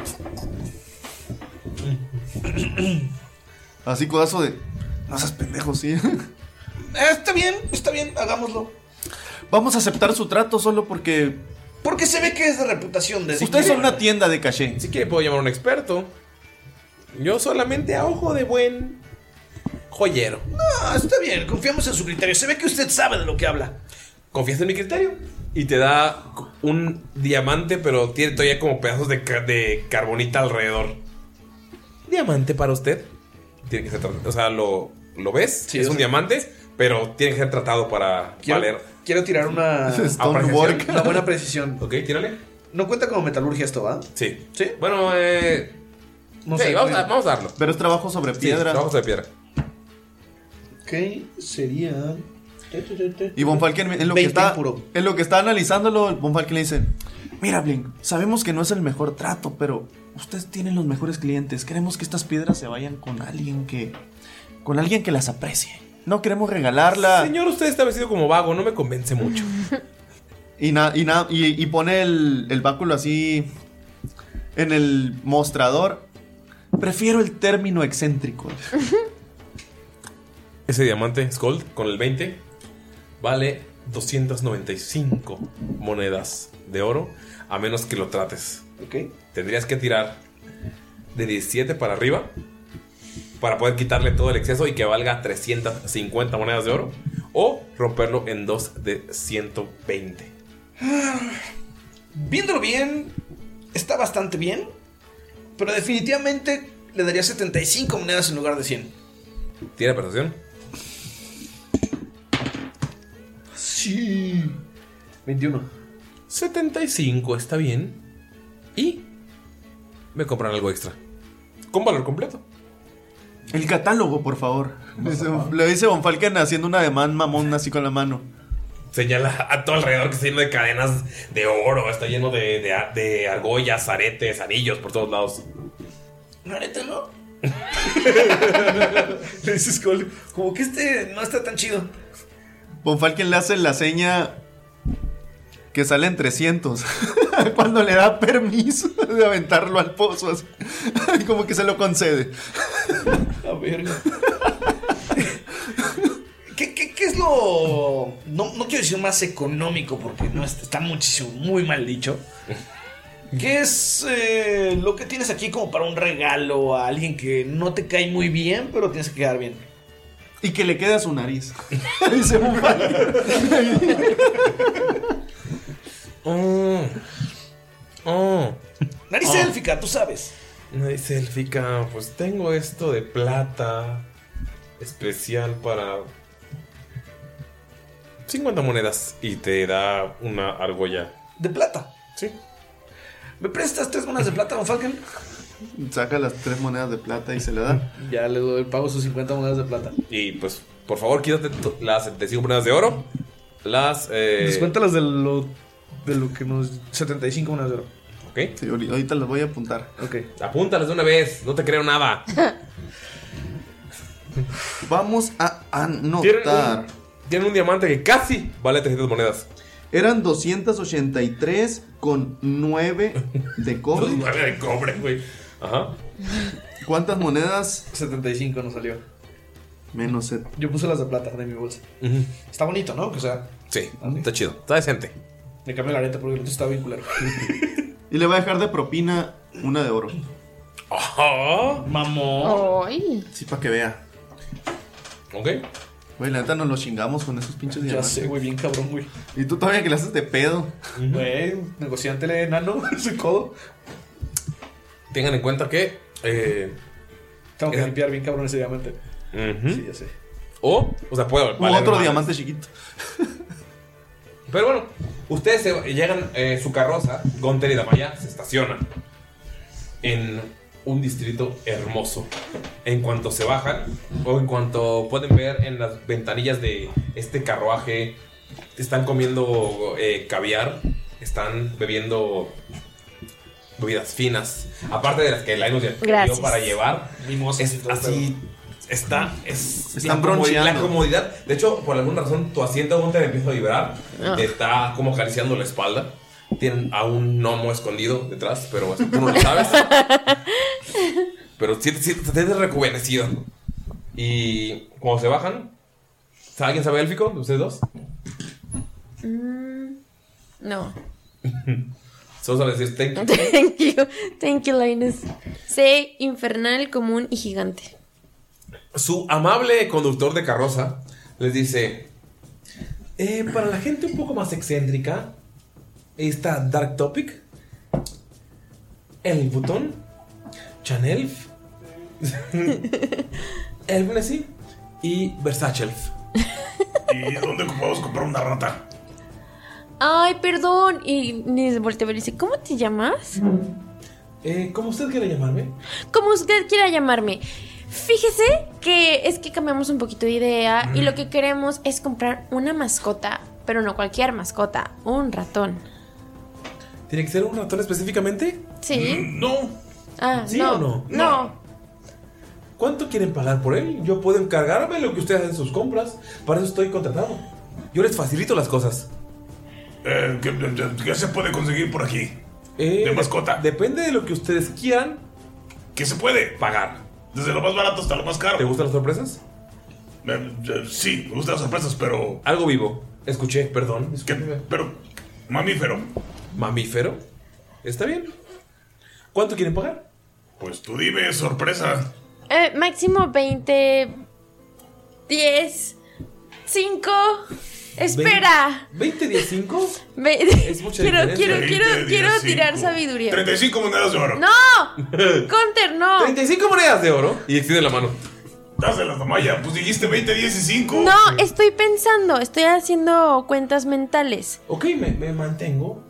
[SPEAKER 5] Así codazo de. No seas pendejo, sí.
[SPEAKER 2] Eh, está bien, está bien. Hagámoslo.
[SPEAKER 5] Vamos a aceptar su trato solo porque.
[SPEAKER 2] Porque se ve que es de reputación. De
[SPEAKER 5] Ustedes son una tienda de caché.
[SPEAKER 1] Si quiere puedo llamar a un experto. Yo solamente a ojo de buen joyero.
[SPEAKER 2] Ah, está bien. Confiamos en su criterio. Se ve que usted sabe de lo que habla.
[SPEAKER 1] confías en mi criterio y te da un diamante, pero tiene todavía como pedazos de, ca- de carbonita alrededor. Diamante para usted. Tiene que ser tratado. O sea, lo, lo ves.
[SPEAKER 2] Sí,
[SPEAKER 1] es
[SPEAKER 2] o
[SPEAKER 1] un
[SPEAKER 2] sea-
[SPEAKER 1] diamante, pero tiene que ser tratado para
[SPEAKER 2] Quiero,
[SPEAKER 1] valer.
[SPEAKER 2] quiero tirar una,
[SPEAKER 1] Apreciación.
[SPEAKER 2] una buena precisión.
[SPEAKER 1] Ok, tírale.
[SPEAKER 2] No cuenta como metalurgia esto, ¿va?
[SPEAKER 1] Sí.
[SPEAKER 2] Sí.
[SPEAKER 1] Bueno, eh.
[SPEAKER 2] No
[SPEAKER 1] sí,
[SPEAKER 2] sé,
[SPEAKER 1] vamos,
[SPEAKER 2] güey.
[SPEAKER 1] a, vamos a darlo.
[SPEAKER 5] Pero es trabajo sobre
[SPEAKER 1] Sí,
[SPEAKER 5] piedra.
[SPEAKER 1] vamos a de piedra.
[SPEAKER 2] Ok, sería.
[SPEAKER 5] Y Von Falken, en lo, que
[SPEAKER 2] 20
[SPEAKER 5] está,
[SPEAKER 2] puro.
[SPEAKER 5] en lo que está analizándolo, Von Falken le dice: Mira, Blink, sabemos que no es el mejor trato, pero ustedes tienen los mejores clientes. Queremos que estas piedras se vayan con alguien que. con alguien que las aprecie. No queremos regalarla.
[SPEAKER 1] Señor, usted está vestido como vago, no me convence mucho.
[SPEAKER 5] Y, na- y, na- y, y pone el, el báculo así en el mostrador. Prefiero el término excéntrico.
[SPEAKER 1] Ese diamante Scold con el 20 vale 295 monedas de oro. a menos que lo trates.
[SPEAKER 10] Ok.
[SPEAKER 1] Tendrías que tirar de 17 para arriba para poder quitarle todo el exceso y que valga 350 monedas de oro o romperlo en 2 de 120.
[SPEAKER 2] Viéndolo bien, está bastante bien. Pero definitivamente le daría 75 monedas en lugar de 100.
[SPEAKER 1] ¿Tiene percepción?
[SPEAKER 10] Sí. 21.
[SPEAKER 1] 75, está bien. Y me compran algo extra. Con valor completo.
[SPEAKER 5] El catálogo, por favor. Lo dice Von Falken haciendo una ademán mamón así con la mano.
[SPEAKER 1] Señala a todo alrededor que está lleno de cadenas de oro, está lleno de, de a- de argollas, aretes, anillos por todos lados.
[SPEAKER 2] La neta, no. Le dices, Cole, como que este no está tan chido.
[SPEAKER 5] Von Falken le hace la seña que sale en 300 cuando le da permiso de aventarlo al pozo. así. Como que se lo concede.
[SPEAKER 2] A ver. ¿Qué, qué, qué es lo.? No, no quiero decir más económico porque no es- está muchísimo, muy mal dicho. ¿Qué es eh, lo que tienes aquí como para un regalo a alguien que no te cae muy bien, pero tienes que quedar bien?
[SPEAKER 5] Y que le quede a su nariz. Dice Von Falken.
[SPEAKER 1] Oh. Oh.
[SPEAKER 2] Nariz
[SPEAKER 1] Ah.
[SPEAKER 2] élfica, tú sabes.
[SPEAKER 1] Nariz élfica, pues tengo esto de plata especial para 50 monedas y te da una argolla.
[SPEAKER 2] De plata.
[SPEAKER 1] Sí.
[SPEAKER 2] ¿Me prestas tres monedas de plata, Von Falken?
[SPEAKER 5] Saca las tres monedas de plata y se la da.
[SPEAKER 2] Ya le doy, pago sus 50 monedas de plata.
[SPEAKER 1] Y pues, por favor, quítate to- las 75 monedas de oro. Las. Eh,
[SPEAKER 2] Descuéntalas de lo, de lo que nos. 75 monedas de oro.
[SPEAKER 1] Ok.
[SPEAKER 5] Sí, ahori- ahorita las voy a apuntar.
[SPEAKER 2] Ok.
[SPEAKER 1] Apúntalas de una vez, no te creo nada.
[SPEAKER 5] Vamos a
[SPEAKER 1] Tienen un,
[SPEAKER 5] anotar.
[SPEAKER 1] tienen un diamante que casi vale 300 monedas.
[SPEAKER 5] Eran 283 con 9 de cobre.
[SPEAKER 1] Vale de cobre, güey. Ajá.
[SPEAKER 5] ¿Cuántas monedas?
[SPEAKER 2] 75 nos salió.
[SPEAKER 5] Menos 7.
[SPEAKER 2] Yo puse las de plata de mi bolsa. Está bonito, ¿no? O sea,
[SPEAKER 1] Sí, está chido, está decente.
[SPEAKER 2] me cambié la areta porque el otro estaba vinculado.
[SPEAKER 5] Y le voy a dejar de propina una de oro.
[SPEAKER 2] Mamón.
[SPEAKER 3] Ay.
[SPEAKER 5] Sí, para que vea.
[SPEAKER 1] Ok.
[SPEAKER 5] Güey, la neta nos lo chingamos con esos pinches
[SPEAKER 2] Ya
[SPEAKER 5] diamantes.
[SPEAKER 2] sé, güey, bien cabrón, güey.
[SPEAKER 5] Y tú todavía que le haces de pedo.
[SPEAKER 2] Güey, negociante le enano, ese codo.
[SPEAKER 1] Tengan en cuenta que. eh,
[SPEAKER 2] Tengo que
[SPEAKER 5] Eh.
[SPEAKER 1] Era-
[SPEAKER 2] limpiar bien cabrón ese diamante.
[SPEAKER 1] ujú.
[SPEAKER 2] Sí, ya sé.
[SPEAKER 1] O, o sea, puede
[SPEAKER 5] U
[SPEAKER 1] valer
[SPEAKER 5] otro
[SPEAKER 1] más.
[SPEAKER 5] diamante chiquito.
[SPEAKER 1] Pero bueno, ustedes se- llegan eh, su carroza, Gonter y Damaya se estacionan en un distrito hermoso. En cuanto se bajan, o en cuanto pueden ver en las ventanillas de este carruaje, están comiendo eh, caviar, están bebiendo bebidas finas, aparte de las que Linus ya pidió
[SPEAKER 3] Gracias.
[SPEAKER 1] para llevar.
[SPEAKER 2] Mimosas y
[SPEAKER 1] Es
[SPEAKER 2] todo,
[SPEAKER 1] así, está, es
[SPEAKER 5] Están
[SPEAKER 1] la comodi-
[SPEAKER 5] bronceando.
[SPEAKER 1] la comodidad. De hecho, por alguna razón, tu asiento aún te empieza a vibrar.
[SPEAKER 3] Ah.
[SPEAKER 1] Te está como acariciando la espalda. Tienen a un gnomo escondido detrás, pero eso tú no lo sabes. pero sí, sí, te sientes rejuvenecido. Y cuando se bajan, ¿sabe- ¿alguien sabe élfico? de ¿Ustedes dos?
[SPEAKER 3] No.
[SPEAKER 1] Solo sabe decir thank you.
[SPEAKER 3] Thank you. Thank you, Linus. Sé infernal, común y gigante.
[SPEAKER 1] Su amable conductor de carroza les dice: "Eh, Para la gente un poco más excéntrica, está Dark Topic, El Butón, Chanelf, El Messi y Versachelf.
[SPEAKER 9] ¿Y dónde podemos comprar una rata?
[SPEAKER 3] Ay, perdón. Y ni volteé a ver y dice, ¿cómo te llamas?
[SPEAKER 1] Eh, ¿Cómo usted quiere llamarme?
[SPEAKER 3] Como usted quiera llamarme. Fíjese que es que cambiamos un poquito de idea y
[SPEAKER 1] Mm.
[SPEAKER 3] lo que queremos es comprar una mascota, pero no cualquier mascota, un ratón.
[SPEAKER 1] ¿Tiene que ser un ratón específicamente?
[SPEAKER 3] ¿Sí?
[SPEAKER 9] No.
[SPEAKER 3] Ah,
[SPEAKER 1] Mm. ¿Sí
[SPEAKER 3] no.
[SPEAKER 1] o no?
[SPEAKER 3] No.
[SPEAKER 1] ¿Cuánto quieren pagar por él? Yo puedo encargarme de lo que ustedes hacen sus compras. Para eso estoy contratado. Yo les facilito las cosas.
[SPEAKER 9] Eh, ¿qué, qué- qué se puede conseguir por aquí?
[SPEAKER 1] Eh,
[SPEAKER 9] De mascota.
[SPEAKER 1] Depende de lo que ustedes quieran
[SPEAKER 9] ¿Qué se puede?
[SPEAKER 1] pagar.
[SPEAKER 9] Desde lo más barato hasta lo más
[SPEAKER 1] ¿Te
[SPEAKER 9] caro.
[SPEAKER 1] gustan las sorpresas?
[SPEAKER 9] Eh, eh, sí, me gustan las sorpresas, pero.
[SPEAKER 1] Algo vivo. Escuché, perdón.
[SPEAKER 9] ¿qué-
[SPEAKER 1] discúlpeme.
[SPEAKER 9] pero. Mamífero.
[SPEAKER 1] ¿Mamífero? Está bien. ¿Cuánto quieren pagar?
[SPEAKER 9] Pues tú dime, sorpresa.
[SPEAKER 3] Eh, máximo 20. 10. 5. Espera.
[SPEAKER 1] ¿20, 10, 5?
[SPEAKER 3] Ve- quiero, quiero, quiero,
[SPEAKER 1] Veinte,
[SPEAKER 3] quiero
[SPEAKER 1] diez,
[SPEAKER 3] tirar sabiduría.
[SPEAKER 9] 35 monedas de oro.
[SPEAKER 3] ¡No! ¡Conter, no!
[SPEAKER 1] 35 monedas de oro. Y extiende la mano.
[SPEAKER 9] Dáselas, Damaya. Pues dijiste 20, 10 y 5.
[SPEAKER 3] No, estoy pensando, estoy haciendo cuentas mentales.
[SPEAKER 1] Ok, me, me mantengo.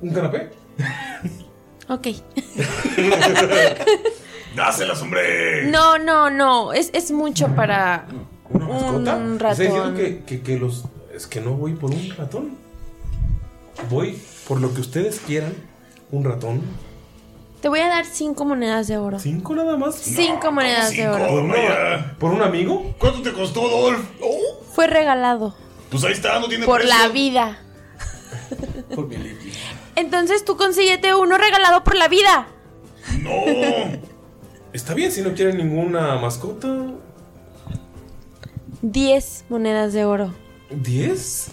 [SPEAKER 1] ¿Un canapé?
[SPEAKER 3] Ok.
[SPEAKER 9] Dáselas,
[SPEAKER 5] Eh.
[SPEAKER 9] hombre.
[SPEAKER 3] No, no, no. Es, es mucho para un
[SPEAKER 1] ¿Estás diciendo
[SPEAKER 3] ratón.
[SPEAKER 1] que, que- que los. Es que no voy por un ratón. Voy por lo que ustedes quieran. Un ratón.
[SPEAKER 3] Te voy a dar cinco monedas de oro.
[SPEAKER 1] ¿Cinco nada más?
[SPEAKER 3] Cinco monedas de oro.
[SPEAKER 9] ¿Por, una-
[SPEAKER 1] ¿Por un amigo?
[SPEAKER 9] ¿Cuánto te costó, Dolph? Oh,
[SPEAKER 3] Fue regalado
[SPEAKER 9] pues ahí está, no tiene
[SPEAKER 3] por
[SPEAKER 9] precio.
[SPEAKER 3] la vida.
[SPEAKER 9] Por mi liqui.
[SPEAKER 3] Entonces tú consíguete uno regalado por la vida.
[SPEAKER 9] No.
[SPEAKER 1] Está bien si no quieren ninguna mascota.
[SPEAKER 3] Diez monedas de oro.
[SPEAKER 1] ¿Diez?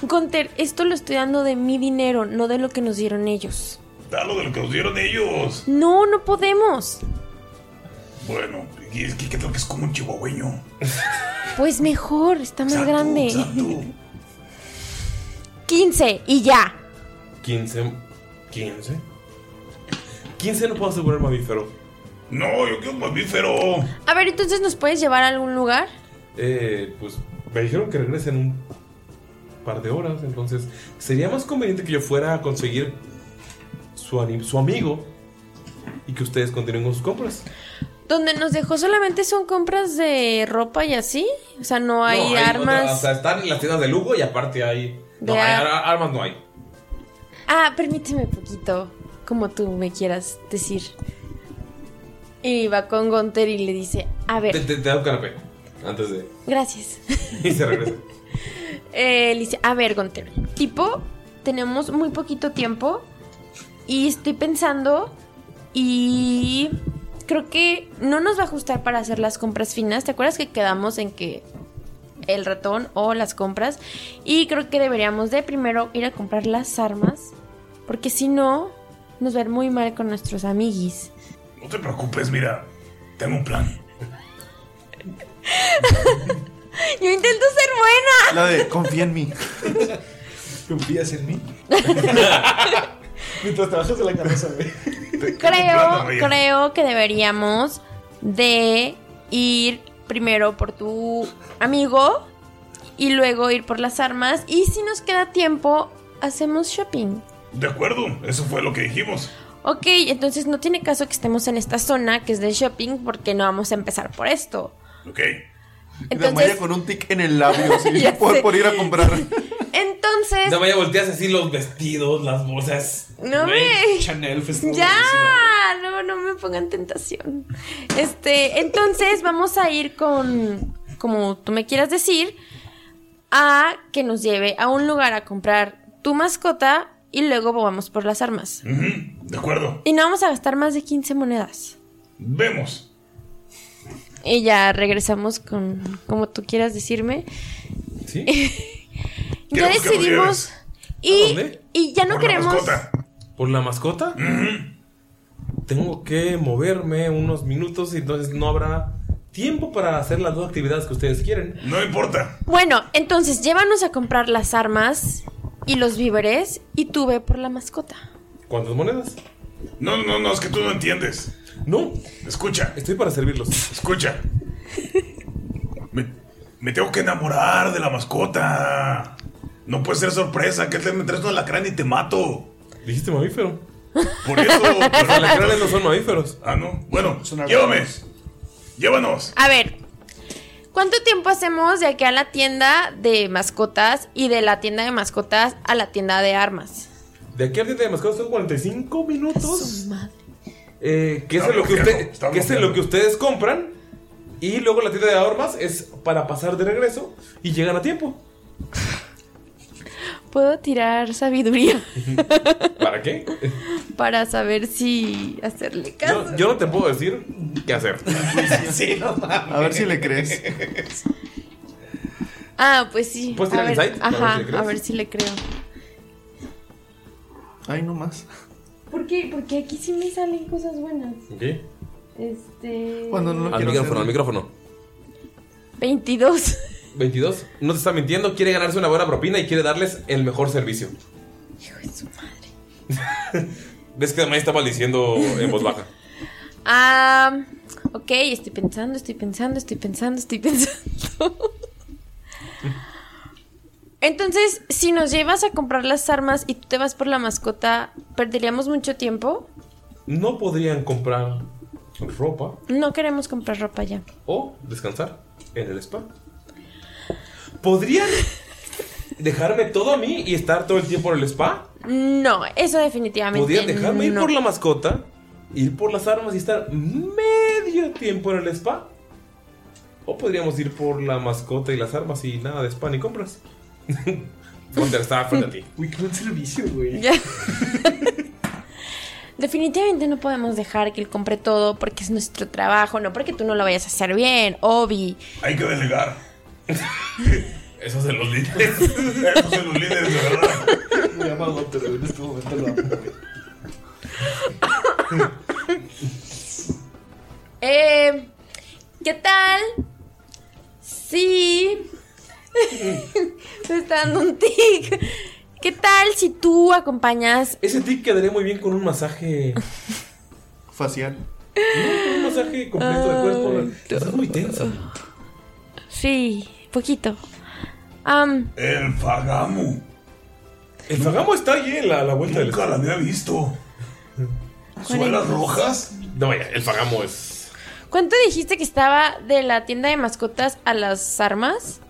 [SPEAKER 3] Gunter, esto lo estoy dando de mi dinero, no de lo que nos dieron ellos.
[SPEAKER 9] Dalo de lo que nos dieron ellos.
[SPEAKER 3] No, no podemos.
[SPEAKER 9] Bueno, y es que creo que es como un chihuahueño.
[SPEAKER 3] Pues mejor, está más
[SPEAKER 9] Santo,
[SPEAKER 3] grande.
[SPEAKER 9] santo.
[SPEAKER 3] 15 y ya.
[SPEAKER 1] 15. 15. 15 no puedo asegurar mamífero.
[SPEAKER 9] No, yo quiero un mamífero.
[SPEAKER 3] A ver, entonces nos puedes llevar a algún lugar.
[SPEAKER 1] Eh, pues me dijeron que regrese en un par de horas, entonces sería más conveniente que yo fuera a conseguir su, ani- su amigo y que ustedes continúen con sus compras.
[SPEAKER 3] Donde nos dejó solamente son compras de ropa y así. O sea, no hay
[SPEAKER 1] No,
[SPEAKER 3] armas.
[SPEAKER 1] otra- o sea, están en las tiendas de lujo y aparte hay... No,
[SPEAKER 3] De
[SPEAKER 1] hay
[SPEAKER 3] ar-
[SPEAKER 1] ar- armas no hay.
[SPEAKER 3] Ah, permíteme poquito, como tú me quieras decir. Y va con Gunter y le dice, a
[SPEAKER 1] Te,
[SPEAKER 3] ver,
[SPEAKER 1] te- te da un canapé antes de...
[SPEAKER 3] gracias.
[SPEAKER 1] Y se regresa.
[SPEAKER 3] Eh, le dice, a ver, Gunter, tipo, tenemos muy poquito tiempo y estoy pensando y creo que no nos va a ajustar para hacer las compras finas. ¿Te acuerdas que quedamos en que el ratón o las compras? Y creo que deberíamos de primero ir a comprar las armas, porque si no, nos ver muy mal con nuestros amiguis.
[SPEAKER 9] No te preocupes, mira. Tengo un plan.
[SPEAKER 3] Yo intento ser buena.
[SPEAKER 5] La de confía en mí.
[SPEAKER 2] ¿Confías en mí? Mientras trabajas en la cabeza,
[SPEAKER 3] creo,
[SPEAKER 2] güey. plata, María.
[SPEAKER 3] creo que deberíamos de ir primero por tu amigo y luego ir por las armas y si nos queda tiempo hacemos shopping.
[SPEAKER 9] De acuerdo, eso fue lo que dijimos.
[SPEAKER 3] Ok, entonces no tiene caso que estemos en esta zona que es de shopping porque no vamos a empezar por esto.
[SPEAKER 9] Ok.
[SPEAKER 3] Entonces-
[SPEAKER 5] Damaya con un tic en el labio, así,
[SPEAKER 3] Ya
[SPEAKER 5] por,
[SPEAKER 3] sé.
[SPEAKER 5] por ir a comprar.
[SPEAKER 3] Entonces...
[SPEAKER 1] Damaya volteas así los vestidos, las bolsas.
[SPEAKER 3] No
[SPEAKER 1] Güey,
[SPEAKER 3] me-
[SPEAKER 1] Chanel,
[SPEAKER 2] pues,
[SPEAKER 1] festival.
[SPEAKER 3] Ya, no, no me pongan tentación. Este, entonces vamos a ir con, como tú me quieras decir, a que nos lleve a un lugar a comprar tu mascota y luego vamos por las armas.
[SPEAKER 1] Mm.
[SPEAKER 9] Ujú, De acuerdo.
[SPEAKER 3] Y no vamos a gastar más de 15 monedas.
[SPEAKER 9] Vemos.
[SPEAKER 3] Y ya regresamos con, como tú quieras decirme. ya
[SPEAKER 1] Queremos que nos
[SPEAKER 3] decidimos. Y, y ya no
[SPEAKER 1] Por la
[SPEAKER 3] queremos.
[SPEAKER 1] mascota. ¿Por la mascota? Tengo que moverme unos minutos y entonces no habrá tiempo para hacer las dos actividades que ustedes quieren.
[SPEAKER 9] No importa.
[SPEAKER 3] Bueno, entonces llévanos a comprar las armas y los víveres y tú ve por la mascota.
[SPEAKER 1] ¿Cuántas monedas?
[SPEAKER 9] No, no, no, es que tú no entiendes.
[SPEAKER 1] No.
[SPEAKER 9] Escucha.
[SPEAKER 1] Estoy para servirlos.
[SPEAKER 9] Escucha. Me, me tengo que enamorar de la mascota. No puede ser sorpresa que te me traes un alacrán y te mato.
[SPEAKER 1] Dijiste mamífero.
[SPEAKER 9] Por eso.
[SPEAKER 1] Los alacranes no son mamíferos.
[SPEAKER 9] Ah, no. Bueno, llévame. Llévanos.
[SPEAKER 3] A ver, ¿cuánto tiempo hacemos de aquí a la tienda de mascotas y de la tienda de mascotas a la tienda de armas?
[SPEAKER 1] De aquí al día de mascotas son 45 minutos. Eh, que es,
[SPEAKER 9] Está
[SPEAKER 1] en lo que,
[SPEAKER 9] bloqueado,
[SPEAKER 1] usted-
[SPEAKER 9] está
[SPEAKER 1] que es en
[SPEAKER 9] bloqueado.
[SPEAKER 1] lo que ustedes compran. Y luego la tienda de armas es para pasar de regreso y llegan a tiempo.
[SPEAKER 3] ¿Puedo tirar sabiduría
[SPEAKER 1] ¿Para qué?
[SPEAKER 3] para saber si hacerle caso?
[SPEAKER 1] Yo, yo no te puedo decir qué hacer.
[SPEAKER 5] A ver si le crees.
[SPEAKER 3] Ah, pues sí.
[SPEAKER 1] ¿Puedes
[SPEAKER 3] a
[SPEAKER 1] tirar
[SPEAKER 3] ver,
[SPEAKER 1] insight? A ver
[SPEAKER 3] Ajá,
[SPEAKER 1] si le crees.
[SPEAKER 3] a ver si le creo.
[SPEAKER 5] Ay, no más.
[SPEAKER 3] ¿Por qué? Porque aquí sí me salen cosas buenas.
[SPEAKER 1] Ok.
[SPEAKER 3] Este.
[SPEAKER 1] al micrófono, al micrófono.
[SPEAKER 3] 22.
[SPEAKER 1] 22. No te está mintiendo, quiere ganarse una buena propina y quiere darles el mejor servicio.
[SPEAKER 3] Hijo de su madre.
[SPEAKER 1] Ves que además está maldiciendo en voz baja.
[SPEAKER 3] Ah, ok, estoy pensando, estoy pensando, estoy pensando, estoy pensando. Entonces, si nos llevas a comprar las armas y tú te vas por la mascota, ¿perderíamos mucho tiempo?
[SPEAKER 1] No podrían comprar ropa
[SPEAKER 3] No queremos comprar ropa ya.
[SPEAKER 1] o descansar en el spa. ¿Podrían dejarme todo a mí y estar todo el tiempo en el spa?
[SPEAKER 3] No, eso definitivamente.
[SPEAKER 1] ¿Podrían dejarme ir
[SPEAKER 3] no.
[SPEAKER 1] por la mascota, ir por las armas y estar medio tiempo en el spa? ¿O podríamos ir por la mascota y las armas y nada de spa ni compras? Wonder está frente a ti.
[SPEAKER 2] Uy, qué buen servicio, güey.
[SPEAKER 3] Ya. Definitivamente no podemos dejar que él compre todo porque es nuestro trabajo, no porque tú no lo vayas a hacer bien, Obi.
[SPEAKER 9] Hay que delegar.
[SPEAKER 1] Eso de los líderes.
[SPEAKER 9] Eso de los líderes, de verdad.
[SPEAKER 2] Me llama Gunter, güey, en este momento lo amo, güey.
[SPEAKER 3] Eh, ¿Qué tal? Sí. Me está dando un tic. ¿Qué tal si tú acompañas?
[SPEAKER 1] Ese tic quedaría muy bien con un masaje.
[SPEAKER 5] Facial.
[SPEAKER 1] Un masaje completo de cuerpo. Estás muy tenso.
[SPEAKER 3] Sí, poquito. Am,
[SPEAKER 9] El Fagamu.
[SPEAKER 1] El Fagamu está allí en la, la vuelta del
[SPEAKER 9] Nunca la había visto. ¿Suelas rojas?
[SPEAKER 1] No, vaya, el Fagamo es.
[SPEAKER 3] ¿Cuánto dijiste que estaba de la tienda de mascotas a las armas?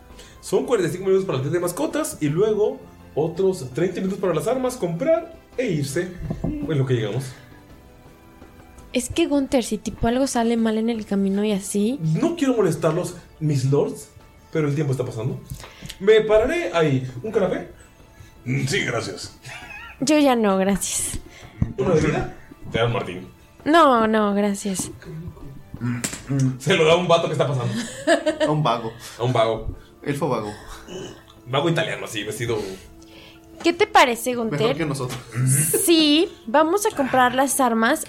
[SPEAKER 1] Son 45 minutos para la tienda de mascotas y luego otros 30 minutos para las armas, comprar e irse. En lo que llegamos.
[SPEAKER 3] Es que Gunther, si tipo algo sale mal en el camino y así,
[SPEAKER 1] No quiero molestarlos, mis lords, pero el tiempo está pasando. Me pararé ahí. ¿Un café?
[SPEAKER 9] Mm, Sí, gracias.
[SPEAKER 3] yo ya no, gracias.
[SPEAKER 1] ¿Una bebida? Te dan Martín.
[SPEAKER 3] No, no, gracias.
[SPEAKER 1] Se lo da a un vato que está pasando.
[SPEAKER 5] A un vago.
[SPEAKER 1] A un vago.
[SPEAKER 5] Elfo vago.
[SPEAKER 1] Vago italiano, así, vestido.
[SPEAKER 3] ¿Qué te parece,
[SPEAKER 5] Mejor que
[SPEAKER 3] Gunther?
[SPEAKER 5] nosotros.
[SPEAKER 3] Sí, vamos a comprar las armas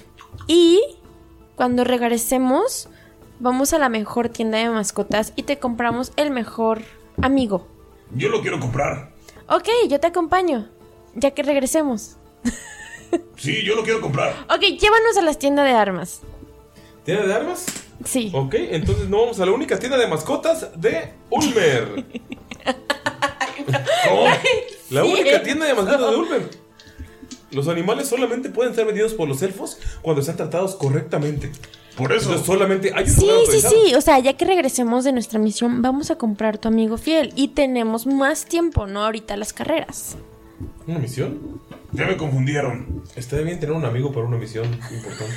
[SPEAKER 3] y cuando regresemos vamos a la mejor tienda de mascotas y te compramos el mejor amigo.
[SPEAKER 9] Yo lo quiero comprar.
[SPEAKER 3] Ok, yo te acompaño, ya que regresemos.
[SPEAKER 9] Sí, yo lo quiero comprar.
[SPEAKER 3] Ok, llévanos a las tiendas de armas.
[SPEAKER 1] ¿Tiene de armas?
[SPEAKER 3] Sí.
[SPEAKER 1] Ok, entonces no vamos a la única tienda de mascotas de Ulmer. No, la única tienda de mascotas de Ulmer. Los animales solamente pueden ser vendidos por los elfos cuando están tratados correctamente.
[SPEAKER 9] Por eso.
[SPEAKER 1] Entonces solamente hay un
[SPEAKER 3] Sí,
[SPEAKER 1] lugar
[SPEAKER 3] sí,
[SPEAKER 1] autorizado.
[SPEAKER 3] sí. O sea, ya que regresemos de nuestra misión, vamos a comprar tu amigo fiel. Y tenemos más tiempo, ¿no? Ahorita las carreras.
[SPEAKER 1] ¿Una misión?
[SPEAKER 9] Ya me confundieron.
[SPEAKER 1] Está bien tener un amigo para una misión importante.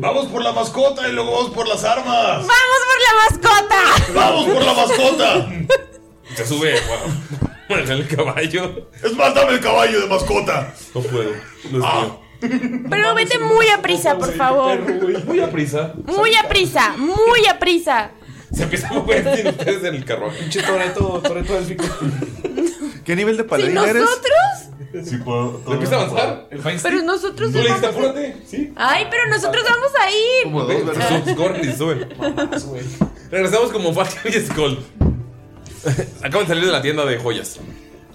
[SPEAKER 9] Vamos por la mascota y luego vamos por las armas.
[SPEAKER 3] ¡Vamos por la mascota!
[SPEAKER 9] Vamos por la mascota.
[SPEAKER 1] Se sube wow, en el caballo.
[SPEAKER 9] Es más, dame el caballo de mascota.
[SPEAKER 1] No puedo. No es mío.
[SPEAKER 3] Pero vete muy a prisa, por favor.
[SPEAKER 1] Muy a prisa.
[SPEAKER 3] Muy a prisa, muy a prisa.
[SPEAKER 1] Se empieza a mover sin ustedes en el carruaje.
[SPEAKER 2] Pinche Toreto, Toreto élfico.
[SPEAKER 5] ¿Qué nivel de
[SPEAKER 3] ¿Y
[SPEAKER 5] paladín eres?
[SPEAKER 3] nosotros?
[SPEAKER 4] Si puedo.
[SPEAKER 1] ¿Le empieza a avanzar?
[SPEAKER 2] El Feinstein.
[SPEAKER 3] Pero nosotros
[SPEAKER 1] Tú
[SPEAKER 3] no
[SPEAKER 1] le dijiste,
[SPEAKER 3] vamos.
[SPEAKER 1] apúrate. Sí.
[SPEAKER 3] Ay, pero nosotros vamos a ir.
[SPEAKER 5] Como dos, ¿verdad?
[SPEAKER 1] Sub- corren y suben.
[SPEAKER 2] Más, güey.
[SPEAKER 1] Regresamos como Falcon y Skull. Acaban de salir de la tienda de joyas.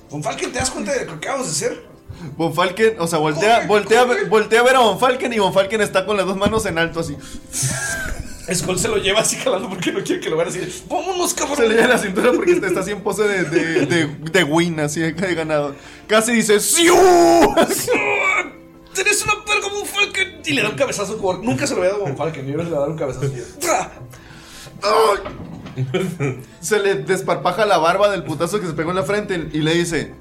[SPEAKER 10] Con Falken, ¿te das cuenta de lo que acabas de hacer?
[SPEAKER 5] Von Falken, o sea, voltea, voltea, voltea a ver a Von Falken y Von Falken está con las dos manos en alto así.
[SPEAKER 10] Skull se lo lleva así calando porque no quiere que lo vean así. de, ¡Vámonos,
[SPEAKER 5] Se le
[SPEAKER 10] cabrón!
[SPEAKER 5] llena la cintura porque está está así en pose de, de, de, de win, así de ganado. Casi dice ¡Siu!
[SPEAKER 10] ¡Tienes una piel como un Falken! Y le da un cabezazo como...
[SPEAKER 2] Nunca se lo había dado a Von Falken, yo le voy a dar un cabezazo.
[SPEAKER 10] ¡Tra!
[SPEAKER 5] ¡Ay! Se le desparpaja la barba del putazo que se pegó en la frente y le dice: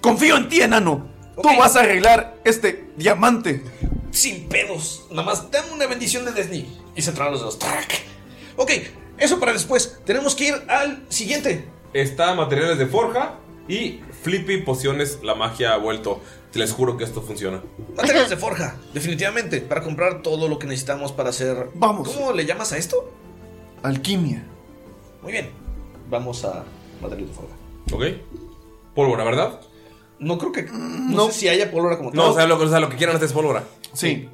[SPEAKER 5] Confío en ti, enano.
[SPEAKER 10] Ok.
[SPEAKER 5] Tú vas a arreglar este diamante.
[SPEAKER 10] sin pedos. Nada más dame una bendición de Disney. Y se traen los dedos. ¡Trac! Ok, eso para después. Tenemos que ir al siguiente.
[SPEAKER 1] Está materiales de forja y Flippy pociones. La magia ha vuelto. Te Les juro que esto funciona.
[SPEAKER 10] Materiales de forja, definitivamente. Para comprar todo lo que necesitamos para hacer.
[SPEAKER 5] Vamos.
[SPEAKER 10] ¿Cómo le llamas a esto?
[SPEAKER 5] Alquimia.
[SPEAKER 10] Muy bien. Vamos a materiales de forja.
[SPEAKER 1] ¿Ok? Pólvora, ¿verdad?
[SPEAKER 2] No creo que. Mm, No, sé si haya pólvora como
[SPEAKER 1] No,
[SPEAKER 2] tal.
[SPEAKER 1] o sea, lo, o sea, lo que quieran hacer es pólvora.
[SPEAKER 2] Sí.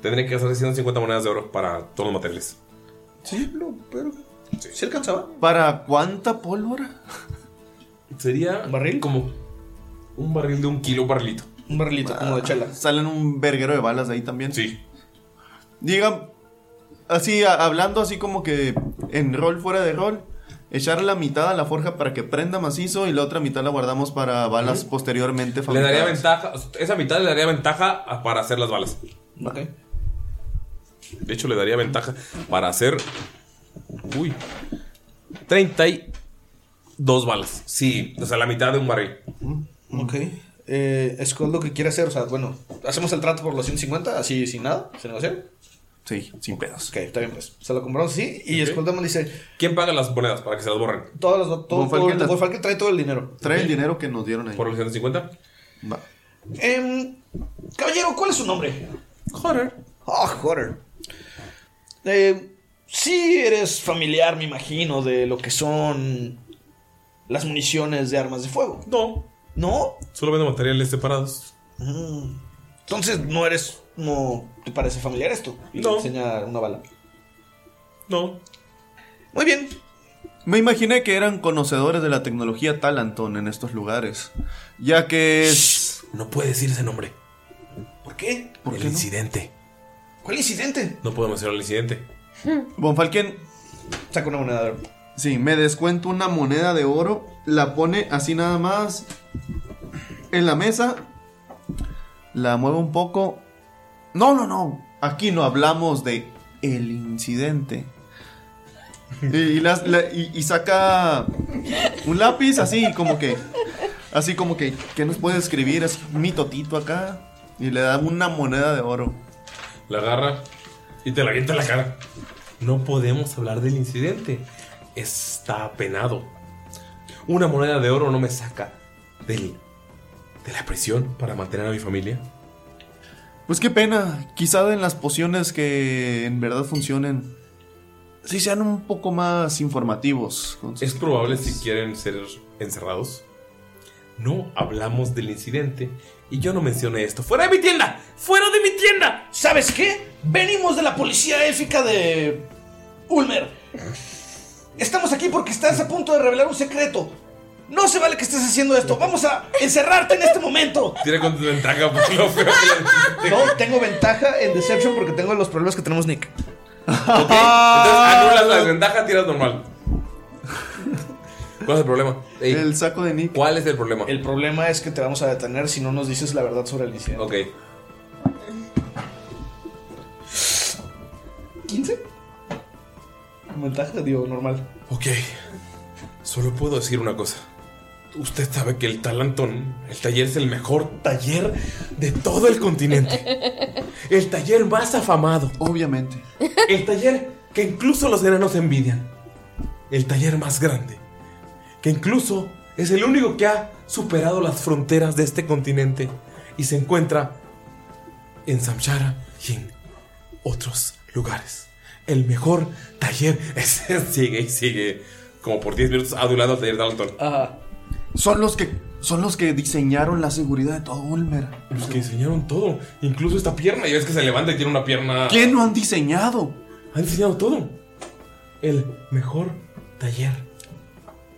[SPEAKER 1] Tendría que hacer 150 monedas de oro para todos los materiales.
[SPEAKER 2] Sí, lo, pero. ¿Se alcanzaba?
[SPEAKER 5] ¿Para cuánta pólvora?
[SPEAKER 1] Sería barril como un barril de un kilo barrilito.
[SPEAKER 5] Un barrilito,
[SPEAKER 1] Ah.
[SPEAKER 5] como de chela. Salen un verguero de balas de ahí también.
[SPEAKER 1] Sí.
[SPEAKER 5] Digan, así, a- hablando así como que en rol fuera de rol, echar la mitad a la forja para que prenda macizo y la otra mitad la guardamos para balas posteriormente
[SPEAKER 1] Le daría
[SPEAKER 5] fabricadas.
[SPEAKER 1] ventaja, esa mitad le daría ventaja a- para hacer las balas. De hecho, le daría ventaja para hacer. Uy. 32 balas. Sí, o sea, la mitad de un barril.
[SPEAKER 2] Ok. Eh, Skull lo que quiere hacer, o sea, bueno, hacemos el trato por los 150, así sin nada, sin negociar.
[SPEAKER 5] Sí, sin pedos.
[SPEAKER 2] Ok, está bien, pues. Se lo compramos así y Skull Damon dice:
[SPEAKER 1] ¿Quién paga las monedas para que se las borren?
[SPEAKER 2] Todas las. Todo, todo,
[SPEAKER 5] Bonfalken las-
[SPEAKER 2] Bonfalken trae todo el dinero.
[SPEAKER 5] Trae el dinero que nos dieron ahí.
[SPEAKER 1] ¿Por los 150?
[SPEAKER 5] Va.
[SPEAKER 2] Em, caballero, ¿cuál es su nombre?
[SPEAKER 1] Joder.
[SPEAKER 2] Ah, Joder. Eh, sí eres familiar, me imagino, de lo que son las municiones de armas de fuego.
[SPEAKER 1] No.
[SPEAKER 2] ¿No?
[SPEAKER 1] Solo vendo materiales separados.
[SPEAKER 2] Mm. Entonces no eres... No te parece familiar esto. Y
[SPEAKER 1] No.
[SPEAKER 2] le enseña una bala.
[SPEAKER 1] No.
[SPEAKER 2] Muy bien.
[SPEAKER 5] Me imaginé que eran conocedores de la tecnología Talanton en estos lugares. Ya que es.
[SPEAKER 1] No puede decir ese nombre.
[SPEAKER 2] ¿Por qué?
[SPEAKER 1] el incidente.
[SPEAKER 2] ¿Cuál incidente?
[SPEAKER 1] No podemos hacer el incidente.
[SPEAKER 5] Bonfalken.
[SPEAKER 2] Saca una moneda de oro.
[SPEAKER 5] Sí, me descuento una moneda de oro. La pone así nada más. En la mesa. La mueve un poco. No, no, no. Aquí no hablamos de el incidente. Y, y las- la- y- y saca un lápiz así como que. Así como que. ¿Qué nos puede escribir? Así mi totito acá. Y le da una moneda de oro.
[SPEAKER 1] La agarra y te la avienta en la cara. No podemos hablar del incidente. Está apenado. Una moneda de oro no me saca del, de la prisión para mantener a mi familia.
[SPEAKER 5] Pues qué pena, quizá en las pociones que en verdad funcionen, sí sean un poco más informativos. con sus-
[SPEAKER 1] Es probable si quieren ser encerrados. No hablamos del incidente y yo no mencioné esto. ¡Fuera de mi tienda! ¡Fuera de mi tienda!
[SPEAKER 2] ¿Sabes qué? Venimos de la policía élfica de Ulmer. Estamos aquí porque estás a punto de revelar un secreto. No se vale que estés haciendo esto. Vamos a encerrarte en este momento.
[SPEAKER 1] Tira con desventaja por lo feo que le-
[SPEAKER 2] No, tengo ventaja en Deception porque tengo los problemas que tenemos Nick.
[SPEAKER 1] Ok, entonces anulas la desventaja, tiras normal. ¿Cuál es el problema?
[SPEAKER 5] el saco de Nick.
[SPEAKER 1] ¿Cuál es el problema?
[SPEAKER 2] El problema es que te vamos a detener si no nos dices la verdad sobre el incidente.
[SPEAKER 1] Ok.
[SPEAKER 2] ¿15? Ventaja, digo, normal.
[SPEAKER 1] Ok. Solo puedo decir una cosa. Usted sabe que el Talanton, el taller es el mejor taller de todo el continente. El taller más afamado.
[SPEAKER 5] Obviamente.
[SPEAKER 1] El taller que incluso los enanos envidian. El taller más grande. Que incluso es el único que ha superado las fronteras de este continente. Y se encuentra en Samshara y en otros lugares. El mejor taller es... sigue y sigue. Como por 10 minutos adulando al taller de Dalton.
[SPEAKER 5] Son los que son los que diseñaron la seguridad de todo Ulmer.
[SPEAKER 1] Los que diseñaron todo. Incluso esta pierna. Y ves que se levanta y tiene una pierna...
[SPEAKER 5] ¿Qué no han diseñado?
[SPEAKER 1] Han diseñado todo. El mejor taller.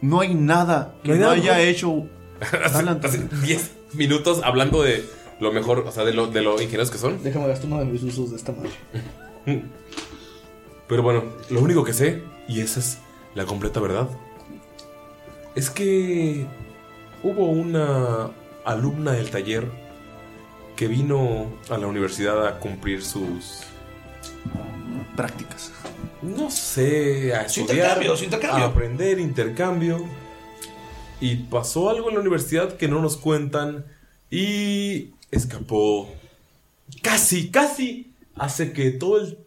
[SPEAKER 5] No hay nada que
[SPEAKER 1] No
[SPEAKER 5] no,
[SPEAKER 1] hay nada,
[SPEAKER 5] haya
[SPEAKER 1] ¿no?
[SPEAKER 5] hecho.
[SPEAKER 1] hace, hace 10 minutos hablando de lo mejor, o sea, de lo, de lo ingenieros que son.
[SPEAKER 2] Déjame gastar uno de mis usos de esta madre.
[SPEAKER 1] Pero bueno, lo único que sé, y esa es la completa verdad, es que hubo una alumna del taller que vino a la universidad a cumplir sus...
[SPEAKER 5] Prácticas.
[SPEAKER 1] No sé, a
[SPEAKER 2] Su
[SPEAKER 1] estudiar,
[SPEAKER 2] intercambio, su intercambio.
[SPEAKER 1] a aprender, intercambio. Y pasó algo en la universidad que no nos cuentan y escapó. Casi, casi hace que todo el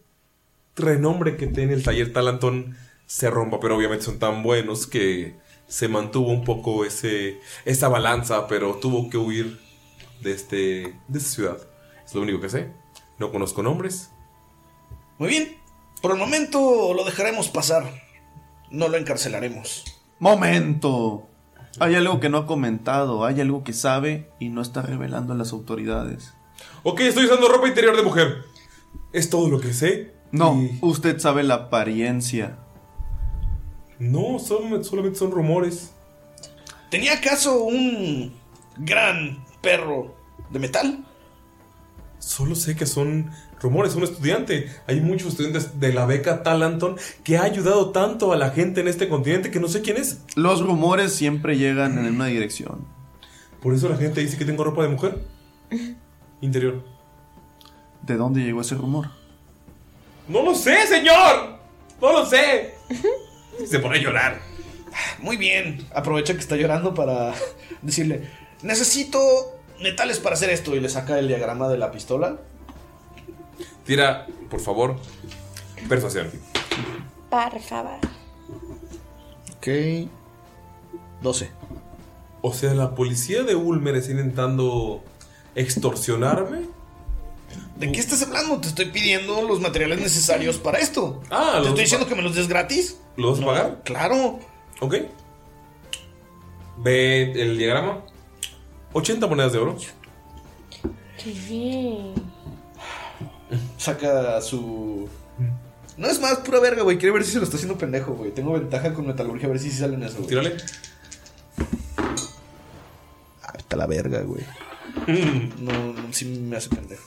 [SPEAKER 1] renombre que tiene el taller Talantón se rompa, pero obviamente son tan buenos que se mantuvo un poco ese esa balanza, pero tuvo que huir de este de esta ciudad. Es lo único que sé. No conozco nombres.
[SPEAKER 2] Muy bien. Por el momento lo dejaremos pasar. No lo encarcelaremos.
[SPEAKER 5] Momento. Hay algo que no ha comentado, hay algo que sabe y no está revelando a las autoridades.
[SPEAKER 1] Ok, estoy usando ropa interior de mujer. ¿Es todo lo que sé?
[SPEAKER 5] No, usted sabe la apariencia.
[SPEAKER 1] No, son, solamente son rumores.
[SPEAKER 2] ¿Tenía acaso un gran perro de metal?
[SPEAKER 1] Solo sé que son rumores. Un estudiante. Hay muchos estudiantes de la beca Talanton que ha ayudado tanto a la gente en este continente que no sé quién es.
[SPEAKER 5] Los rumores siempre llegan en una dirección.
[SPEAKER 1] Por eso la gente dice que tengo ropa de mujer. Interior.
[SPEAKER 5] ¿De dónde llegó ese rumor?
[SPEAKER 1] ¡No lo sé, señor! ¡No lo sé! Se pone a llorar.
[SPEAKER 2] Muy bien. Aprovecha que está llorando para decirle: Necesito metales para hacer esto. Y le saca el diagrama de la pistola.
[SPEAKER 1] Tira, por favor, persuasión.
[SPEAKER 3] Por favor.
[SPEAKER 1] Ok. 12. O sea, la policía de Ulmer está intentando extorsionarme.
[SPEAKER 2] ¿De qué estás hablando? Te estoy pidiendo los materiales necesarios para esto.
[SPEAKER 1] Ah,
[SPEAKER 2] ¿Te
[SPEAKER 1] los-
[SPEAKER 2] estoy diciendo que me los des gratis?
[SPEAKER 1] ¿Lo vas a pagar?
[SPEAKER 2] Claro.
[SPEAKER 1] Ok. Ve el diagrama. 80 monedas de oro.
[SPEAKER 3] Qué bien.
[SPEAKER 2] Saca su. No es más, pura verga, güey. Quiere ver si se lo está haciendo pendejo, güey. Tengo ventaja con metalurgia, a ver si sí salen eso. güey.
[SPEAKER 1] Tírale.
[SPEAKER 2] Hasta la verga, güey. No, no, sí me hace pendejo.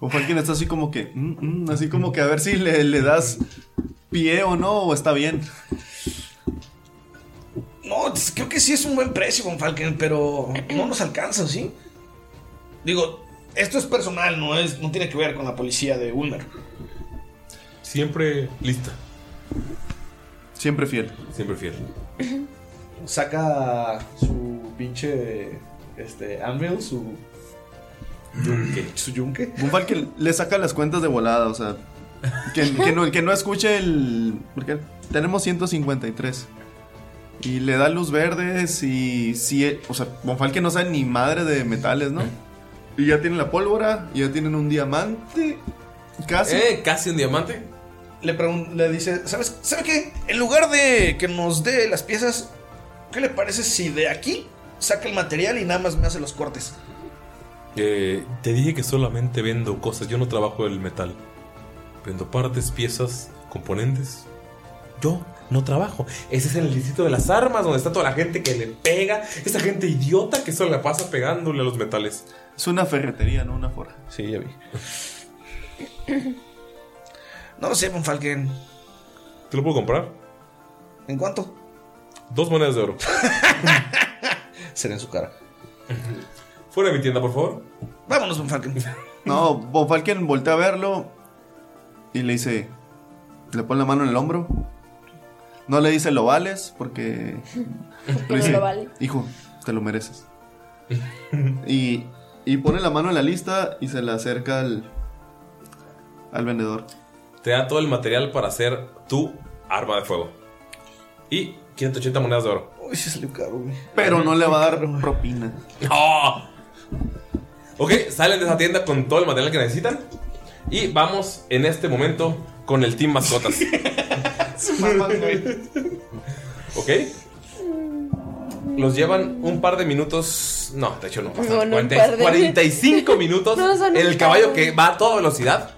[SPEAKER 5] O fue alguien está así como que, mm, mm, así como que a ver si le, le das pie o no, o está bien.
[SPEAKER 2] No, t- creo que sí es un buen precio, Von Falken, pero no nos alcanza, ¿sí? Digo, esto es personal, no, es, no tiene que ver con la policía de Ulmer.
[SPEAKER 1] Siempre lista.
[SPEAKER 5] Siempre fiel.
[SPEAKER 1] Siempre fiel.
[SPEAKER 2] Saca su pinche este, anvil, su
[SPEAKER 1] yunque.
[SPEAKER 2] Su yunque.
[SPEAKER 5] Bumbal que le saca las cuentas de volada, o sea. Que, que no, que no escuche el. Porque tenemos 153. Y le da luz verdes y. si o sea, Bonfal que no sabe ni madre de metales, ¿no? Y ya tienen la pólvora, y ya tienen un diamante. Casi.
[SPEAKER 1] Eh, casi un diamante.
[SPEAKER 2] Le, pregun- le dice, ¿sabes ¿sabe qué? En lugar de que nos dé las piezas, ¿qué le parece si de aquí saca el material y nada más me hace los cortes?
[SPEAKER 1] Eh, te dije que solamente vendo cosas. Yo no trabajo el metal. Vendo partes, piezas, componentes. Yo no trabajo. Ese es el ilícito de las armas, donde está toda la gente que le pega. Esa gente idiota que solo la pasa pegándole a los metales.
[SPEAKER 5] Es una ferretería, no una forja.
[SPEAKER 1] Sí, ya vi.
[SPEAKER 2] No lo sé, Von Falken.
[SPEAKER 1] ¿Te lo puedo comprar?
[SPEAKER 2] ¿En cuánto?
[SPEAKER 1] Dos monedas de oro.
[SPEAKER 2] Será en su cara.
[SPEAKER 1] Fuera de mi tienda, por favor.
[SPEAKER 2] Vámonos, Von Falken.
[SPEAKER 5] No, Von Falken voltea a verlo y le dice, le pone la mano en el hombro. No le dice lo vales porque...
[SPEAKER 3] Porque
[SPEAKER 5] le
[SPEAKER 3] no
[SPEAKER 5] dice,
[SPEAKER 3] lo vale.
[SPEAKER 5] Hijo, te lo mereces. y, y pone la mano en la lista y se la acerca al, al vendedor.
[SPEAKER 1] Te da todo el material para hacer tu arma de fuego. Y 580 monedas de oro.
[SPEAKER 2] Uy, se salió caro, güey.
[SPEAKER 5] Pero no le va a dar propina.
[SPEAKER 1] ¡No! Ok, salen de esa tienda con todo el material que necesitan. Y vamos en este momento con el Team Mascotas. ok. Los llevan un par de minutos. No, de hecho no. bastante,
[SPEAKER 3] No, no, un
[SPEAKER 1] 40
[SPEAKER 3] par de-
[SPEAKER 1] 45 minutos
[SPEAKER 3] No, son
[SPEAKER 1] en
[SPEAKER 3] un
[SPEAKER 1] el caballo
[SPEAKER 3] par.
[SPEAKER 1] que va a toda velocidad.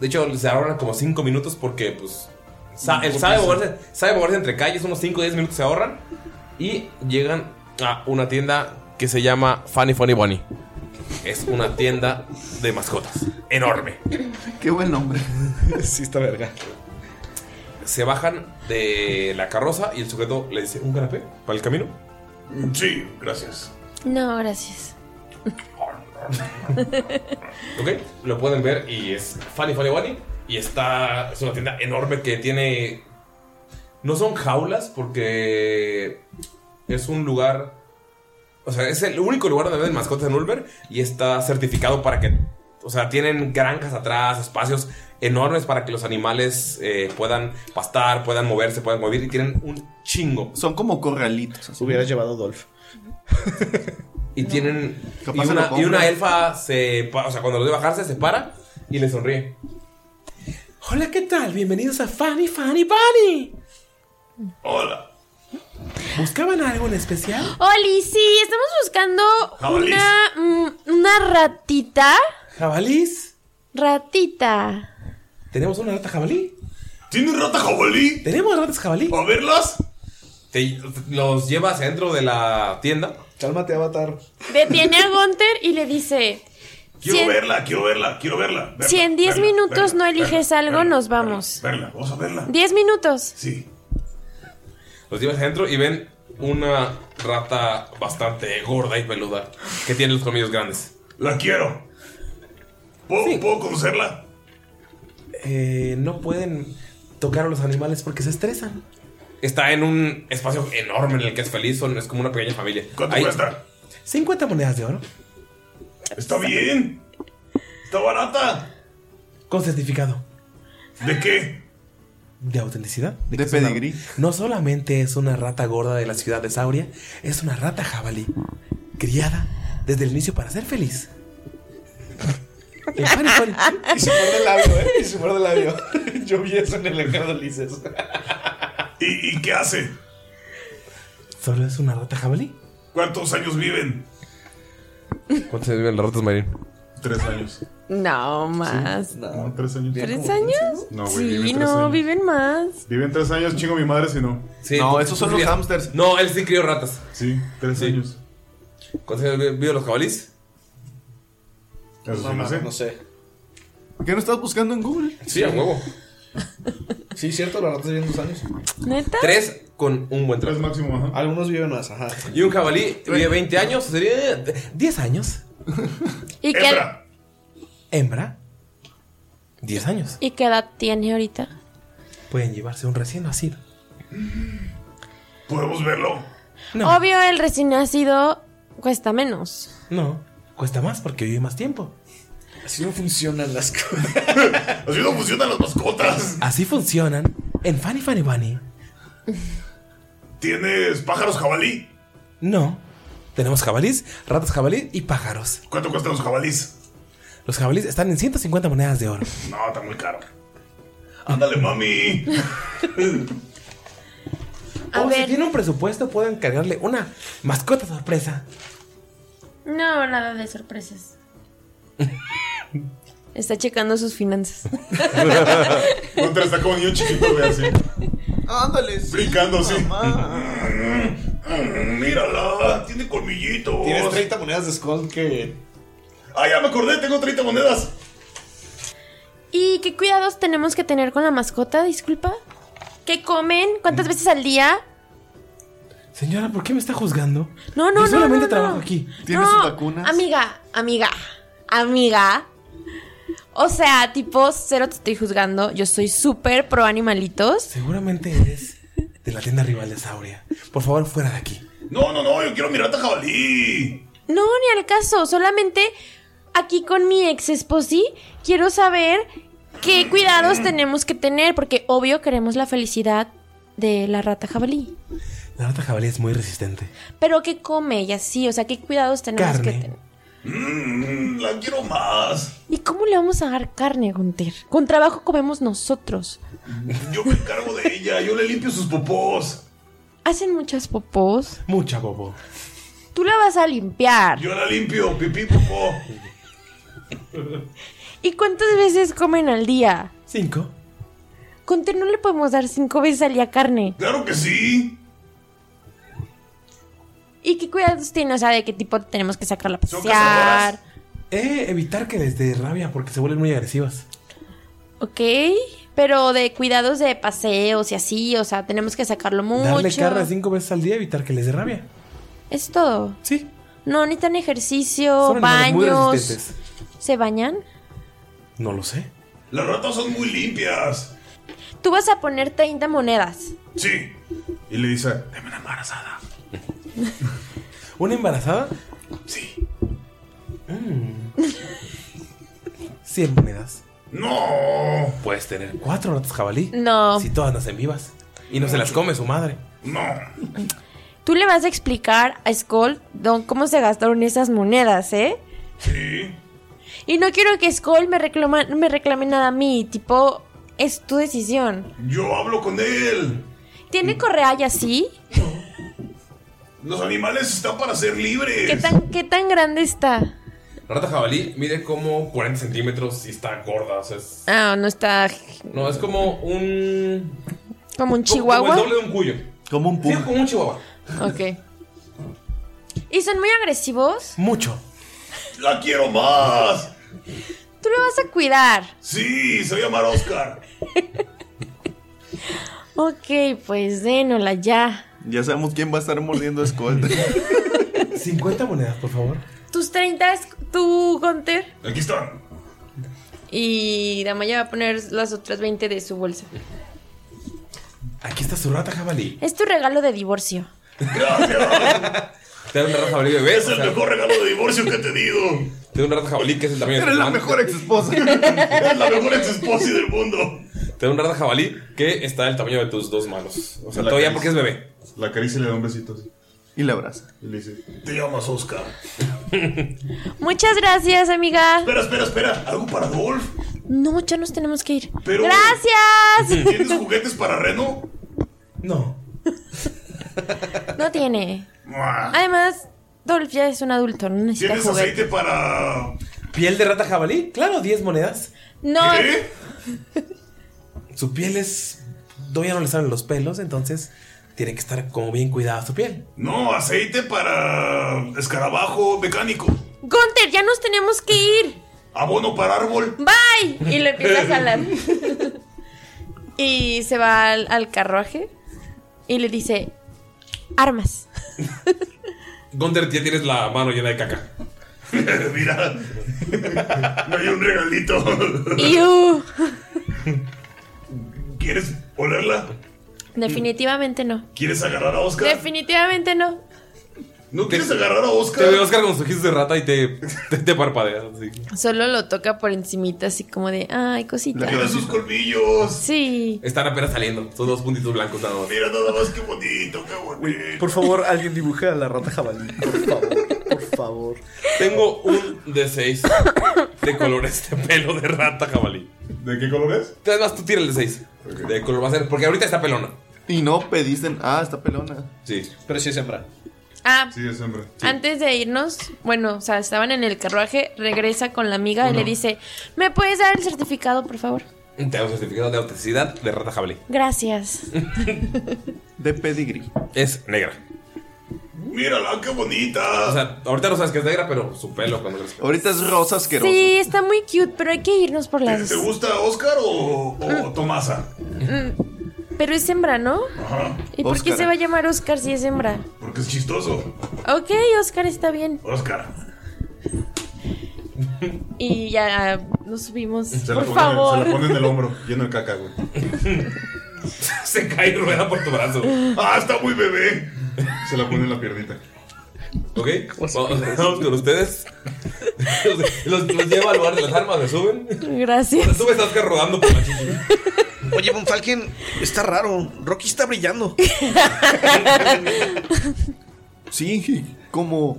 [SPEAKER 1] De hecho, se ahorran como 5 minutos porque, pues. sa- él sabe moverse, sabe moverse entre calles, unos 5 o 10 minutos se ahorran. Y llegan a una tienda que se llama Funny Funny Bunny. Es una tienda de mascotas. Enorme.
[SPEAKER 5] Qué buen nombre.
[SPEAKER 2] sí, está verga.
[SPEAKER 1] Se bajan de la carroza y el sujeto le dice: ¿Un canapé para el camino? Sí, gracias.
[SPEAKER 3] No, gracias.
[SPEAKER 1] Ok, lo pueden ver y es Funny Funny Bunny. Y está. Es una tienda enorme que tiene. No son jaulas porque. Es un lugar. O sea, es el único lugar donde venden mascotas en Ulver. Y está certificado para que. O sea, tienen granjas atrás, espacios enormes para que los animales eh, puedan pastar, puedan moverse, puedan mover. Y tienen un chingo.
[SPEAKER 5] Son como corralitos.
[SPEAKER 1] Hubieras
[SPEAKER 2] llevado Dolph.
[SPEAKER 1] Y tienen. Y
[SPEAKER 5] se lo
[SPEAKER 1] una, y
[SPEAKER 5] compra.
[SPEAKER 1] una elfa se. pa- O sea, cuando los de bajarse, se para y le sonríe. Hola, ¿qué tal? Bienvenidos a Fanny Fanny Bunny. Hola.
[SPEAKER 15] ¿Buscaban algo en especial?
[SPEAKER 3] Oli, sí, estamos buscando
[SPEAKER 15] Jabalís.
[SPEAKER 3] una, mm, una ratita.
[SPEAKER 15] ¿Jabalís?
[SPEAKER 3] Ratita.
[SPEAKER 15] ¿Tenemos una rata jabalí? ¿Tiene rata jabalí? ¿Tenemos ratas jabalí? ¿A verlas? Te, los llevas adentro de la tienda.
[SPEAKER 16] Cálmate, avatar.
[SPEAKER 3] Detiene a Gunther y le dice:
[SPEAKER 2] Quiero
[SPEAKER 3] Cien-
[SPEAKER 2] verla, quiero verla, quiero verla. verla,
[SPEAKER 3] Si en 10
[SPEAKER 2] verla,
[SPEAKER 3] minutos no
[SPEAKER 2] verla,
[SPEAKER 3] eliges
[SPEAKER 2] verla,
[SPEAKER 3] algo,
[SPEAKER 2] verla,
[SPEAKER 3] nos vamos.
[SPEAKER 2] Verla, vamos a verla.
[SPEAKER 3] 10 minutos.
[SPEAKER 2] Sí.
[SPEAKER 15] Los llevas adentro y ven una rata bastante gorda y peluda que tiene los colmillos grandes.
[SPEAKER 2] La quiero. ¿Puedo, ¿puedo conocerla?
[SPEAKER 15] eh, no pueden tocar a los animales porque se estresan. Está en un espacio enorme en el que es feliz, son- es como una pequeña familia. ¿Cuánto cuesta?
[SPEAKER 1] 50 monedas de oro.
[SPEAKER 2] Está bien. Está barata.
[SPEAKER 1] Con certificado
[SPEAKER 2] ¿De qué?
[SPEAKER 1] de autenticidad. De,
[SPEAKER 5] De
[SPEAKER 1] que es una-
[SPEAKER 5] pedigrí.
[SPEAKER 1] no solamente es una rata gorda de la ciudad de Sauria, es una rata jabalí. Criada desde el inicio para ser feliz.
[SPEAKER 16] Y se muerde el labio, ¿eh? Y se muerde el labio. Yo vi eso en el encargo de Ulises.
[SPEAKER 2] ¿Y, y qué hace?
[SPEAKER 1] Solo es una rata jabalí.
[SPEAKER 2] ¿Cuántos años viven?
[SPEAKER 15] ¿Cuántos años viven las ratas, Marín?
[SPEAKER 2] Tres años.
[SPEAKER 3] No, más.
[SPEAKER 17] No, tres años.
[SPEAKER 3] ¿Tres años?
[SPEAKER 17] No, güey,
[SPEAKER 3] sí,
[SPEAKER 17] viven
[SPEAKER 3] no,
[SPEAKER 17] tres años.
[SPEAKER 3] viven más.
[SPEAKER 17] Viven tres años, chingo mi madre si no.
[SPEAKER 15] no, esos son los hamsters. No, él sí crió ratas.
[SPEAKER 17] Sí, tres años.
[SPEAKER 15] ¿Cuántos años vi- viven los jabalís?
[SPEAKER 16] No,
[SPEAKER 17] Eso sí, no sé.
[SPEAKER 16] no sé.
[SPEAKER 5] ¿Por qué no estás buscando en Google?
[SPEAKER 15] Sí, a huevo.
[SPEAKER 16] Sí, cierto, la rata viven dos años.
[SPEAKER 3] ¿Neta?
[SPEAKER 15] Tres con un buen trato.
[SPEAKER 17] máximo, ajá.
[SPEAKER 16] Algunos viven más, ajá.
[SPEAKER 15] Y un jabalí vive 20 años, sería 10 años.
[SPEAKER 3] ¿Y qué,
[SPEAKER 1] Hembra. 10 años.
[SPEAKER 3] ¿Y qué edad tiene ahorita?
[SPEAKER 1] Pueden llevarse un recién nacido.
[SPEAKER 2] ¿Podemos verlo?
[SPEAKER 3] Obvio, el recién nacido cuesta menos.
[SPEAKER 1] No, cuesta más porque vive más tiempo.
[SPEAKER 16] Así no funcionan las cosas.
[SPEAKER 2] Así no funcionan las mascotas.
[SPEAKER 1] Así funcionan en Fanny Fanny Bunny.
[SPEAKER 2] ¿Tienes pájaros jabalí?
[SPEAKER 1] No. Tenemos jabalís, ratas jabalí y pájaros.
[SPEAKER 2] ¿Cuánto cuestan los jabalís?
[SPEAKER 1] Los jabalís están en 150 monedas de oro.
[SPEAKER 2] No, está muy caro. Ándale, mami.
[SPEAKER 3] A
[SPEAKER 1] o si
[SPEAKER 3] ver.
[SPEAKER 1] tiene un presupuesto, pueden cargarle una mascota sorpresa.
[SPEAKER 3] No, nada de sorpresas. Está checando sus finanzas.
[SPEAKER 17] Contra está como niño chiquito, güey, así.
[SPEAKER 5] Ándale. sí,
[SPEAKER 17] Brincando así.
[SPEAKER 5] mamá.
[SPEAKER 2] Mm, Mírala, tiene colmillitos.
[SPEAKER 16] Tienes 30 monedas de Skull que.
[SPEAKER 2] Ah, ya me acordé, tengo 30 monedas.
[SPEAKER 3] ¿Y qué cuidados tenemos que tener con la mascota? Disculpa. ¿Qué comen?
[SPEAKER 1] Mm.
[SPEAKER 3] ¿Cuántas veces al día?
[SPEAKER 1] Señora, ¿por qué me está juzgando?
[SPEAKER 3] No, no,
[SPEAKER 1] Yo
[SPEAKER 3] no,
[SPEAKER 1] solamente
[SPEAKER 3] no, no.
[SPEAKER 1] trabajo aquí.
[SPEAKER 5] Tiene
[SPEAKER 3] No,
[SPEAKER 5] sus vacunas.
[SPEAKER 3] Amiga, amiga, amiga. O sea, tipo, cero te estoy juzgando. Yo soy súper pro animalitos.
[SPEAKER 1] Seguramente eres de la tienda rival de Sauria. Por favor, fuera de aquí.
[SPEAKER 2] No, no, no, yo quiero mi rata jabalí.
[SPEAKER 3] No, ni al caso. Solamente aquí con mi ex esposi quiero saber qué cuidados
[SPEAKER 1] Mm.
[SPEAKER 3] tenemos que tener. Porque obvio queremos la felicidad de la rata jabalí.
[SPEAKER 1] La rata jabalí es muy resistente.
[SPEAKER 3] Pero ¿qué come? Y así, o sea, ¿qué cuidados tenemos que
[SPEAKER 1] Carne.
[SPEAKER 3] tener?
[SPEAKER 2] Mm, la quiero más.
[SPEAKER 3] ¿Y cómo le vamos a dar carne, Gunter? Con trabajo comemos nosotros.
[SPEAKER 2] Yo me encargo de ella, yo le limpio sus popós.
[SPEAKER 3] Hacen muchas popós.
[SPEAKER 1] Mucha bobo.
[SPEAKER 3] Tú la vas a limpiar.
[SPEAKER 2] Yo la limpio, pipí, popó.
[SPEAKER 3] ¿Y cuántas veces comen al día?
[SPEAKER 1] Cinco.
[SPEAKER 3] Conte, no le podemos dar cinco veces al día carne.
[SPEAKER 2] Claro que sí.
[SPEAKER 3] ¿Y qué cuidados tiene? O sea, de qué tipo tenemos que sacarla a
[SPEAKER 2] Son
[SPEAKER 3] pasear.
[SPEAKER 1] Eh, evitar que les dé rabia porque se vuelven muy agresivas.
[SPEAKER 3] Ok. Pero de cuidados de paseos y así, o sea, tenemos que sacarlo mucho.
[SPEAKER 1] Darle carne cinco veces al día, evitar que les dé rabia.
[SPEAKER 3] Es todo.
[SPEAKER 1] Sí.
[SPEAKER 3] No, ni tan ejercicio,
[SPEAKER 1] Son animales muy
[SPEAKER 3] Oh, baños.
[SPEAKER 1] resistentes.
[SPEAKER 3] ¿Se bañan?
[SPEAKER 1] No lo sé.
[SPEAKER 2] Las ratas son muy limpias.
[SPEAKER 3] Tú vas a poner 30 monedas.
[SPEAKER 2] Sí. Y le dice, dame una embarazada.
[SPEAKER 1] ¿Una embarazada? Mm.
[SPEAKER 2] Sí.
[SPEAKER 1] Cien monedas.
[SPEAKER 2] No,
[SPEAKER 15] Puedes tener.
[SPEAKER 1] Cuatro ratas jabalí.
[SPEAKER 3] No.
[SPEAKER 1] Si todas nacen vivas. Y no se las come su madre.
[SPEAKER 2] no.
[SPEAKER 3] Tú le vas a explicar a Skull don, cómo se gastaron esas monedas, ¿eh?
[SPEAKER 2] Sí.
[SPEAKER 3] Y no quiero que Skull me, reclama- me reclame nada a mí. Tipo, es tu decisión.
[SPEAKER 2] Yo hablo con él.
[SPEAKER 3] ¿Tiene correa y así?
[SPEAKER 9] Los animales están para ser libres.
[SPEAKER 3] ¿Qué tan, ¿Qué tan grande está?
[SPEAKER 1] La rata jabalí mide como 40 centímetros y está gorda. O sea, es-
[SPEAKER 3] Ah, no está
[SPEAKER 1] no, es como un.
[SPEAKER 3] como un
[SPEAKER 1] como- Como
[SPEAKER 3] chihuahua.
[SPEAKER 1] el doble de un cuyo.
[SPEAKER 5] Como un
[SPEAKER 1] pug. como un chihuahua.
[SPEAKER 3] Ok. ¿Y son muy agresivos?
[SPEAKER 2] Mucho.
[SPEAKER 9] ¡La quiero más!
[SPEAKER 3] Tú lo vas a cuidar.
[SPEAKER 9] Sí, se va a llamar Oscar.
[SPEAKER 3] Ok, pues dénola ya.
[SPEAKER 5] Ya sabemos quién va a estar mordiendo a Skull.
[SPEAKER 1] 50 monedas, por favor.
[SPEAKER 3] Tus 30 es tu Gunter.
[SPEAKER 9] Aquí están.
[SPEAKER 3] Y Damaya va a poner las otras 20 de su bolsa.
[SPEAKER 1] Aquí está su rata jabalí.
[SPEAKER 3] Es tu regalo de divorcio.
[SPEAKER 1] Te da una rata jabalí bebé. Es el mejor
[SPEAKER 9] regalo de divorcio que he tenido.
[SPEAKER 1] Te da una rata jabalí que es el tamaño de tu mano.
[SPEAKER 5] ex esposa.
[SPEAKER 9] es la mejor ex esposa del mundo.
[SPEAKER 1] Te da una rata jabalí que está del tamaño de tus dos manos. O sea,
[SPEAKER 9] La caricia.
[SPEAKER 1] todavía porque es bebé.
[SPEAKER 4] La caricia le da un besito
[SPEAKER 5] Y le abraza.
[SPEAKER 4] Y le dice:
[SPEAKER 9] Te llamas Oscar.
[SPEAKER 3] Muchas gracias, amiga.
[SPEAKER 9] Espera, espera, espera. Algo para Dolph.
[SPEAKER 3] No, ya nos tenemos que ir.
[SPEAKER 9] Pero-
[SPEAKER 3] ¡Gracias!
[SPEAKER 9] ¿Tienes juguetes para Reno?
[SPEAKER 3] No tiene. Además, Dolph ya es un adulto, no necesita
[SPEAKER 9] ¿Tienes
[SPEAKER 3] juguete.
[SPEAKER 9] aceite para.?
[SPEAKER 1] ¿Piel de rata jabalí? Claro, 10 monedas.
[SPEAKER 3] No,
[SPEAKER 1] Su piel es. Todavía no le salen los pelos, entonces tiene que estar como bien cuidada su piel.
[SPEAKER 9] No, aceite para. Escarabajo mecánico.
[SPEAKER 3] Gunter, ya nos tenemos que ir.
[SPEAKER 9] Abono para árbol.
[SPEAKER 3] ¡Bye! Y le empieza a jalar. y se va al, al carruaje y le dice: Armas.
[SPEAKER 1] Gunter, ya tienes la mano llena de caca.
[SPEAKER 9] Mira, me dio un regalito.
[SPEAKER 3] ¡Iu!
[SPEAKER 9] ¿Quieres olerla?
[SPEAKER 3] Definitivamente no.
[SPEAKER 9] ¿Quieres agarrar a Oscar?
[SPEAKER 3] Definitivamente no.
[SPEAKER 9] ¿No quieres agarrar a Oscar?
[SPEAKER 1] Te ve Oscar con sus ojitos de rata y te, te, te parpadea. así.
[SPEAKER 3] Solo lo toca por encimita, así como de, ay, cosita.
[SPEAKER 9] Mira sus colmillos.
[SPEAKER 3] Sí.
[SPEAKER 1] Están apenas saliendo. Son dos puntitos blancos nada más.
[SPEAKER 9] Mira nada más qué bonito, qué bonito.
[SPEAKER 2] Por favor, alguien dibuje a la rata jabalí. Por favor, por favor.
[SPEAKER 1] Tengo un D6 de colores de pelo de rata jabalí.
[SPEAKER 4] ¿De qué color es?
[SPEAKER 1] Además, tú tira el D6. De color va a ser. Porque ahorita está pelona.
[SPEAKER 5] Y no pediste. Ah, está pelona.
[SPEAKER 1] Sí.
[SPEAKER 2] Pero sí es hembra.
[SPEAKER 3] Ah,
[SPEAKER 4] Sí, es hombre.
[SPEAKER 3] antes de irnos, bueno, o sea, estaban en el carruaje, regresa con la amiga y
[SPEAKER 1] Uno.
[SPEAKER 3] le dice, ¿me puedes dar el certificado, por favor?
[SPEAKER 1] Te da un certificado de autenticidad de rata jabalí.
[SPEAKER 3] Gracias.
[SPEAKER 5] De pedigree.
[SPEAKER 1] Es negra.
[SPEAKER 9] Mírala, qué bonita.
[SPEAKER 1] O sea, ahorita no sabes que es negra, pero su pelo cuando crezca.
[SPEAKER 5] Ahorita es rosa asquerosa.
[SPEAKER 3] Sí, está muy cute, pero hay que irnos por las...
[SPEAKER 9] ¿Te gusta Oscar o, o Tomasa?
[SPEAKER 3] Mm, Pero es hembra, ¿no?
[SPEAKER 9] Ajá.
[SPEAKER 3] ¿Y por qué se va a llamar Oscar si es hembra?
[SPEAKER 9] Porque es chistoso.
[SPEAKER 3] Ok, Oscar está bien.
[SPEAKER 9] Oscar.
[SPEAKER 3] Y ya ah, nos subimos.
[SPEAKER 4] Se la
[SPEAKER 3] por
[SPEAKER 4] pone-
[SPEAKER 3] favor.
[SPEAKER 4] Se la pone en el hombro, lleno de caca, güey.
[SPEAKER 1] Se cae y rueda por tu brazo.
[SPEAKER 9] Ah, está muy bebé.
[SPEAKER 4] Se la pone en la piernita.
[SPEAKER 1] ¿Ok? Vamos, vamos con ustedes. Los, los- los lleva al lugar de las armas, se suben.
[SPEAKER 3] Gracias.
[SPEAKER 1] Tú me estás que rodando por la chichi.
[SPEAKER 2] Oye, Von Falken, está raro. Rocky está brillando.
[SPEAKER 5] Sí, como.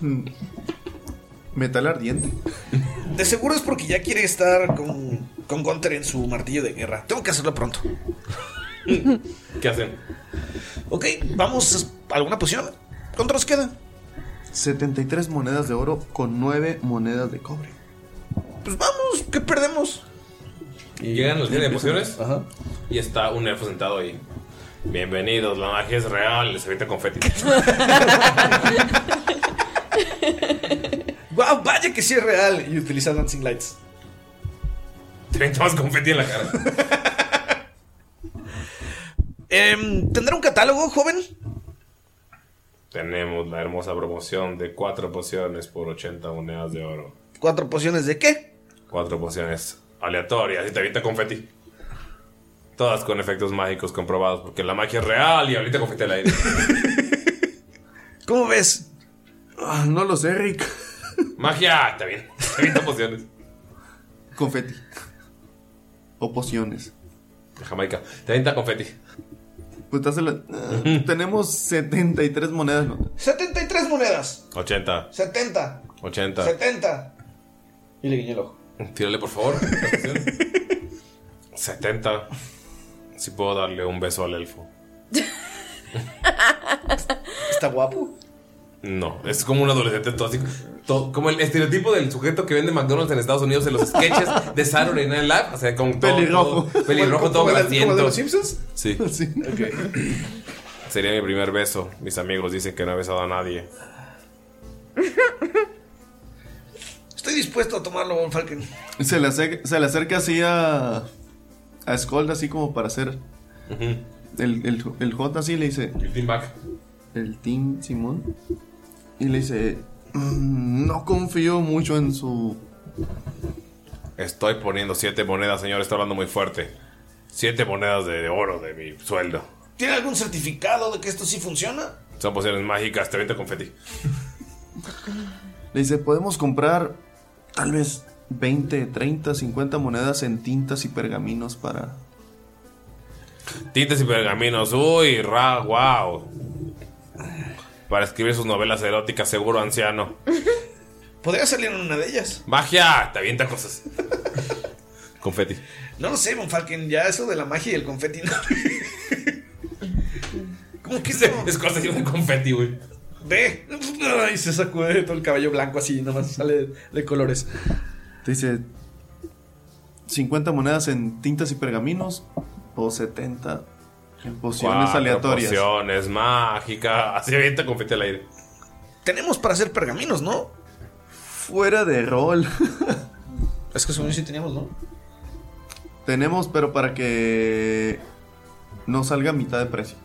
[SPEAKER 5] mm, Metal ardiente.
[SPEAKER 2] De seguro es porque ya quiere estar con, con Gunther en su martillo de guerra. Tengo que hacerlo pronto.
[SPEAKER 1] ¿Qué hacen?
[SPEAKER 2] Ok, vamos. ¿Alguna poción? ¿Cuánto nos queda?
[SPEAKER 5] 73 monedas de oro con 9 monedas de cobre.
[SPEAKER 2] Pues vamos, ¿qué perdemos?
[SPEAKER 1] Y llegan los tiendas de pociones. Y está un elfo sentado ahí. Bienvenidos, la magia es real. Les avienta confeti.
[SPEAKER 2] ¡Wow! Vaya que sí es real. Y utiliza Dancing Lights.
[SPEAKER 1] Te avienta más confeti en la cara.
[SPEAKER 2] Em, ¿Tendrá un catálogo, joven?
[SPEAKER 1] Tenemos la hermosa promoción de cuatro pociones por 80 monedas de oro.
[SPEAKER 2] ¿Cuatro pociones de qué?
[SPEAKER 1] Cuatro pociones aleatorias y te avienta confeti. Todas con efectos mágicos comprobados porque la magia es real y ahorita confeti al aire.
[SPEAKER 2] ¿Cómo ves?
[SPEAKER 5] Ah, no lo sé, Rick.
[SPEAKER 1] Magia, está bien. Te avienta pociones.
[SPEAKER 5] Confeti. O pociones.
[SPEAKER 1] De Jamaica. Te avienta confeti.
[SPEAKER 5] Pues dásela- ah, tenemos 73 monedas. ¿no?
[SPEAKER 2] 73 monedas.
[SPEAKER 1] 80,
[SPEAKER 2] 70.
[SPEAKER 1] 80.
[SPEAKER 2] 70. Y le guiñé el ojo.
[SPEAKER 1] Tírale, por favor. 70. Si puedo darle un beso al elfo.
[SPEAKER 2] está guapo.
[SPEAKER 1] No, es como un adolescente tóxico. To- como el estereotipo del sujeto que vende McDonald's en Estados Unidos en los sketches de Saturday Night Live. O sea, con todo.
[SPEAKER 5] Pelirrojo.
[SPEAKER 1] todo- pelirrojo, todo
[SPEAKER 5] ¿Como de- como de
[SPEAKER 1] grasiento.
[SPEAKER 5] los Simpsons?
[SPEAKER 1] Sí.
[SPEAKER 5] Sí.
[SPEAKER 1] Sería mi primer beso. Mis amigos dicen que no he besado a nadie.
[SPEAKER 2] Estoy dispuesto a tomarlo, Von Falken.
[SPEAKER 5] Se le, acer- se le acerca así a. A Scold, así como para hacer. el, el, el J así le dice.
[SPEAKER 1] El Team Back.
[SPEAKER 5] El Team Simón. Y le dice. "Mm, No confío mucho en su.
[SPEAKER 1] Estoy poniendo siete monedas, señor. Está hablando muy fuerte. Siete monedas de oro de mi sueldo.
[SPEAKER 10] ¿Tiene algún certificado de que esto sí funciona?
[SPEAKER 1] Son pociones mágicas. Te vente confeti.
[SPEAKER 5] Le dice: Podemos comprar tal vez 20, 30, 50 monedas en tintas y pergaminos para.
[SPEAKER 1] Tintes y pergaminos. Uy, ra, wow. Para escribir sus novelas eróticas, seguro, anciano.
[SPEAKER 10] Podría salir en una de ellas.
[SPEAKER 1] ¡Magia! Te avienta cosas. Confeti.
[SPEAKER 2] No lo sé, Von Falken, ya eso de la magia y el confeti. No. ¿Cómo que se
[SPEAKER 1] Es cosa de confeti, güey.
[SPEAKER 2] Ve. Y se sacude todo el cabello blanco así, nada más sale de colores.
[SPEAKER 5] Te dice 50 monedas en tintas y pergaminos o 70 en pociones
[SPEAKER 1] Cuatro
[SPEAKER 5] aleatorias.
[SPEAKER 1] Pociones mágicas. Así avienta confeti al aire.
[SPEAKER 2] Tenemos para hacer pergaminos, ¿no?
[SPEAKER 5] Fuera de rol.
[SPEAKER 2] es que según yo sí teníamos, ¿no?
[SPEAKER 5] Tenemos, pero para que no salga a mitad de precio.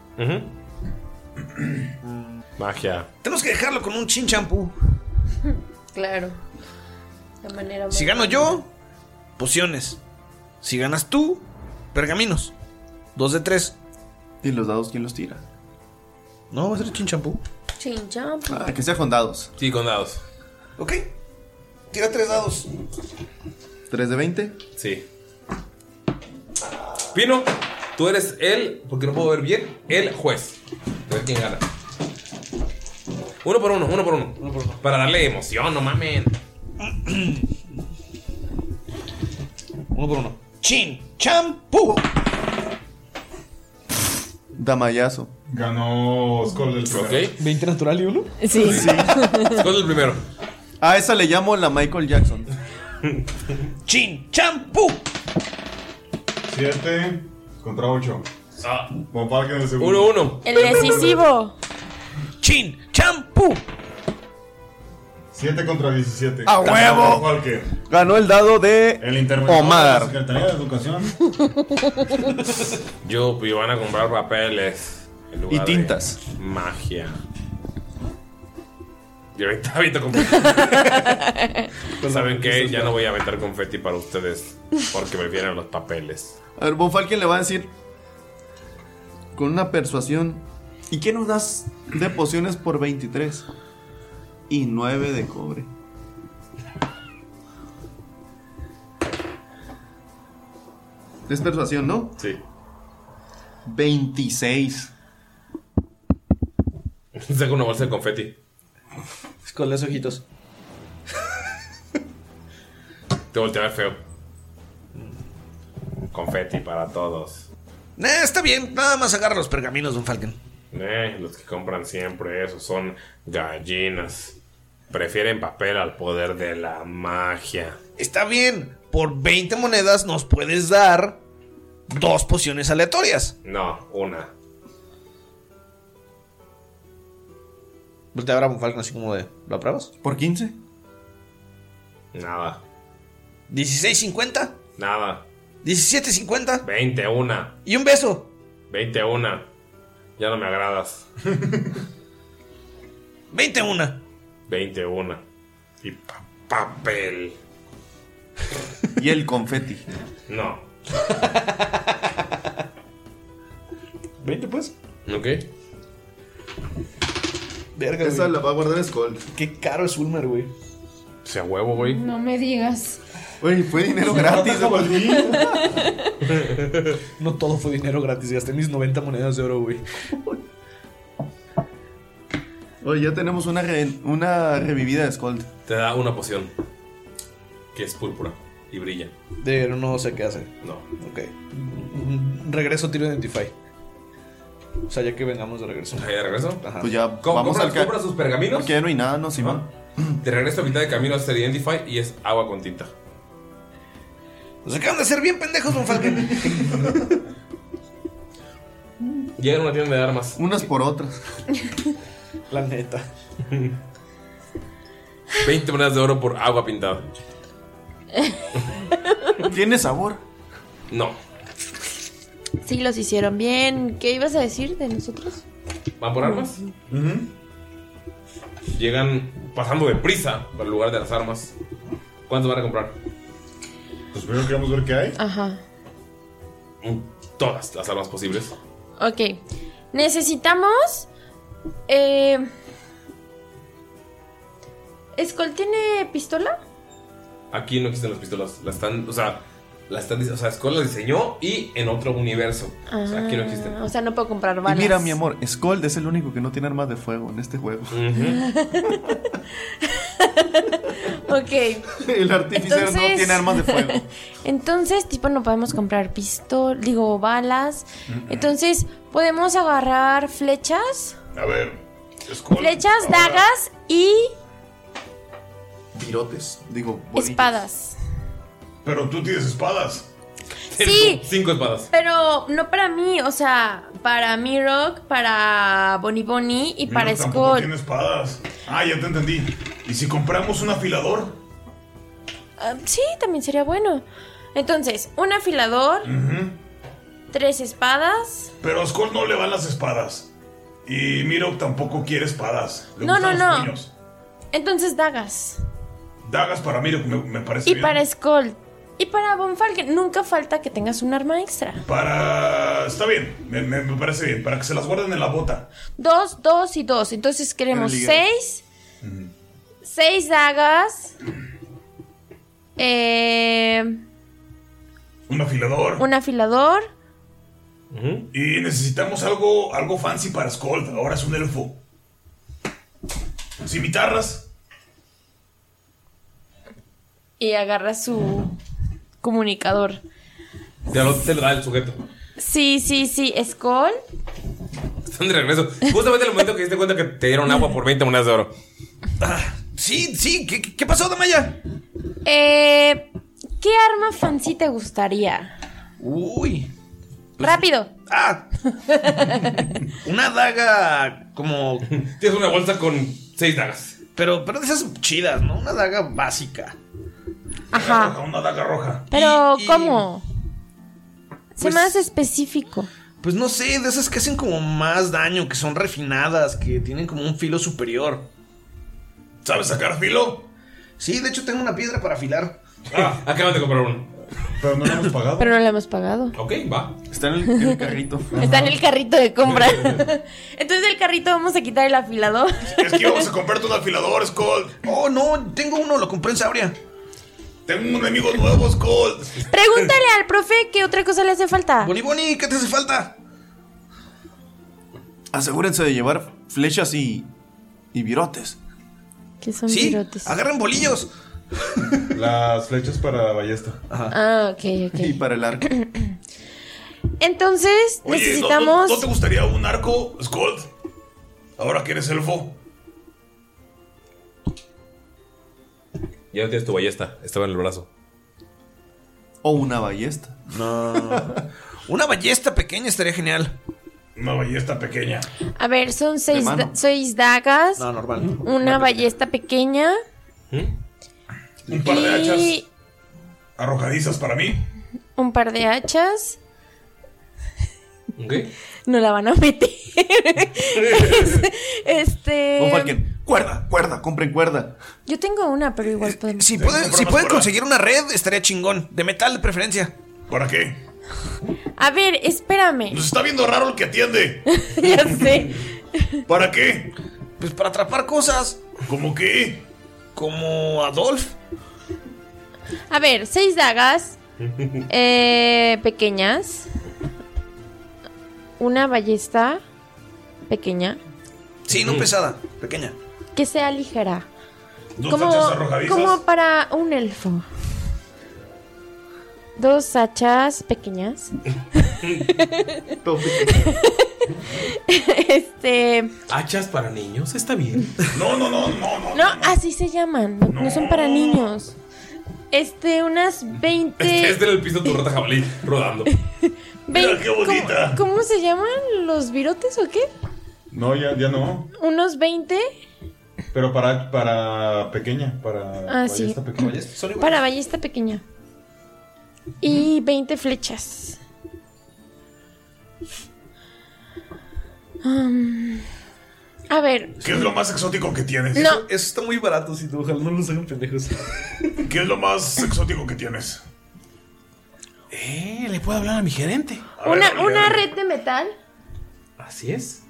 [SPEAKER 1] Magia.
[SPEAKER 2] Tenemos que dejarlo con un chin champú.
[SPEAKER 3] Claro. De manera más-
[SPEAKER 2] Si gano yo, pociones. Si ganas tú, pergaminos. Dos de tres.
[SPEAKER 5] ¿Y los dados quién los tira?
[SPEAKER 2] No, va a ser chin champú.
[SPEAKER 3] Chinchón.
[SPEAKER 5] Ah, que sea con dados.
[SPEAKER 1] Sí, con dados.
[SPEAKER 2] Ok. Tira tres dados.
[SPEAKER 5] 3 de 20.
[SPEAKER 1] Sí. Pino, tú eres el, porque no puedo ver bien, el juez. A ver quién gana. Uno por uno, uno por uno. Para darle emoción, no mamen.
[SPEAKER 2] Uno por uno. Chin champú.
[SPEAKER 5] Damayazo.
[SPEAKER 9] Ganó Skull el primero.
[SPEAKER 1] Ok.
[SPEAKER 2] 20 natural y uno.
[SPEAKER 3] Sí.
[SPEAKER 1] Skull el primero.
[SPEAKER 5] A esa le llamo la Michael Jackson.
[SPEAKER 2] Chin champú.
[SPEAKER 4] 7 contra 8.
[SPEAKER 1] Ah,
[SPEAKER 4] Von Falken en el segundo.
[SPEAKER 1] uno, uno.
[SPEAKER 3] El decisivo.
[SPEAKER 2] Chin champú.
[SPEAKER 4] 7 contra 17.
[SPEAKER 5] ¡A huevo!
[SPEAKER 4] Von Falken.
[SPEAKER 5] Ganó el dado de
[SPEAKER 4] El interventor de la
[SPEAKER 5] Omar.
[SPEAKER 4] Secretaría de Educación.
[SPEAKER 1] Yo y van a comprar papeles. en lugar
[SPEAKER 5] Y
[SPEAKER 1] de
[SPEAKER 5] tintas.
[SPEAKER 1] Magia. Yo ahorita aviento confeti. ¿Saben qué? Ya no voy a aventar confeti para ustedes porque prefieren los papeles.
[SPEAKER 5] A ver, Von Falken le va a decir con una persuasión. ¿Y qué nos das de pociones por 23? Y 9 de cobre. Es persuasión, ¿no?
[SPEAKER 1] Sí.
[SPEAKER 5] 26.
[SPEAKER 1] Saco una bolsa de confeti.
[SPEAKER 2] Con los ojitos.
[SPEAKER 1] Te volteaba feo. Confeti para todos.
[SPEAKER 2] Nah, está bien. Nada más agarra los pergaminos, Don Falken.
[SPEAKER 1] Eh, los que compran siempre eso son gallinas. Prefieren papel al poder de la magia.
[SPEAKER 2] Está bien. Por 20 monedas nos puedes dar dos pociones aleatorias.
[SPEAKER 1] No, una.
[SPEAKER 2] Voltea a ver a Von Falken así como de. ¿Lo apruebas?
[SPEAKER 5] ¿Por 15?
[SPEAKER 1] Nada.
[SPEAKER 2] ¿16.50?
[SPEAKER 1] Nada.
[SPEAKER 2] ¿17.50?
[SPEAKER 1] 20, una.
[SPEAKER 2] Y un beso.
[SPEAKER 1] 20, una. Ya no me agradas.
[SPEAKER 2] 21.
[SPEAKER 1] 20, una. Y pa- papel.
[SPEAKER 5] Y el confeti.
[SPEAKER 1] No.
[SPEAKER 2] ¿20 pues?
[SPEAKER 1] ¿Ok?
[SPEAKER 2] Verga,
[SPEAKER 5] Esa
[SPEAKER 2] güey.
[SPEAKER 5] la va a guardar Skull.
[SPEAKER 2] Qué caro es Ulmer, güey.
[SPEAKER 1] Se a huevo, güey.
[SPEAKER 3] No me digas.
[SPEAKER 5] Uy, fue dinero gratis.
[SPEAKER 2] No todo fue dinero gratis. Gasté mis 90 monedas de oro, güey.
[SPEAKER 5] Oye, ya tenemos una, re- una revivida de Skull.
[SPEAKER 1] Te da una poción. Que es púrpura. Y brilla.
[SPEAKER 2] De no sé qué hace.
[SPEAKER 1] No.
[SPEAKER 2] Ok. Mm, Regreso tiro Identify.
[SPEAKER 18] O sea, ya que vengamos de regreso.
[SPEAKER 1] ¿Ya de regreso?
[SPEAKER 5] Pues ya
[SPEAKER 1] Com-
[SPEAKER 5] vamos
[SPEAKER 1] compra-
[SPEAKER 5] al ca-
[SPEAKER 1] compra sus pergaminos.
[SPEAKER 5] Porque ya no hay nada, no, Simón.
[SPEAKER 1] Te regreso a mitad de camino hasta Identify y es agua con tinta.
[SPEAKER 19] Nos acaban de ser bien pendejos, Don Falken.
[SPEAKER 1] Llegan a una tienda de armas.
[SPEAKER 5] Unas por otras.
[SPEAKER 18] La neta.
[SPEAKER 1] 20 monedas de oro por agua pintada.
[SPEAKER 5] ¿Tiene sabor?
[SPEAKER 1] No.
[SPEAKER 3] Sí, los hicieron bien. ¿Qué ibas a decir de nosotros?
[SPEAKER 1] ¿Van por armas? Llegan pasando de prisa para el lugar de las armas. ¿Cuánto van a comprar?
[SPEAKER 20] Pues primero queremos ver qué hay.
[SPEAKER 3] Ajá.
[SPEAKER 1] Mm, Todas las armas posibles.
[SPEAKER 3] Ok. Necesitamos. Eh. ¿Skull tiene pistola?
[SPEAKER 1] Aquí no existen las pistolas. Las están. O sea, las están. O sea, Skull las diseñó y en otro universo. o sea, aquí no existen.
[SPEAKER 3] Ah, O sea, no puedo comprar balas.
[SPEAKER 5] Y mira, mi amor, Scold es el único que no tiene armas de fuego en este juego.
[SPEAKER 1] Mm.
[SPEAKER 3] Ok.
[SPEAKER 5] el artífice no
[SPEAKER 3] Entonces-
[SPEAKER 5] tiene armas de fuego.
[SPEAKER 3] Entonces, tipo, no podemos comprar pistola, digo, balas. Entonces, podemos agarrar flechas.
[SPEAKER 2] A ver.
[SPEAKER 3] Flechas, dagas y
[SPEAKER 5] Tirotes, digo,
[SPEAKER 3] espadas.
[SPEAKER 2] Pero tú tienes espadas.
[SPEAKER 3] Sí.
[SPEAKER 1] Cinco espadas.
[SPEAKER 3] Pero no para mí, o sea, para Mirok, para Bonnie Bonnie y para
[SPEAKER 2] Mira, tampoco
[SPEAKER 3] Skull.
[SPEAKER 2] tiene espadas. Ah, ya te entendí. ¿Y si compramos un afilador?
[SPEAKER 3] Ah, sí, también sería bueno. Entonces, un afilador,
[SPEAKER 2] Ujú.
[SPEAKER 3] tres espadas.
[SPEAKER 2] Pero a Skull no le van las espadas. Y Miro tampoco quiere espadas. Le
[SPEAKER 3] No,
[SPEAKER 2] gustan
[SPEAKER 3] no,
[SPEAKER 2] los
[SPEAKER 3] no.
[SPEAKER 2] puños.
[SPEAKER 3] Entonces, dagas.
[SPEAKER 2] Dagas para Miro, me, me parece
[SPEAKER 3] Y
[SPEAKER 2] bien.
[SPEAKER 3] para Skull. Y para Von Falken, nunca falta que tengas un arma extra.
[SPEAKER 2] Para- Está bien, me, me- me parece bien. Para que se las guarden en la bota.
[SPEAKER 3] Dos, dos y dos. Entonces queremos
[SPEAKER 2] En el liguero.
[SPEAKER 3] seis. Seis dagas. eh,
[SPEAKER 2] Un afilador.
[SPEAKER 3] un afilador.
[SPEAKER 2] Y necesitamos algo, algo fancy para Skull. Ahora es un elfo. Cimitarras.
[SPEAKER 3] Y agarra su comunicador.
[SPEAKER 1] Te lo, te lo da el sujeto.
[SPEAKER 3] Sí, sí, sí. Skull.
[SPEAKER 1] Están de regreso. Justamente en el momento que te diste cuenta que te dieron agua por 20 monedas de oro.
[SPEAKER 19] Ah, Sí, sí, ¿qué, qué- qué pasó, Damaya?
[SPEAKER 3] eh, ¿Qué arma fancy te gustaría?
[SPEAKER 19] Uy, Pues,
[SPEAKER 3] Rápido.
[SPEAKER 19] Ah. una daga como.
[SPEAKER 1] Tienes una bolsa con seis dagas.
[SPEAKER 19] Pero, pero de esas chidas, ¿no? Una daga básica.
[SPEAKER 3] Ajá.
[SPEAKER 2] Una daga roja.
[SPEAKER 3] Pero, ¿cómo? Sé
[SPEAKER 19] Pues-
[SPEAKER 3] más específico.
[SPEAKER 19] Pues no sé, de esas que hacen como más daño, que son refinadas, que tienen como un filo superior.
[SPEAKER 2] ¿Sabes sacar filo?
[SPEAKER 19] Sí, de hecho tengo una piedra para afilar.
[SPEAKER 1] Ah, acaban de comprar uno.
[SPEAKER 2] Pero no lo hemos pagado.
[SPEAKER 3] Pero no la hemos pagado.
[SPEAKER 1] Ok, va.
[SPEAKER 5] Está en el, en el carrito.
[SPEAKER 3] Está en el carrito de compra. Entonces del carrito vamos a quitar el afilador.
[SPEAKER 2] Es que íbamos a comprarte un afilador, Skull.
[SPEAKER 19] Oh, no, tengo uno, lo compré en Sabria.
[SPEAKER 2] Tengo un enemigo nuevo, Skull.
[SPEAKER 3] Pregúntale al profe qué otra cosa le hace falta.
[SPEAKER 19] Ah. Boni Boni, ¿qué te hace falta?
[SPEAKER 5] Asegúrense de llevar flechas y, y virotes.
[SPEAKER 3] Que son
[SPEAKER 19] Sí,
[SPEAKER 3] virotes.
[SPEAKER 19] agarren bolillos.
[SPEAKER 20] Las flechas para la ballesta.
[SPEAKER 3] Ah, ok,
[SPEAKER 5] Y
[SPEAKER 3] ok.
[SPEAKER 5] para el arco.
[SPEAKER 3] Entonces
[SPEAKER 2] Oye, ¿no-
[SPEAKER 3] necesitamos.
[SPEAKER 2] ¿no, no te gustaría un arco, Skull? Ahora que eres elfo.
[SPEAKER 1] Ya no tienes tu ballesta. Estaba en el brazo.
[SPEAKER 5] O una ballesta.
[SPEAKER 19] Una ballesta pequeña estaría genial.
[SPEAKER 2] Una ballesta pequeña.
[SPEAKER 3] A ver, son seis,
[SPEAKER 5] mano.
[SPEAKER 3] da- seis dagas,
[SPEAKER 18] No, normal.
[SPEAKER 3] una ballesta pequeña
[SPEAKER 2] Un par de
[SPEAKER 3] y
[SPEAKER 2] hachas arrojadizas para mí.
[SPEAKER 3] un par de hachas.
[SPEAKER 1] Ok.
[SPEAKER 3] No la van a meter. este.
[SPEAKER 5] Von Falken, cuerda, cuerda, compren cuerda.
[SPEAKER 3] Yo tengo una, pero
[SPEAKER 2] Eh,
[SPEAKER 3] igual podemos.
[SPEAKER 19] Si pueden,
[SPEAKER 2] comprar
[SPEAKER 19] si
[SPEAKER 2] más
[SPEAKER 19] pueden
[SPEAKER 2] por ahí.
[SPEAKER 19] conseguir una red, estaría chingón. De metal de preferencia.
[SPEAKER 2] ¿Para qué?
[SPEAKER 3] A ver, espérame.
[SPEAKER 2] Nos está viendo raro el que atiende.
[SPEAKER 3] ya sé.
[SPEAKER 2] ¿Para qué?
[SPEAKER 19] Pues para atrapar cosas.
[SPEAKER 2] ¿Cómo qué?
[SPEAKER 19] Como Adolf.
[SPEAKER 3] A ver, seis dagas eh, pequeñas. Una ballesta pequeña.
[SPEAKER 19] Sí, no pesada, pequeña.
[SPEAKER 3] Que sea ligera.
[SPEAKER 2] Dos
[SPEAKER 3] Como,
[SPEAKER 2] hachas arrojadizas.
[SPEAKER 3] como para un elfo. Dos hachas pequeñas. este.
[SPEAKER 1] ¿Hachas para niños? Está bien.
[SPEAKER 9] No, no, no, no, no.
[SPEAKER 3] No, así se llaman. No, no son para niños. Este, unas 20.
[SPEAKER 1] Este era el piso de tu rata jabalí rodando.
[SPEAKER 3] vein-
[SPEAKER 9] qué bonita.
[SPEAKER 3] ¿cómo, cómo se llaman? ¿Los virotes o qué?
[SPEAKER 4] No, ya, ya no.
[SPEAKER 3] Unos 20
[SPEAKER 4] Pero para, para pequeña, para
[SPEAKER 3] Ah, sí.
[SPEAKER 4] ballesta pequeña.
[SPEAKER 3] para ballesta pequeña. Y 20 flechas. Um, a ver,
[SPEAKER 9] ¿Qué es lo más exótico que tienes?
[SPEAKER 3] No. Eso-
[SPEAKER 2] está muy barato, si ojalá no los hagan pendejos.
[SPEAKER 9] ¿Qué es lo más exótico que tienes?
[SPEAKER 10] Eh, le puedo hablar a mi gerente.
[SPEAKER 3] una, una red de metal.
[SPEAKER 1] Así es.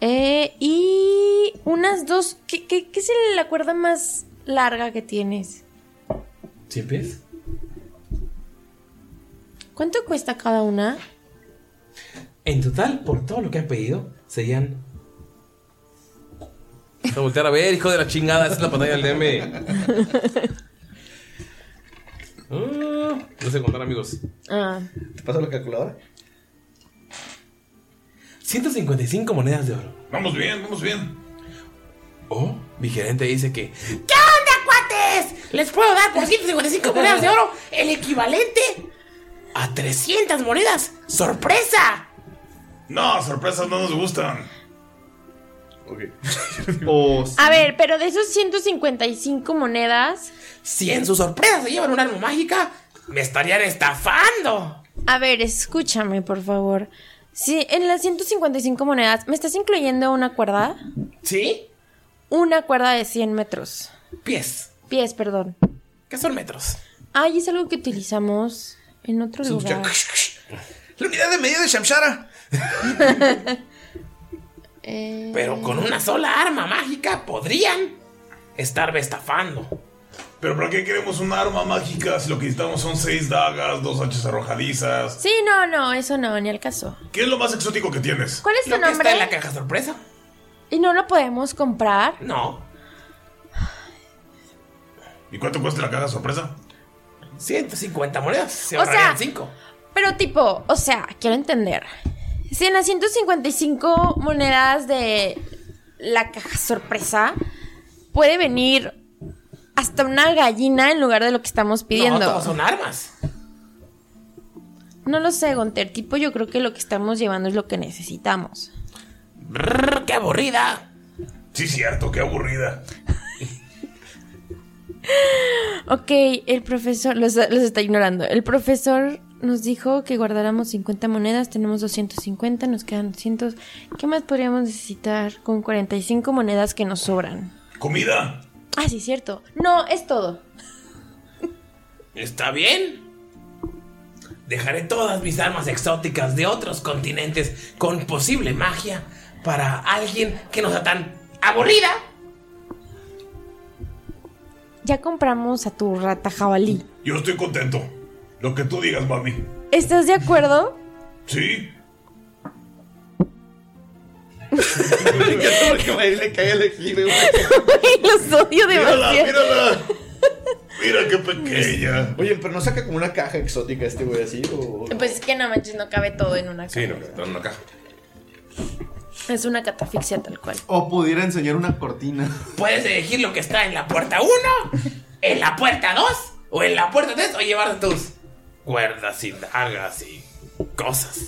[SPEAKER 3] Eh, y unas dos. ¿Qué, qué, qué es la cuerda más larga que tienes?
[SPEAKER 1] ¿Sí pies?
[SPEAKER 3] ¿Cuánto cuesta cada una?
[SPEAKER 21] En total, por todo lo que han pedido, serían.
[SPEAKER 1] Voy a voltear a ver, hijo de la chingada. Esa es la pantalla del DM. Ah, no sé contar, amigos.
[SPEAKER 3] Ah,
[SPEAKER 1] ¿Te pasa la calculadora?
[SPEAKER 21] 155 monedas de oro.
[SPEAKER 9] Vamos bien, vamos bien.
[SPEAKER 1] Oh,
[SPEAKER 21] O mi gerente dice que.
[SPEAKER 22] ¿Qué onda, cuates? Les puedo dar por 155 monedas de oro el equivalente
[SPEAKER 21] a
[SPEAKER 22] 300 monedas. ¡Sorpresa!
[SPEAKER 9] No, sorpresas no nos gustan.
[SPEAKER 4] Ok.
[SPEAKER 3] A ver, pero de esos 155 monedas.
[SPEAKER 22] Si en su sorpresa se llevan un alma mágica, me estarían estafando.
[SPEAKER 3] A ver, escúchame, por favor. Si en las 155 monedas, ¿me estás incluyendo una cuerda?
[SPEAKER 21] ¿Sí?
[SPEAKER 3] Una cuerda de 100 metros.
[SPEAKER 21] Pies.
[SPEAKER 3] Pies, perdón.
[SPEAKER 21] ¿Qué son metros?
[SPEAKER 3] Ay, es algo que utilizamos en otro
[SPEAKER 21] Es un
[SPEAKER 3] lugar.
[SPEAKER 2] La unidad de medida de Shamshara.
[SPEAKER 3] Eh,
[SPEAKER 21] Pero con una sola arma mágica podrían estarme estafando.
[SPEAKER 9] ¿Pero para qué queremos un arma mágica si lo que necesitamos son seis dagas, dos hachas arrojadizas?
[SPEAKER 3] Sí, no, no, eso no, ni al caso.
[SPEAKER 9] ¿Qué es lo más exótico que tienes?
[SPEAKER 3] ¿Cuál es tu nombre?
[SPEAKER 21] caja sorpresa?
[SPEAKER 3] ¿Y no lo podemos comprar?
[SPEAKER 21] No.
[SPEAKER 9] ¿Y cuánto cuesta la caja sorpresa?
[SPEAKER 21] 150 monedas. Se
[SPEAKER 3] O sea,
[SPEAKER 21] ahorrarían 5.
[SPEAKER 3] Pero tipo, o sea, quiero entender. Si en las 155 monedas de la caja sorpresa puede venir hasta una gallina en lugar de lo que estamos
[SPEAKER 21] No,
[SPEAKER 3] pidiendo.
[SPEAKER 21] todos son armas.
[SPEAKER 3] No lo sé, Gonter. Tipo, yo creo que lo que estamos llevando es lo que necesitamos.
[SPEAKER 21] Brr, ¡Qué aburrida!
[SPEAKER 9] Sí, cierto, qué aburrida.
[SPEAKER 3] Ok, el profesor los, los está ignorando. El profesor nos dijo que guardáramos 50 monedas, tenemos 250, nos quedan 200. ¿Qué más podríamos necesitar con 45 monedas que nos sobran?
[SPEAKER 9] ¿Comida?
[SPEAKER 3] Ah, sí, cierto. No, es todo.
[SPEAKER 21] Está bien. Dejaré todas mis armas exóticas de otros continentes con posible magia para alguien que no sea tan aburrida.
[SPEAKER 3] Ya compramos a tu rata jabalí.
[SPEAKER 9] Yo estoy contento. Lo que tú digas, mami.
[SPEAKER 3] ¿Estás de acuerdo?
[SPEAKER 9] ¿Sí?
[SPEAKER 2] Porque va a ir, le cae el giro.
[SPEAKER 3] Los odio
[SPEAKER 2] Mírala,
[SPEAKER 3] demasiado.
[SPEAKER 2] mírala.
[SPEAKER 9] Mira qué pequeña.
[SPEAKER 2] Oye, pero no saca como una caja exótica este güey así. O...
[SPEAKER 3] Pues es que no manches, no cabe todo en una caja.
[SPEAKER 1] Sí, no, está en una caja.
[SPEAKER 3] Es una catafixia tal cual.
[SPEAKER 5] O pudiera enseñar una cortina.
[SPEAKER 21] Puedes elegir lo que está en la puerta 1, en la puerta 2 o en la puerta 3 o llevar tus cuerdas y dagas y cosas.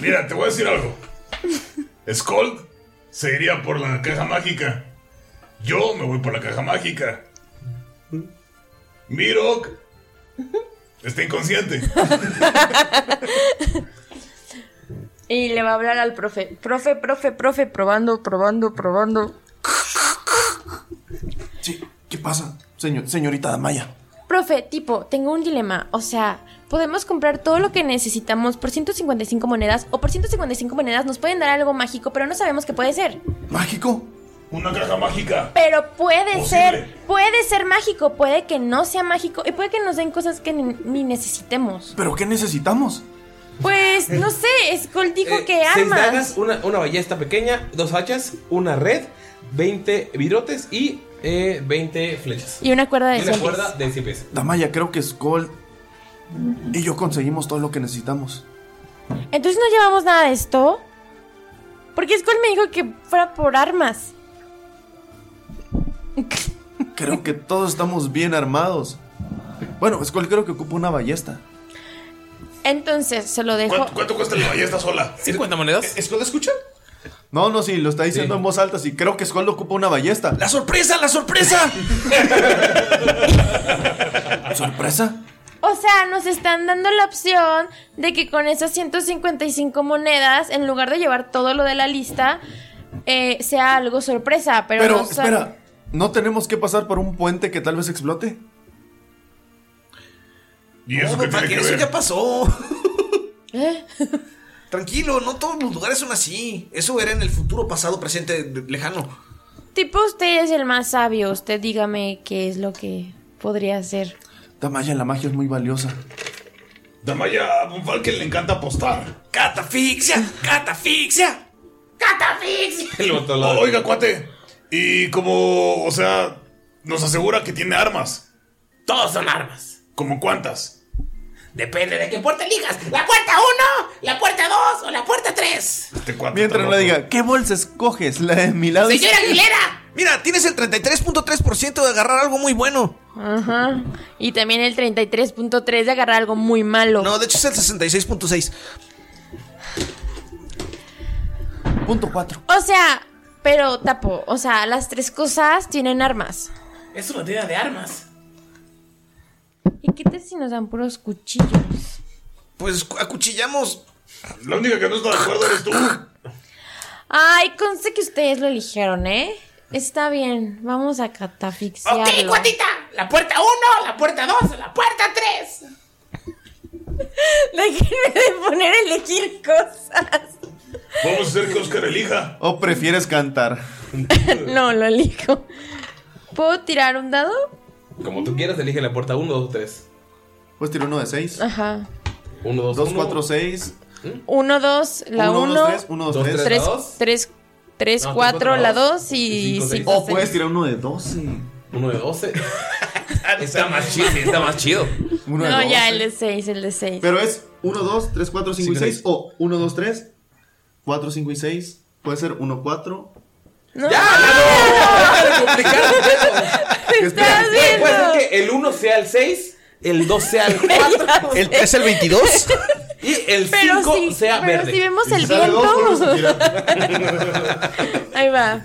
[SPEAKER 9] Mira, te voy a decir algo. Skull se iría por la caja mágica. Yo me voy por la caja mágica. Mirok está inconsciente.
[SPEAKER 3] Y le va a hablar al profe. Profe, profe, profe, probando, probando, probando.
[SPEAKER 5] ¿Qué pasa, señor, señorita Damaya?
[SPEAKER 3] Profe, tipo, tengo un dilema. O sea, podemos comprar todo lo que necesitamos por 155 monedas o por 155 monedas nos pueden dar algo mágico, pero no sabemos qué puede ser.
[SPEAKER 5] ¿Mágico?
[SPEAKER 9] Una caja mágica.
[SPEAKER 3] Pero puede
[SPEAKER 9] Posible.
[SPEAKER 3] ser, puede ser mágico, puede que no sea mágico y puede que nos den cosas que ni, ni necesitemos.
[SPEAKER 5] ¿Pero qué necesitamos?
[SPEAKER 3] Pues no sé, Skull dijo
[SPEAKER 21] Eh,
[SPEAKER 3] que
[SPEAKER 21] Seis
[SPEAKER 3] armas.
[SPEAKER 21] dagas, una, una ballesta pequeña, dos hachas, una red, 20 virotes y eh, 20 flechas.
[SPEAKER 3] Y una cuerda de
[SPEAKER 21] Y una
[SPEAKER 3] 100
[SPEAKER 21] cuerda de 100 pies.
[SPEAKER 5] Damaya, creo que Skull y yo conseguimos todo lo que necesitamos.
[SPEAKER 3] Entonces no llevamos nada de esto. Porque Skull me dijo que fuera por armas.
[SPEAKER 5] Creo que todos estamos bien armados. Bueno, Skull creo que ocupa una ballesta.
[SPEAKER 3] Entonces se lo dejo.
[SPEAKER 5] cuesta la ballesta sola?
[SPEAKER 21] ¿50 monedas?
[SPEAKER 5] ¿Skull escucha? No, no, sí, lo está diciendo en voz alta. Sí, creo que Skull ocupa una ballesta. ¡La sorpresa, la sorpresa! ¿Sorpresa?
[SPEAKER 3] O sea, nos están dando la opción de que con esas 155 monedas, en lugar de llevar todo lo de la lista, eh, sea algo sorpresa. Pero,
[SPEAKER 5] Pero,
[SPEAKER 3] no sa-
[SPEAKER 5] espera, ¿no tenemos que pasar por un puente que tal vez explote?
[SPEAKER 9] ¿Y eso
[SPEAKER 10] No,
[SPEAKER 9] qué
[SPEAKER 10] papá,
[SPEAKER 9] tiene
[SPEAKER 10] que
[SPEAKER 9] que
[SPEAKER 10] eso
[SPEAKER 9] ver?
[SPEAKER 10] ya pasó.
[SPEAKER 3] ¿Eh?
[SPEAKER 10] Tranquilo, no todos los lugares son así. Eso era en el futuro, pasado, presente, de- lejano.
[SPEAKER 3] Tipo, usted es el más sabio. Usted dígame qué es lo que podría hacer.
[SPEAKER 5] Damaya, la magia es muy valiosa.
[SPEAKER 9] Damaya, a Bonfalken le encanta apostar.
[SPEAKER 10] ¡Catafixia! ¡Catafixia!
[SPEAKER 22] ¡Catafixia!
[SPEAKER 9] O- Oiga, cuate. Y como, o sea, nos asegura que tiene armas.
[SPEAKER 21] Todos son armas.
[SPEAKER 9] ¿Como cuántas?
[SPEAKER 21] Depende de
[SPEAKER 22] ¿Qué
[SPEAKER 21] qué.
[SPEAKER 22] puerta elijas? ¿La puerta 1, la puerta 2 o la puerta 3?
[SPEAKER 9] Este
[SPEAKER 5] Mientras no le diga, ¿qué bolsa escoges? La de mi lado.
[SPEAKER 22] ¡Señora Aguilera!
[SPEAKER 10] Mira, tienes el 33.3% de agarrar algo muy bueno.
[SPEAKER 3] Ajá. Y también el 33.3 de agarrar algo muy malo.
[SPEAKER 10] No, de hecho es el 66.6.
[SPEAKER 5] Punto 4.
[SPEAKER 3] O sea, pero tapo. O sea, las tres cosas tienen armas.
[SPEAKER 21] Es una tienda de armas.
[SPEAKER 3] ¿Y qué tal si nos dan puros cuchillos?
[SPEAKER 10] Pues cu- acuchillamos.
[SPEAKER 9] La única que no está de acuerdo eres tú.
[SPEAKER 3] Ay, conste que ustedes lo eligieron, ¿eh? Está bien, vamos a catafixiarlo.
[SPEAKER 22] Ok, cuatita. ¿La puerta 1, la puerta 2 o la puerta 3?
[SPEAKER 3] Déjenme de poner a elegir cosas.
[SPEAKER 9] Vamos a hacer que Oscar elija.
[SPEAKER 5] ¿O prefieres cantar?
[SPEAKER 3] No, lo elijo. ¿Puedo tirar un dado?
[SPEAKER 1] Como tú quieras, elige la puerta 1, 2, 3.
[SPEAKER 5] Pues tiro uno de 6.
[SPEAKER 3] Ajá.
[SPEAKER 1] 1, 2,
[SPEAKER 5] 2, 4, 6.
[SPEAKER 3] Uno, dos, la
[SPEAKER 5] Uno, dos,
[SPEAKER 3] uno.
[SPEAKER 5] tres, uno, dos, Dos, tres. tres,
[SPEAKER 3] Tres,
[SPEAKER 5] la dos.
[SPEAKER 3] tres, tres,
[SPEAKER 5] No, tres,
[SPEAKER 3] cuatro,
[SPEAKER 5] cuatro,
[SPEAKER 3] la
[SPEAKER 5] la dos.
[SPEAKER 3] dos y
[SPEAKER 5] O
[SPEAKER 3] cinco, seis.
[SPEAKER 5] puedes tirar uno de 12.
[SPEAKER 1] Uno de 12.
[SPEAKER 21] Está más chido, sí, está más chido.
[SPEAKER 5] Uno de
[SPEAKER 3] No,
[SPEAKER 5] 12.
[SPEAKER 3] ya, el de seis, el de seis.
[SPEAKER 5] Pero es 1, 2, 3, 4, 5 y 6. O 1, 2, 3, 4, 5 y 6. Puede ser 1, 4.
[SPEAKER 3] ¡Estás
[SPEAKER 1] Puede ser que el 1 sea el 6, el 2 sea el 4,
[SPEAKER 10] el 3 el 22
[SPEAKER 1] y el
[SPEAKER 3] Pero
[SPEAKER 1] 5
[SPEAKER 3] sí,
[SPEAKER 1] sea
[SPEAKER 3] pero
[SPEAKER 1] verde.
[SPEAKER 3] si vemos Pues el
[SPEAKER 5] pues
[SPEAKER 3] viento. Ahí va.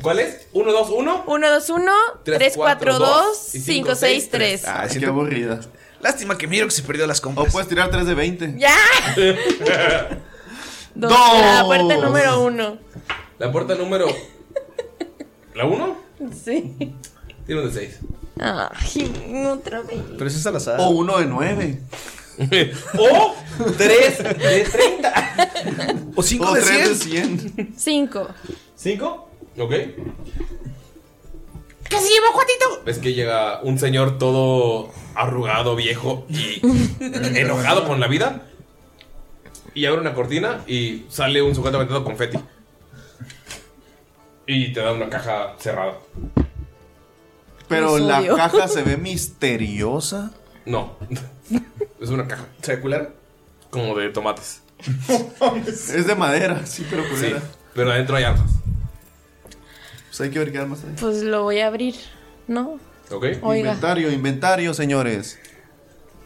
[SPEAKER 1] ¿Cuál es? 1, 2, 1.
[SPEAKER 3] 1, 2, 1,
[SPEAKER 1] Tres,
[SPEAKER 3] 3, 4,
[SPEAKER 1] cuatro,
[SPEAKER 3] 2,
[SPEAKER 1] dos, y cinco,
[SPEAKER 3] 5, 6,
[SPEAKER 1] seis,
[SPEAKER 3] 3.
[SPEAKER 10] Ay,
[SPEAKER 5] qué aburrida.
[SPEAKER 10] Lástima que miro que se perdió las compras. O
[SPEAKER 9] pues,
[SPEAKER 5] puedes tirar 3 de 20.
[SPEAKER 3] ¡Ya! Dos. La puerta número 1.
[SPEAKER 1] La puerta número. ¿La 1?
[SPEAKER 3] Sí.
[SPEAKER 1] Tiene un de 6.
[SPEAKER 3] Ay, otra vez.
[SPEAKER 10] Pero eso es al azar.
[SPEAKER 5] O 1 de 9.
[SPEAKER 1] o 3 de 30.
[SPEAKER 10] O
[SPEAKER 5] 5 de 100. de 100.
[SPEAKER 3] 5.
[SPEAKER 1] ¿Cinco? Ok.
[SPEAKER 22] ¿Qué se llevó, cuatito?
[SPEAKER 1] Ves que llega un señor todo arrugado, viejo y enojado con la vida. Y abre una cortina y sale un sujeto aventando confeti. Y te da una caja cerrada.
[SPEAKER 5] Pero
[SPEAKER 1] Los
[SPEAKER 5] la
[SPEAKER 1] odio.
[SPEAKER 5] caja se ve misteriosa.
[SPEAKER 1] No. Es una caja. ¿Secular? Como de tomates.
[SPEAKER 5] es de madera, sí, pero pues
[SPEAKER 1] Sí,
[SPEAKER 5] culera.
[SPEAKER 1] pero adentro hay armas.
[SPEAKER 5] Pues hay que ver qué armas hay.
[SPEAKER 3] Pues lo voy a abrir, ¿no?
[SPEAKER 1] Ok.
[SPEAKER 3] Oiga.
[SPEAKER 5] Inventario, inventario, señores.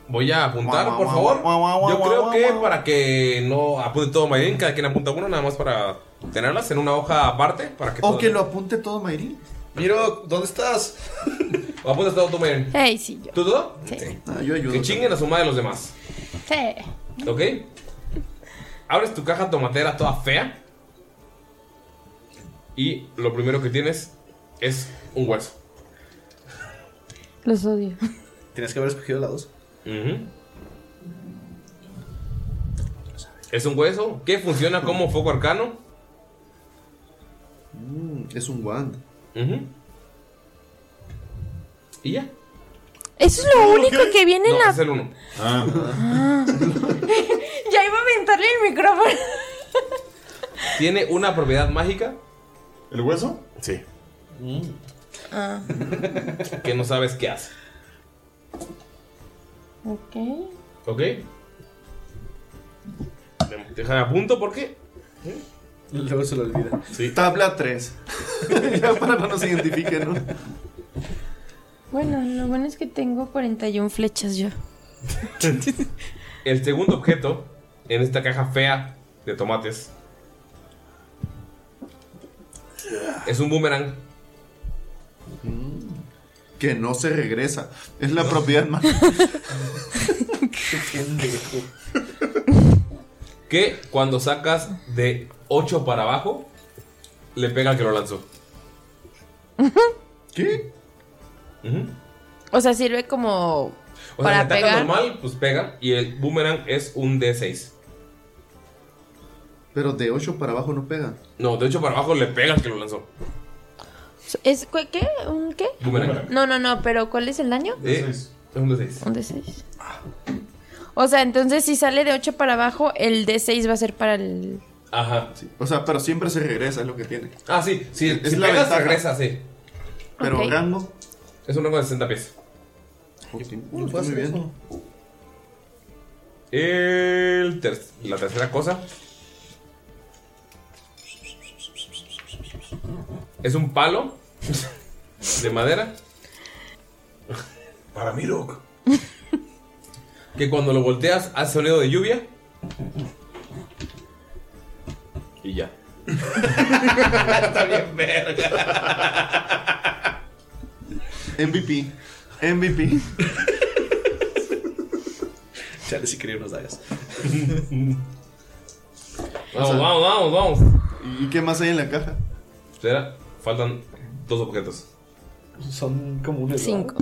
[SPEAKER 1] Voy a apuntar,
[SPEAKER 5] Guau,
[SPEAKER 1] por
[SPEAKER 5] guau,
[SPEAKER 1] favor.
[SPEAKER 5] guau, guau, guau,
[SPEAKER 1] Yo
[SPEAKER 5] guau,
[SPEAKER 1] creo
[SPEAKER 5] guau,
[SPEAKER 1] que para que no apunte todo Mayrin, cada quien apunta uno, nada más para tenerlas en una hoja aparte. Para que
[SPEAKER 5] O
[SPEAKER 1] todo-
[SPEAKER 5] que lo apunte todo Mayrin.
[SPEAKER 1] Miro, ¿dónde estás? Apuntas todo tú, Mayrin.
[SPEAKER 3] Hey, sí, yo.
[SPEAKER 1] ¿Tú todo?
[SPEAKER 3] Sí.
[SPEAKER 5] Ah, yo ayudo.
[SPEAKER 1] Que chinguen a su madre los demás.
[SPEAKER 3] Sí.
[SPEAKER 1] ¿Ok? Abres tu caja tomatera toda fea. Y lo primero que tienes es un hueso.
[SPEAKER 3] Los odio.
[SPEAKER 10] Tienes que haber escogido la 2.
[SPEAKER 1] Ujú. Es un hueso que funciona como foco arcano.
[SPEAKER 5] es un wand.
[SPEAKER 1] Y ya.
[SPEAKER 3] Eso es lo único que viene en
[SPEAKER 1] No,
[SPEAKER 3] la.
[SPEAKER 1] es el uno.
[SPEAKER 3] Ah. ya iba a aventarle el micrófono.
[SPEAKER 1] Tiene una propiedad mágica.
[SPEAKER 4] ¿El hueso?
[SPEAKER 1] Sí.
[SPEAKER 3] Ah,
[SPEAKER 1] Que no sabes qué hace.
[SPEAKER 3] ok.
[SPEAKER 1] ¿Ok? Deja a punto porque.
[SPEAKER 2] Luego se lo olvida.
[SPEAKER 5] Tabla 3. ya para que no se identifique, ¿no?
[SPEAKER 3] Bueno, lo bueno es que tengo 41 flechas yo.
[SPEAKER 1] El segundo objeto en esta caja fea de tomates es un boomerang.
[SPEAKER 5] Que no se regresa. Es la propiedad más.
[SPEAKER 1] Que cuando sacas de 8 para abajo, le pega al que lo lanzó.
[SPEAKER 5] ¿Qué?
[SPEAKER 3] O sea, sirve como
[SPEAKER 1] O sea,
[SPEAKER 3] para
[SPEAKER 1] si ataca
[SPEAKER 3] pegar.
[SPEAKER 1] normal, pues pega. Y el boomerang es un D6.
[SPEAKER 5] Pero de 8 para abajo no pega.
[SPEAKER 1] No, de 8 para abajo le pega al que lo lanzó.
[SPEAKER 3] ¿Es cu- qué? ¿Un qué?
[SPEAKER 1] Boomerang.
[SPEAKER 3] No, no, no, pero ¿cuál es el daño?
[SPEAKER 1] Eh, Es un D6.
[SPEAKER 3] Un D6. O sea, entonces si sale de 8 para abajo, el D6 va a ser para el.
[SPEAKER 1] Ajá.
[SPEAKER 5] O sea, pero siempre se regresa, es lo que tiene.
[SPEAKER 1] Ah, sí, sí.
[SPEAKER 5] Es
[SPEAKER 1] si
[SPEAKER 5] la
[SPEAKER 1] pegas,
[SPEAKER 5] ventaja.
[SPEAKER 1] regresa, sí.
[SPEAKER 5] Pero
[SPEAKER 1] Ok.
[SPEAKER 5] rango.
[SPEAKER 1] Es un rango de 60 pies.
[SPEAKER 5] no está muy bien.
[SPEAKER 1] El ter- la tercera cosa es un palo de madera. Para mí, loco. Que cuando lo volteas hace sonido de lluvia. Y ya.
[SPEAKER 21] Está bien verga.
[SPEAKER 5] MVP. MVP.
[SPEAKER 2] Chale, si quería unas dagas.
[SPEAKER 1] Vamos, vamos, vamos, vamos.
[SPEAKER 5] ¿Y qué más hay en la caja?
[SPEAKER 1] Espera, faltan dos objetos.
[SPEAKER 2] Son como un
[SPEAKER 3] Cinco.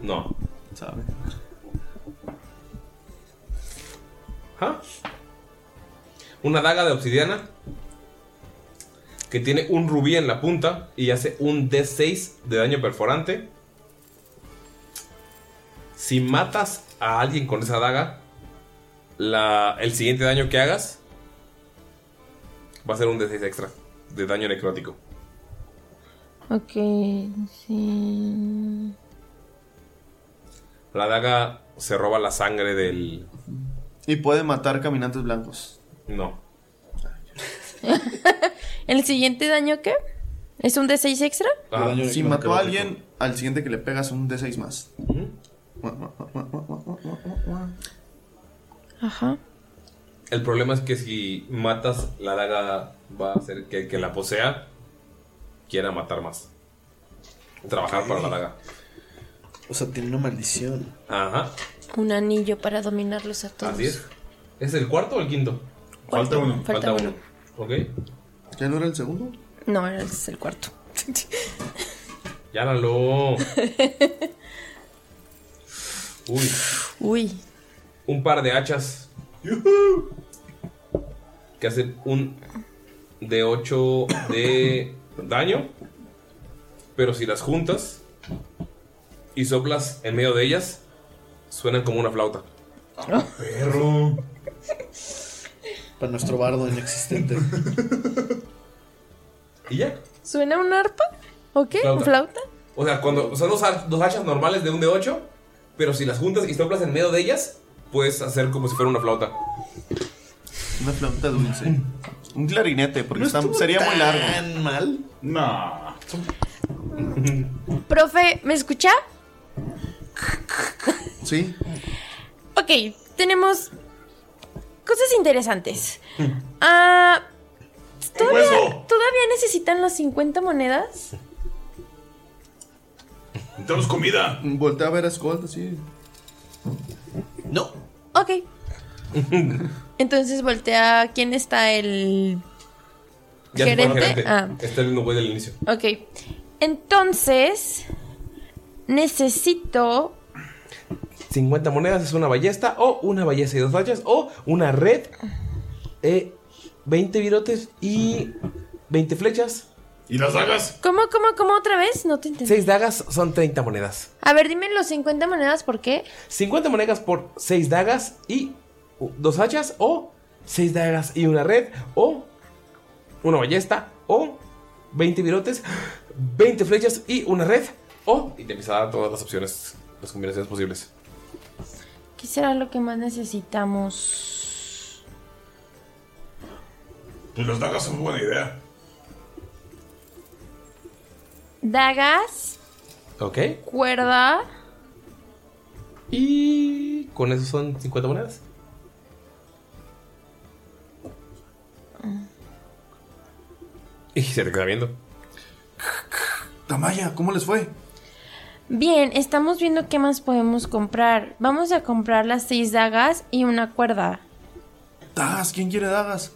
[SPEAKER 1] No.
[SPEAKER 5] ¿Sabe?
[SPEAKER 1] ¿Ah? Una daga de obsidiana que tiene un rubí en la punta y hace un D6 de daño perforante. Si matas a alguien con esa daga, la- el siguiente daño que hagas va a ser un D6 extra de daño necrótico.
[SPEAKER 3] Ok, sí.
[SPEAKER 1] La daga se roba la sangre del...
[SPEAKER 5] Y puede matar caminantes blancos.
[SPEAKER 1] No.
[SPEAKER 3] ¿El siguiente daño qué? ¿Es un D6 extra?
[SPEAKER 5] Ah,
[SPEAKER 1] daño
[SPEAKER 5] si
[SPEAKER 1] necrótico.
[SPEAKER 5] mató a alguien, al siguiente que le pegas un D6 más.
[SPEAKER 3] Ajá.
[SPEAKER 1] El problema es que si matas la daga va a hacer que el que la posea quiera matar más. Trabajar para la daga.
[SPEAKER 2] O sea, tiene una maldición.
[SPEAKER 1] Ajá,
[SPEAKER 3] Un anillo para dominarlos a todos.
[SPEAKER 1] así es. ¿Es el cuarto o el quinto?
[SPEAKER 3] Falta uno. Falta uno.
[SPEAKER 1] Ok.
[SPEAKER 5] ¿Ya no era el segundo?
[SPEAKER 3] No, ese es el cuarto.
[SPEAKER 1] Ya la lo. Uy.
[SPEAKER 3] Uy.
[SPEAKER 1] Un par de hachas. Que hacen un de 8 de daño. Pero si las juntas y soplas en medio de ellas, suenan como una flauta.
[SPEAKER 2] Perro. Para nuestro bardo inexistente.
[SPEAKER 1] ¿Y ya?
[SPEAKER 3] ¿Suena un arpa? ¿O qué?
[SPEAKER 1] Flauta.
[SPEAKER 3] ¿Un flauta?
[SPEAKER 1] O sea, cuando son dos, ha- dos hachas normales de un de 8, pero si las juntas y soplas en medio de ellas, puedes hacer como si fuera una flauta.
[SPEAKER 5] Una flauta dulce. Un clarinete, porque
[SPEAKER 1] No
[SPEAKER 5] está-
[SPEAKER 1] estuvo
[SPEAKER 5] sería muy
[SPEAKER 1] tan
[SPEAKER 5] largo.
[SPEAKER 2] mal?
[SPEAKER 5] No.
[SPEAKER 3] Profe, ¿me escucha?
[SPEAKER 5] ¿Sí?
[SPEAKER 3] Ok, tenemos cosas interesantes. Ah, ¿todavía, ¿Todavía necesitan las 50 monedas?
[SPEAKER 5] Tenemos comida. Voltea a ver a Skull así.
[SPEAKER 3] Ok, entonces voltea. ¿Quién está el...?
[SPEAKER 1] Ya se fue el
[SPEAKER 3] ¿Gerente? Ah.
[SPEAKER 1] Está el mismo güey del inicio.
[SPEAKER 3] Ok, entonces necesito...
[SPEAKER 1] 50 monedas es una ballesta, o una ballesta y dos hachas, o una red, eh, 20 virotes y 20 flechas. ¿Y las dagas?
[SPEAKER 3] ¿Cómo, cómo, cómo otra vez? No te entendí.
[SPEAKER 1] 6 dagas son 30 monedas.
[SPEAKER 3] A ver, dime los 50 monedas, ¿por qué?
[SPEAKER 1] 50 monedas por 6 dagas y uh, dos hachas, o 6 dagas y una red, o una ballesta, o 20 virotes, 20 flechas y una red, o... Y te empieza a dar todas las opciones, las combinaciones posibles.
[SPEAKER 3] ¿Qué será lo que más necesitamos?
[SPEAKER 9] Pues las dagas son buena idea.
[SPEAKER 3] Dagas,
[SPEAKER 1] Ok.
[SPEAKER 3] cuerda.
[SPEAKER 1] Y. Con eso son 50 monedas. Y se te queda viendo.
[SPEAKER 5] Tamaya, ¿cómo les fue?
[SPEAKER 3] Bien, estamos viendo qué más podemos comprar. Vamos a comprar las seis dagas y una cuerda.
[SPEAKER 5] Dagas, ¿quién quiere dagas?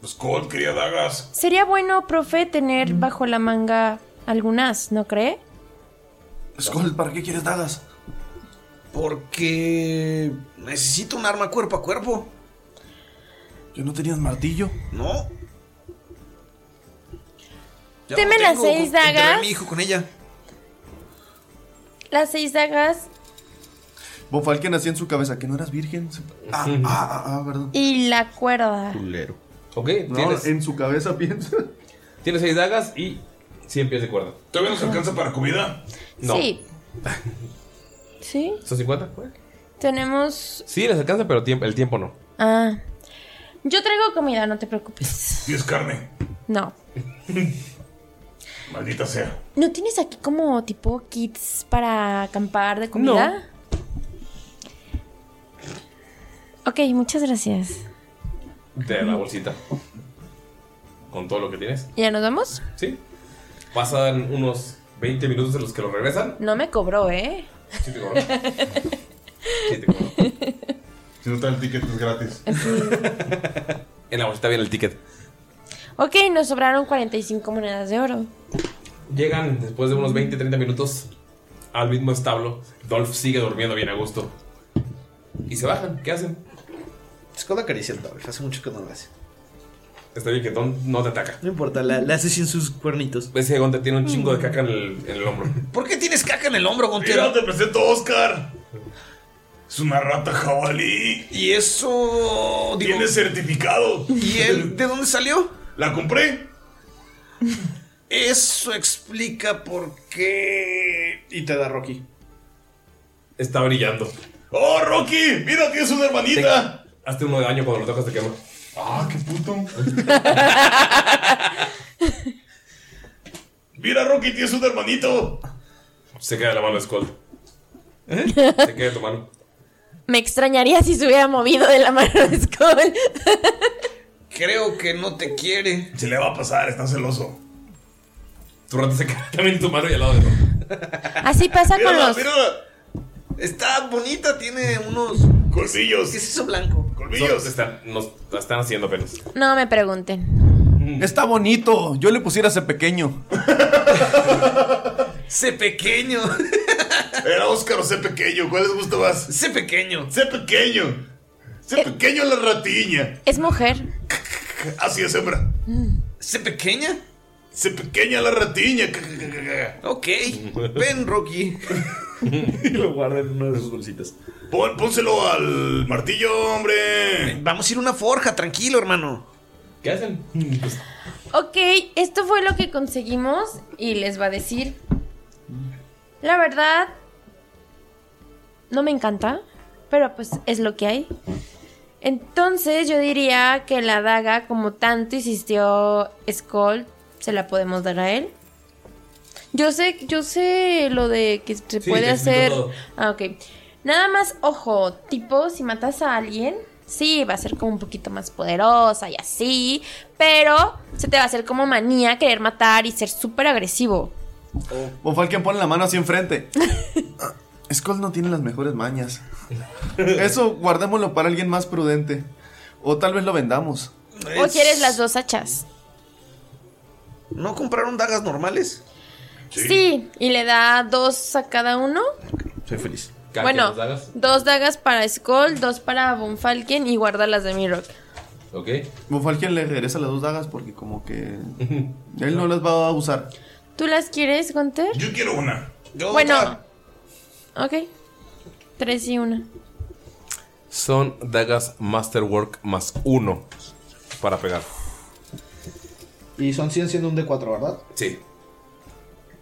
[SPEAKER 9] Pues Colt quería dagas.
[SPEAKER 3] Sería bueno, profe, tener bajo la manga algunas, ¿no cree?
[SPEAKER 5] Skull, ¿para qué quieres dagas?
[SPEAKER 2] Porque necesito un arma cuerpo a cuerpo.
[SPEAKER 5] ¿Yo no tenías martillo?
[SPEAKER 2] No. Ya
[SPEAKER 3] Deme
[SPEAKER 2] lo
[SPEAKER 3] las
[SPEAKER 2] tengo,
[SPEAKER 3] seis
[SPEAKER 2] con- enterré a
[SPEAKER 3] dagas.
[SPEAKER 2] mi hijo con ella.
[SPEAKER 3] Las seis dagas
[SPEAKER 5] Bofalken hacía en su cabeza que no eras virgen. Se- Ah, ah, ah, ah, perdón.
[SPEAKER 3] y la cuerda.
[SPEAKER 5] Culero.
[SPEAKER 1] Ok,
[SPEAKER 5] No,
[SPEAKER 1] tienes-
[SPEAKER 5] en su cabeza piensa.
[SPEAKER 1] Tienes seis dagas y 100 pies de cuerda.
[SPEAKER 9] ¿Todavía nos alcanza para comida?
[SPEAKER 1] No.
[SPEAKER 3] Sí. ¿Sí?
[SPEAKER 1] ¿Son 50?
[SPEAKER 3] Tenemos...
[SPEAKER 1] Sí, les alcanza, pero tiemp- el tiempo no.
[SPEAKER 3] Ah. Yo traigo comida, no te preocupes.
[SPEAKER 9] Y es carne.
[SPEAKER 3] No.
[SPEAKER 9] Maldita sea.
[SPEAKER 3] ¿No tienes aquí como tipo kits para acampar de comida? Ok, muchas gracias.
[SPEAKER 1] Te da la bolsita. Con todo lo que tienes.
[SPEAKER 3] ¿Ya nos vamos?
[SPEAKER 1] Sí. Pasan unos 20 minutos en los que lo regresan.
[SPEAKER 3] No me cobró, ¿eh?
[SPEAKER 1] Sí, te cobran.
[SPEAKER 9] Si no está el ticket, es gratis.
[SPEAKER 1] En la bolsita viene el ticket.
[SPEAKER 3] Ok, nos sobraron 45 monedas de oro.
[SPEAKER 1] Llegan después de unos 20, 30 minutos al mismo establo. Dolph sigue durmiendo bien a gusto. Y se bajan. ¿Qué hacen?
[SPEAKER 2] Skull acaricia el Dolph, hace mucho que no lo hace.
[SPEAKER 1] Está bien que Don no te ataca.
[SPEAKER 2] No importa, la, la hace sin sus cuernitos.
[SPEAKER 1] Ves que Gonte tiene un chingo de caca en el, en el hombro.
[SPEAKER 2] ¿Por qué tienes caca en el hombro, Gontero?
[SPEAKER 9] Mira, te presento a Oscar. Es una rata jabalí.
[SPEAKER 2] Y eso.
[SPEAKER 9] Tiene certificado.
[SPEAKER 2] ¿Y él de dónde salió?
[SPEAKER 9] La compré.
[SPEAKER 2] Eso explica por qué. Y te da Rocky.
[SPEAKER 1] Está brillando.
[SPEAKER 9] ¡Oh, Rocky! ¡Mira, tienes una hermanita!
[SPEAKER 1] Te- hazte uno de daño cuando lo tocas, te quema.
[SPEAKER 9] ¡Ah, qué puto! Mira, Rocky, tienes un hermanito.
[SPEAKER 1] Se queda la mano de Skull. ¿Eh? Se queda tu mano.
[SPEAKER 3] Me extrañaría si se hubiera movido de la mano de Skull.
[SPEAKER 2] Creo que no te quiere.
[SPEAKER 9] Se le va a pasar, está celoso.
[SPEAKER 1] Tu rata se queda también en tu mano y al lado de Don.
[SPEAKER 3] Así pasa con los...
[SPEAKER 2] Está bonita, tiene unos.
[SPEAKER 9] Colmillos.
[SPEAKER 2] ¿Qué es eso blanco?
[SPEAKER 1] Son- están, nos, la están haciendo apenas.
[SPEAKER 3] No me pregunten.
[SPEAKER 5] Mm. Está bonito. Yo le pusiera ese pequeño.
[SPEAKER 2] Sé pequeño.
[SPEAKER 9] Era Oscar o sé pequeño. ¿Cuál les gusta más?
[SPEAKER 2] Sé pequeño.
[SPEAKER 9] Sé pequeño.
[SPEAKER 5] Eh.
[SPEAKER 9] Sé pequeño la ratiña.
[SPEAKER 3] Es mujer.
[SPEAKER 9] Así es, hembra.
[SPEAKER 2] ¿Sé pequeña?
[SPEAKER 9] Sé pequeña la ratiña.
[SPEAKER 2] Ok. Ven, Rocky.
[SPEAKER 5] y lo guarda en una de sus bolsitas.
[SPEAKER 9] Pon- pónselo al martillo, hombre.
[SPEAKER 2] Vamos a ir a una forja, tranquilo, hermano.
[SPEAKER 1] ¿Qué hacen? Pues,
[SPEAKER 3] Ok, esto fue lo que conseguimos y les va a decir. La verdad, no me encanta, pero pues es lo que hay. Entonces yo diría que la daga, como tanto insistió Skull, se la podemos dar a él. Yo sé, yo sé lo de que se
[SPEAKER 22] Sí,
[SPEAKER 3] puede
[SPEAKER 22] te explico
[SPEAKER 3] hacer.
[SPEAKER 22] todo.
[SPEAKER 3] Ah, ok. Nada más, ojo, tipo, si matas a alguien, sí, va a ser como un poquito más poderosa y así, pero se te va a hacer como manía querer matar y ser súper agresivo.
[SPEAKER 5] Bofalken pone la mano así enfrente. Ah, Skull no tiene las mejores mañas. Eso guardémoslo para alguien más prudente. O tal vez lo vendamos.
[SPEAKER 3] O quieres las dos hachas.
[SPEAKER 2] ¿No compraron dagas normales?
[SPEAKER 3] Sí. y le da dos a cada uno.
[SPEAKER 5] Soy feliz.
[SPEAKER 3] bueno, dos dagas para Skull, dos para Von Falken y guarda las de Mirok.
[SPEAKER 1] Ok.
[SPEAKER 5] Bofalken le regresa las dos dagas porque como que... Él no las va a usar.
[SPEAKER 3] ¿Tú las quieres, Gunter?
[SPEAKER 9] Yo quiero una.
[SPEAKER 3] Bueno. Ok. Tres y una.
[SPEAKER 1] Son dagas Masterwork más uno para pegar.
[SPEAKER 2] Y son 100 siendo un D4, ¿verdad?
[SPEAKER 1] Sí.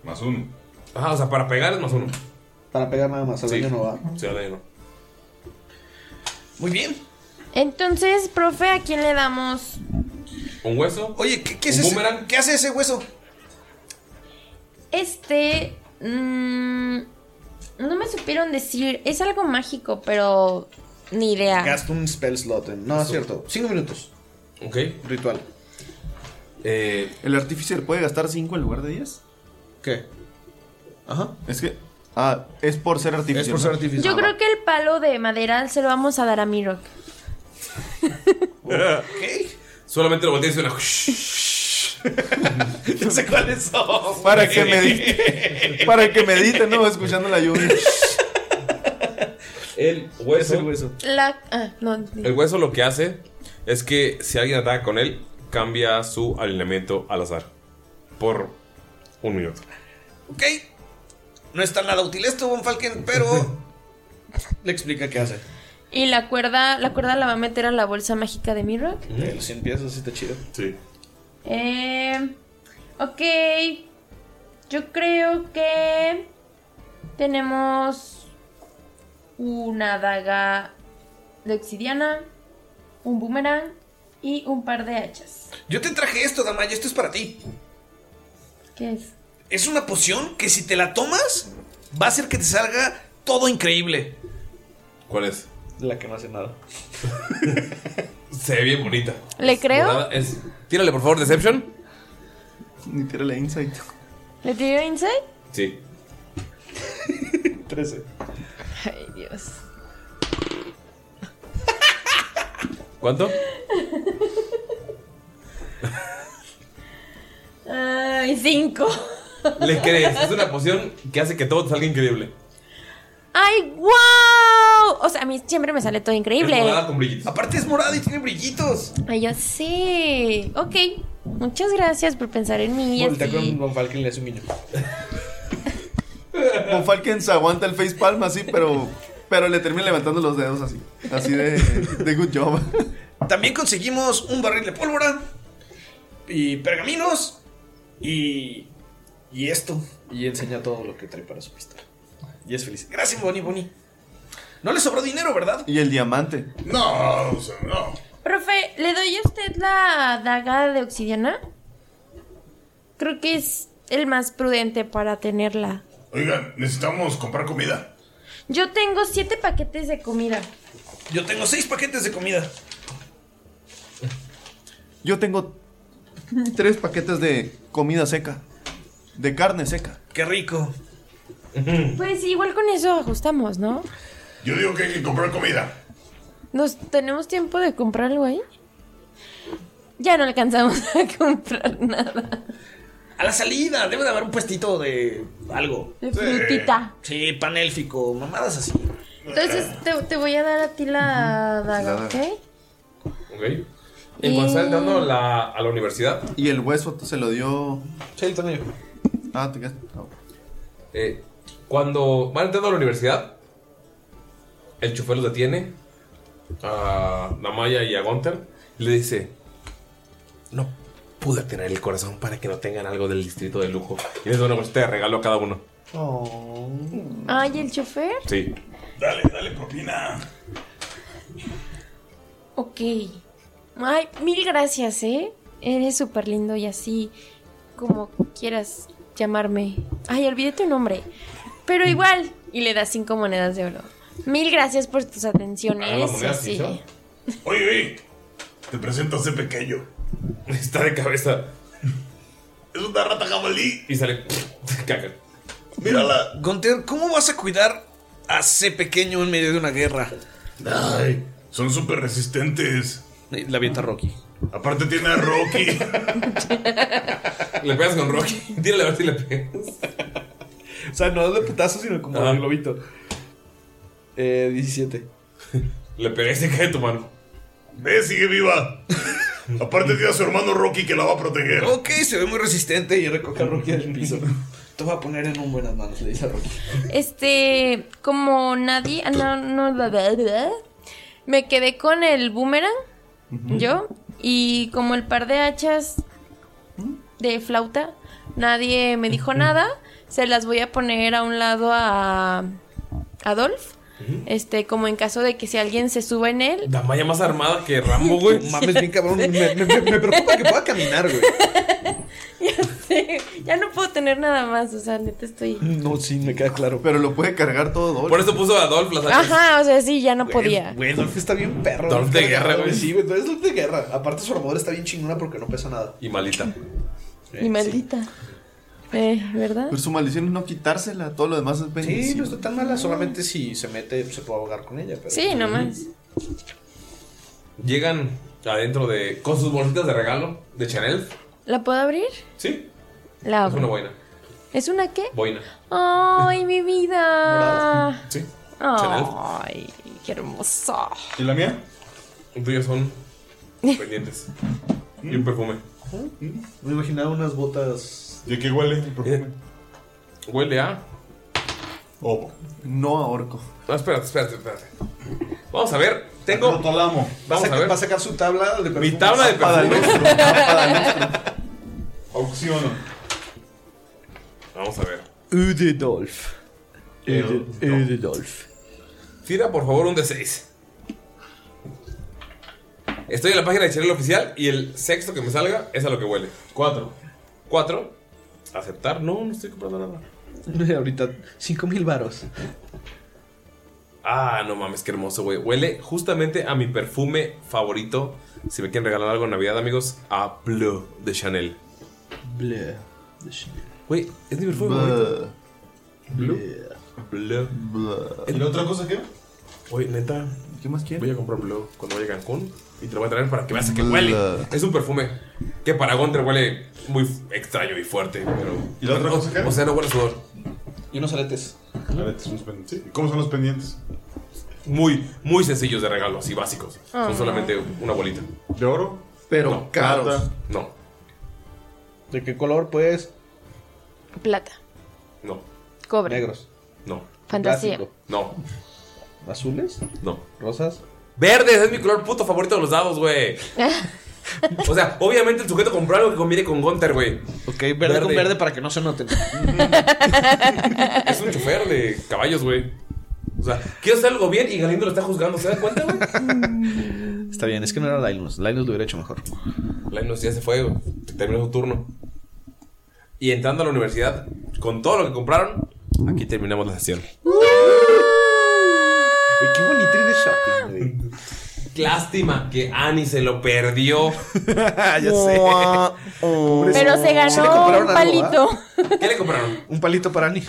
[SPEAKER 9] Más uno.
[SPEAKER 1] Ajá, o sea, para pegar es más uno.
[SPEAKER 2] Para pegar nada más, al
[SPEAKER 1] Sí.
[SPEAKER 2] daño no va.
[SPEAKER 1] Sí, al daño no.
[SPEAKER 2] Muy bien.
[SPEAKER 3] Entonces, profe, ¿a quién le damos?
[SPEAKER 1] ¿Un hueso?
[SPEAKER 2] Oye, ¿qué, qué
[SPEAKER 1] ¿Un
[SPEAKER 2] es ese?
[SPEAKER 1] boomerang?
[SPEAKER 2] ¿Qué hace ese hueso?
[SPEAKER 3] Este. mm, no me supieron decir. Es algo mágico, pero. Ni idea.
[SPEAKER 2] Gasta un spell slot. en- No, es cierto. Cinco minutos.
[SPEAKER 1] Ok. Eh,
[SPEAKER 2] Ritual.
[SPEAKER 5] ¿El artificer puede gastar 5 en lugar de 10?
[SPEAKER 2] ¿Qué? Ajá.
[SPEAKER 5] Es que. Ah, es por ser artificer.
[SPEAKER 2] Es por ser artificer.
[SPEAKER 3] Yo creo que el palo de madera se lo vamos a dar a Mirok.
[SPEAKER 1] Solamente lo volteé y suena.
[SPEAKER 2] No sé cuáles son.
[SPEAKER 5] Para que medite. Para que medite, ¿no? Escuchando la lluvia.
[SPEAKER 1] El hueso. el hueso.
[SPEAKER 3] La. Ah, no.
[SPEAKER 1] lo que hace es que si alguien ataca con él, cambia su alineamiento al azar. Por un minuto.
[SPEAKER 2] Ok. No está nada útil esto, Von Falken, pero. le explica qué hace.
[SPEAKER 3] Y la cuerda, la cuerda la va a meter a la bolsa mágica de Mirok.
[SPEAKER 2] Eh, Los 100 piezas, sí está chido.
[SPEAKER 9] Sí.
[SPEAKER 3] Eh, ok. Yo creo que tenemos una daga de obsidiana, un boomerang y un par de hachas.
[SPEAKER 2] Yo te traje esto, Damaya, esto es para ti.
[SPEAKER 3] ¿Qué es?
[SPEAKER 2] Es una poción que si te la tomas, va a hacer que te salga todo increíble.
[SPEAKER 1] ¿Cuál es?
[SPEAKER 2] La que no hace nada.
[SPEAKER 1] Se ve bien bonita.
[SPEAKER 3] ¿Le creo?
[SPEAKER 1] Morada es- Tírale, por favor, Deception.
[SPEAKER 5] Ni tírale insight.
[SPEAKER 3] ¿Le tiro insight?
[SPEAKER 1] Sí.
[SPEAKER 2] 13.
[SPEAKER 3] Ay, Dios.
[SPEAKER 1] ¿Cuánto?
[SPEAKER 3] Ay, cinco.
[SPEAKER 1] Le crees. Es una poción que hace que todo te salga increíble.
[SPEAKER 3] ¡Ay, wow! O sea, a mí siempre me sale todo increíble.
[SPEAKER 1] Es morada con brillitos.
[SPEAKER 2] Aparte es morada y tiene brillitos.
[SPEAKER 3] Ay, yo sí. Ok. Muchas gracias por pensar en mí. y
[SPEAKER 2] Voltea
[SPEAKER 3] así.
[SPEAKER 2] con Von Falken y le hace un guiño.
[SPEAKER 5] Von Falken se aguanta el face palm así, pero. Pero le termina levantando los dedos así. Así de. De good job.
[SPEAKER 2] También conseguimos un barril de pólvora. Y pergaminos. Y. Y esto. Y enseña todo lo que trae para su pistola. Y es feliz. Gracias, Boni Boni. No le sobró dinero, ¿verdad?
[SPEAKER 5] Y el diamante.
[SPEAKER 9] No, o sea, no.
[SPEAKER 3] Profe, ¿le doy a usted la daga de obsidiana? Creo que es el más prudente para tenerla.
[SPEAKER 9] Oigan, necesitamos comprar comida.
[SPEAKER 3] Yo tengo siete paquetes de comida.
[SPEAKER 2] Yo tengo seis paquetes de comida.
[SPEAKER 5] Yo tengo. Tres paquetes de comida seca. De carne seca.
[SPEAKER 2] Qué rico.
[SPEAKER 3] Pues igual con eso ajustamos, ¿no?
[SPEAKER 9] Yo digo que hay que comprar comida.
[SPEAKER 3] ¿Nos tenemos tiempo de comprar algo ahí? Ya no alcanzamos a comprar nada.
[SPEAKER 2] A la salida, debe de haber un puestito de algo.
[SPEAKER 3] De frutita.
[SPEAKER 2] Sí, pan élfico, mamadas así.
[SPEAKER 3] Entonces te, te voy a dar a ti la daga,
[SPEAKER 1] daga.
[SPEAKER 3] ¿ok?
[SPEAKER 1] Ok. Y cuando estás entrando la- a la universidad,
[SPEAKER 5] Y el hueso se lo dio.
[SPEAKER 2] Sí, también.
[SPEAKER 5] Ah, te quedas- ah,
[SPEAKER 1] eh, cuando van entrando a la universidad, el chofer los detiene a Namaya y a Gunther y le dice: No pude tener el corazón para que no tengan algo del distrito de lujo. Y les da una bolsita de pues, regalo a cada uno.
[SPEAKER 3] Ay, el chofer.
[SPEAKER 1] Sí.
[SPEAKER 9] Dale, dale propina.
[SPEAKER 3] Ok. Ay, mil gracias, ¿eh? Eres súper lindo y así como quieras llamarme. Ay, olvidé tu nombre. Pero igual. Y le das cinco monedas de oro. Mil gracias por tus
[SPEAKER 9] Ah, las
[SPEAKER 3] atenciones.
[SPEAKER 9] monedas,
[SPEAKER 3] así.
[SPEAKER 9] ¿sí, son? Oye, oye. Te presento a ese pequeño.
[SPEAKER 1] Está de cabeza.
[SPEAKER 9] Es una rata jabalí.
[SPEAKER 1] Y sale. Caca.
[SPEAKER 9] Mírala.
[SPEAKER 2] Gunter, ¿cómo vas a cuidar a ese pequeño en medio de una guerra?
[SPEAKER 9] Ay, son súper resistentes.
[SPEAKER 2] Eh, La avienta Rocky.
[SPEAKER 9] Aparte tiene a Rocky.
[SPEAKER 1] Le pegas con Rocky. Tírale a ver si le pegas.
[SPEAKER 2] O sea, no de putazo, sino como
[SPEAKER 1] Ah.
[SPEAKER 2] de globito. Eh, 17.
[SPEAKER 1] Le pegas y se cae de tu mano.
[SPEAKER 9] Ve, sigue viva. Aparte tiene a su hermano Rocky que la va a proteger.
[SPEAKER 2] Ok, se ve muy resistente y recoge a Rocky del piso. Te voy a poner en un buenas manos, le dice a Rocky.
[SPEAKER 3] Este, como nadie, ah, no, no, bla, bla, bla. me quedé con el boomerang, yo, y como el par de hachas de flauta, nadie me dijo nada, se las voy a poner a un lado a Adolf Este, como en caso de que si alguien se suba en él.
[SPEAKER 1] La malla más armada que Rambo, güey.
[SPEAKER 2] Mames, bien cabrón. Me, me- me- me preocupa que pueda caminar, güey.
[SPEAKER 3] ya no puedo tener nada más, o sea, neta estoy.
[SPEAKER 2] No, sí, me queda claro.
[SPEAKER 5] Pero lo puede cargar todo Dolph.
[SPEAKER 1] Por eso puso a Dolph las hachas.
[SPEAKER 3] Ajá, o sea, sí, ya no podía.
[SPEAKER 2] Güey, Dolph está bien perro.
[SPEAKER 1] Dolph de
[SPEAKER 2] Está
[SPEAKER 1] guerra,
[SPEAKER 2] cagado,
[SPEAKER 1] güey.
[SPEAKER 2] Sí, güey, es Dolph de guerra. Aparte, su armadura está bien chingona porque no pesa nada.
[SPEAKER 1] Y malita.
[SPEAKER 3] Y maldita. Eh, ¿verdad?
[SPEAKER 5] Pero su maldición es no quitársela, todo lo demás es bendición.
[SPEAKER 2] Sí, no está tan mala, solamente si se mete se puede ahogar con ella. Pero...
[SPEAKER 3] Sí, nomás.
[SPEAKER 1] Llegan adentro de. con sus bolsitas de regalo de Chanel.
[SPEAKER 3] ¿La puedo abrir?
[SPEAKER 1] Sí.
[SPEAKER 3] La
[SPEAKER 1] Es
[SPEAKER 3] abro.
[SPEAKER 1] una boina.
[SPEAKER 3] ¿Es una qué?
[SPEAKER 1] Boina.
[SPEAKER 3] ¡Ay, mi vida!
[SPEAKER 1] Sí. Chanel.
[SPEAKER 3] ¡Ay, qué hermoso!
[SPEAKER 1] ¿Y la mía? Tuyas son pendientes. y un perfume.
[SPEAKER 2] Me imaginaba unas botas. Eh.
[SPEAKER 4] ¿De qué huele el perfume?
[SPEAKER 1] Huele a.
[SPEAKER 4] Ovo.
[SPEAKER 5] No a orco.
[SPEAKER 1] No, espérate, espérate, espérate. Vamos a ver. Tengo.
[SPEAKER 4] Rotolamo.
[SPEAKER 2] Va a,
[SPEAKER 1] Vamos a
[SPEAKER 2] sacar-
[SPEAKER 1] ver.
[SPEAKER 2] va a sacar su tabla de
[SPEAKER 1] Mi tabla de perfume.
[SPEAKER 4] Aucciono.
[SPEAKER 1] Vamos a ver.
[SPEAKER 2] Ude Dolph. Ude, Ude Dolph.
[SPEAKER 1] Tira por favor un D6. Estoy en la página de Chanel oficial y el sexto que me salga es a lo que huele. Cuatro. Cuatro. Aceptar. No, no estoy comprando nada.
[SPEAKER 2] Ahorita, 5 mil varos.
[SPEAKER 1] Ah, no mames, qué hermoso, güey. Huele justamente a mi perfume favorito. Si me quieren regalar algo en Navidad, amigos, a Bleu de Chanel.
[SPEAKER 2] Bleh.
[SPEAKER 1] Güey, es mi perfume favorito. Bleu. Bleu.
[SPEAKER 4] ¿Y la otra cosa qué?
[SPEAKER 1] Güey, neta.
[SPEAKER 5] ¿Qué más quieres?
[SPEAKER 1] Voy a comprar Bleu cuando vaya a Cancún y te lo voy a traer para que veas a que huele. Es un perfume que para Gunter huele muy extraño y fuerte, pero.
[SPEAKER 4] ¿Y la otra
[SPEAKER 1] no,
[SPEAKER 4] cosa qué?
[SPEAKER 1] O sea, no huele a sudor.
[SPEAKER 2] Y unos aretes.
[SPEAKER 4] Aretes, unos pendientes. ¿Y ¿Cómo son los pendientes?
[SPEAKER 1] Muy, muy sencillos de regalo, así básicos.
[SPEAKER 4] Ah.
[SPEAKER 1] Son solamente una bolita.
[SPEAKER 4] ¿De oro?
[SPEAKER 2] Pero
[SPEAKER 1] No.
[SPEAKER 2] caros.
[SPEAKER 1] No,
[SPEAKER 2] ¿De qué color, pues?
[SPEAKER 3] Plata.
[SPEAKER 1] no,
[SPEAKER 3] Cobre.
[SPEAKER 2] Negros.
[SPEAKER 1] no.
[SPEAKER 3] Fantasía.
[SPEAKER 2] Plástico.
[SPEAKER 1] No.
[SPEAKER 2] ¿Azules?
[SPEAKER 1] No.
[SPEAKER 2] ¿Rosas?
[SPEAKER 1] Verdes es mi color puto favorito de los dados, güey. O sea, obviamente el sujeto compró algo que combine con Gunter, güey.
[SPEAKER 2] Ok, verde, con verde para que no se noten.
[SPEAKER 1] Es un chofer de caballos, güey. O sea, quiero hacer algo bien y Galindo lo está juzgando, ¿se dan cuenta, güey?
[SPEAKER 2] Está bien, es que no era Linus. Linus lo hubiera hecho mejor.
[SPEAKER 1] Linus ya se fue, güey. Terminó su turno. Y entrando a la universidad, con todo lo que compraron, aquí terminamos la sesión.
[SPEAKER 2] qué bonito ir de shopping,
[SPEAKER 1] Lástima que Annie se lo perdió. ya
[SPEAKER 2] sé. oh.
[SPEAKER 3] Pero se ganó un
[SPEAKER 2] ¿ah?
[SPEAKER 3] palito.
[SPEAKER 1] ¿Qué le compraron?
[SPEAKER 2] Un palito para Ani.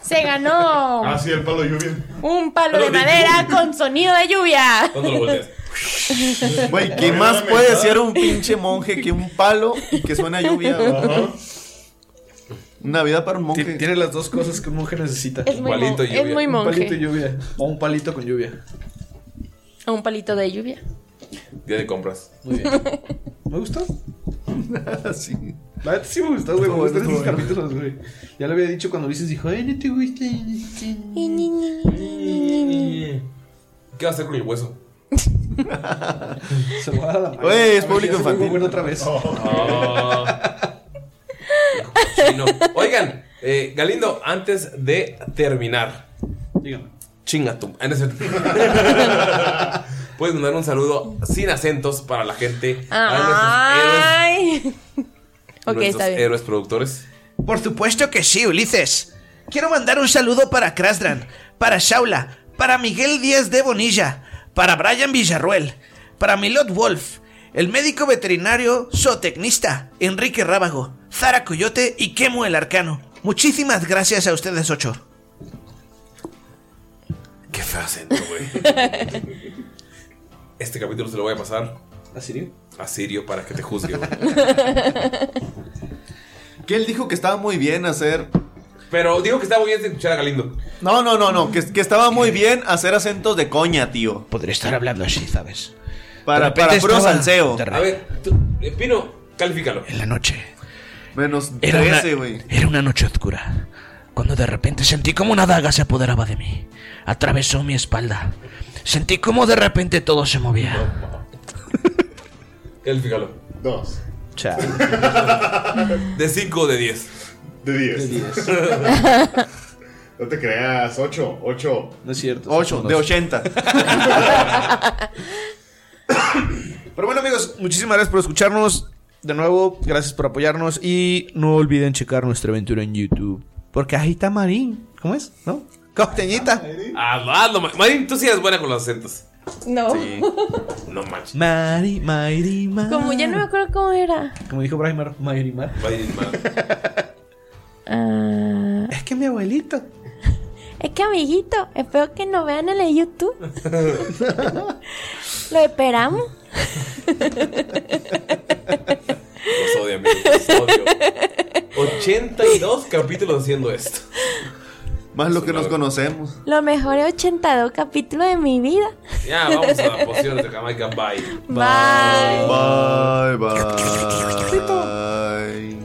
[SPEAKER 3] Se ganó
[SPEAKER 4] Ah, sí, el palo de lluvia.
[SPEAKER 3] un palo de madera con sonido de lluvia.
[SPEAKER 1] ¿Cuándo lo volteas?
[SPEAKER 5] Güey, ¿qué más puede hacer un pinche monje que un palo y que suena a lluvia? Navidad para un monje.
[SPEAKER 2] Tiene las dos cosas que un monje necesita.
[SPEAKER 3] Es muy Palito mon- y es lluvia. muy monje.
[SPEAKER 2] Un palito y lluvia. O un palito con lluvia.
[SPEAKER 3] O Un palito de lluvia.
[SPEAKER 1] Día de compras.
[SPEAKER 2] Muy bien. ¿Me gustó? sí. La neta sí me gustó, güey. Me gustan esos capítulos, güey. Ya lo había dicho cuando Ulises dijo, eh, no te gusta.
[SPEAKER 1] ¿Qué va a hacer con el hueso?
[SPEAKER 2] Se lo va a dar a la madre.
[SPEAKER 5] Güey, es
[SPEAKER 2] A ver,
[SPEAKER 5] público
[SPEAKER 2] ya se me
[SPEAKER 5] infantil.
[SPEAKER 2] ocurre otra vez.
[SPEAKER 4] Ah.
[SPEAKER 1] Chino. Oigan, eh, Galindo, antes de terminar.
[SPEAKER 2] Dígame.
[SPEAKER 1] Chinga tu. ah, no es cierto. Puedes mandar un saludo sin acentos para la gente. A
[SPEAKER 3] Ay.
[SPEAKER 1] nuestros
[SPEAKER 3] Ok,
[SPEAKER 1] Ah, héroes,
[SPEAKER 3] está
[SPEAKER 1] nuestros
[SPEAKER 3] bien.
[SPEAKER 1] héroes productores.
[SPEAKER 10] Por supuesto que sí, Ulises. Quiero mandar un saludo para Krasdran, para Shaula, para Miguel Díaz de Bonilla, para Brian Villarruel, para Milot Wolf, el médico veterinario zootecnista Enrique Rábago, Zara Coyote y Kemo el Arcano. Muchísimas gracias a ustedes ocho.
[SPEAKER 1] Qué feo acento, güey. Este capítulo se lo voy a pasar
[SPEAKER 2] ¿A Sirio?
[SPEAKER 1] a Sirio para que te juzgue. güey.
[SPEAKER 5] Que él dijo que estaba muy bien hacer.
[SPEAKER 1] Pero digo que estaba muy bien escuchar a Galindo.
[SPEAKER 5] No, no, no, no. Que, que estaba muy bien hacer acentos de coña, tío.
[SPEAKER 10] Podría estar hablando así, ¿sabes?
[SPEAKER 5] Para,
[SPEAKER 10] De repente
[SPEAKER 5] para puro
[SPEAKER 10] estaba-
[SPEAKER 5] salseo.
[SPEAKER 10] de
[SPEAKER 1] A ver, tú, eh, Pino, califícalo.
[SPEAKER 10] En la noche.
[SPEAKER 5] Menos
[SPEAKER 10] Era una,
[SPEAKER 5] 13, güey.
[SPEAKER 10] era una noche oscura, cuando de repente sentí como una daga se apoderaba de mí. Atravesó mi espalda. Sentí como de repente todo se movía.
[SPEAKER 1] Califícalo.
[SPEAKER 4] Dos.
[SPEAKER 1] De 5 o de 10.
[SPEAKER 4] De diez. No te creas, 8, 8.
[SPEAKER 2] No es cierto.
[SPEAKER 5] 8, de 80.
[SPEAKER 2] Pero bueno, amigos, muchísimas gracias por escucharnos. De nuevo, gracias por apoyarnos. Y no olviden checar nuestra aventura en YouTube. Porque ahí está Marín. ¿Cómo es? ¿No? Costeñita.
[SPEAKER 1] Ah, hazlo, Ma- Marín, tú sí eres buena con los acentos.
[SPEAKER 3] No.
[SPEAKER 1] Sí. No manches.
[SPEAKER 2] Mari, Mari, Mari.
[SPEAKER 3] Como ya no me acuerdo cómo era.
[SPEAKER 2] Como dijo Braimar, Mayrimar. Es que mi abuelito.
[SPEAKER 3] Ah, Es que amiguito, espero que no vean en el YouTube. Lo esperamos.
[SPEAKER 1] Los odio, amigos. Los odio. 82 capítulos haciendo esto.
[SPEAKER 5] Más lo que nos conocemos.
[SPEAKER 3] Lo mejor es 82 capítulos de mi vida.
[SPEAKER 1] Ya, vamos a posiciones de Jamaica. Bye.
[SPEAKER 3] Bye.
[SPEAKER 5] Bye, bye. bye.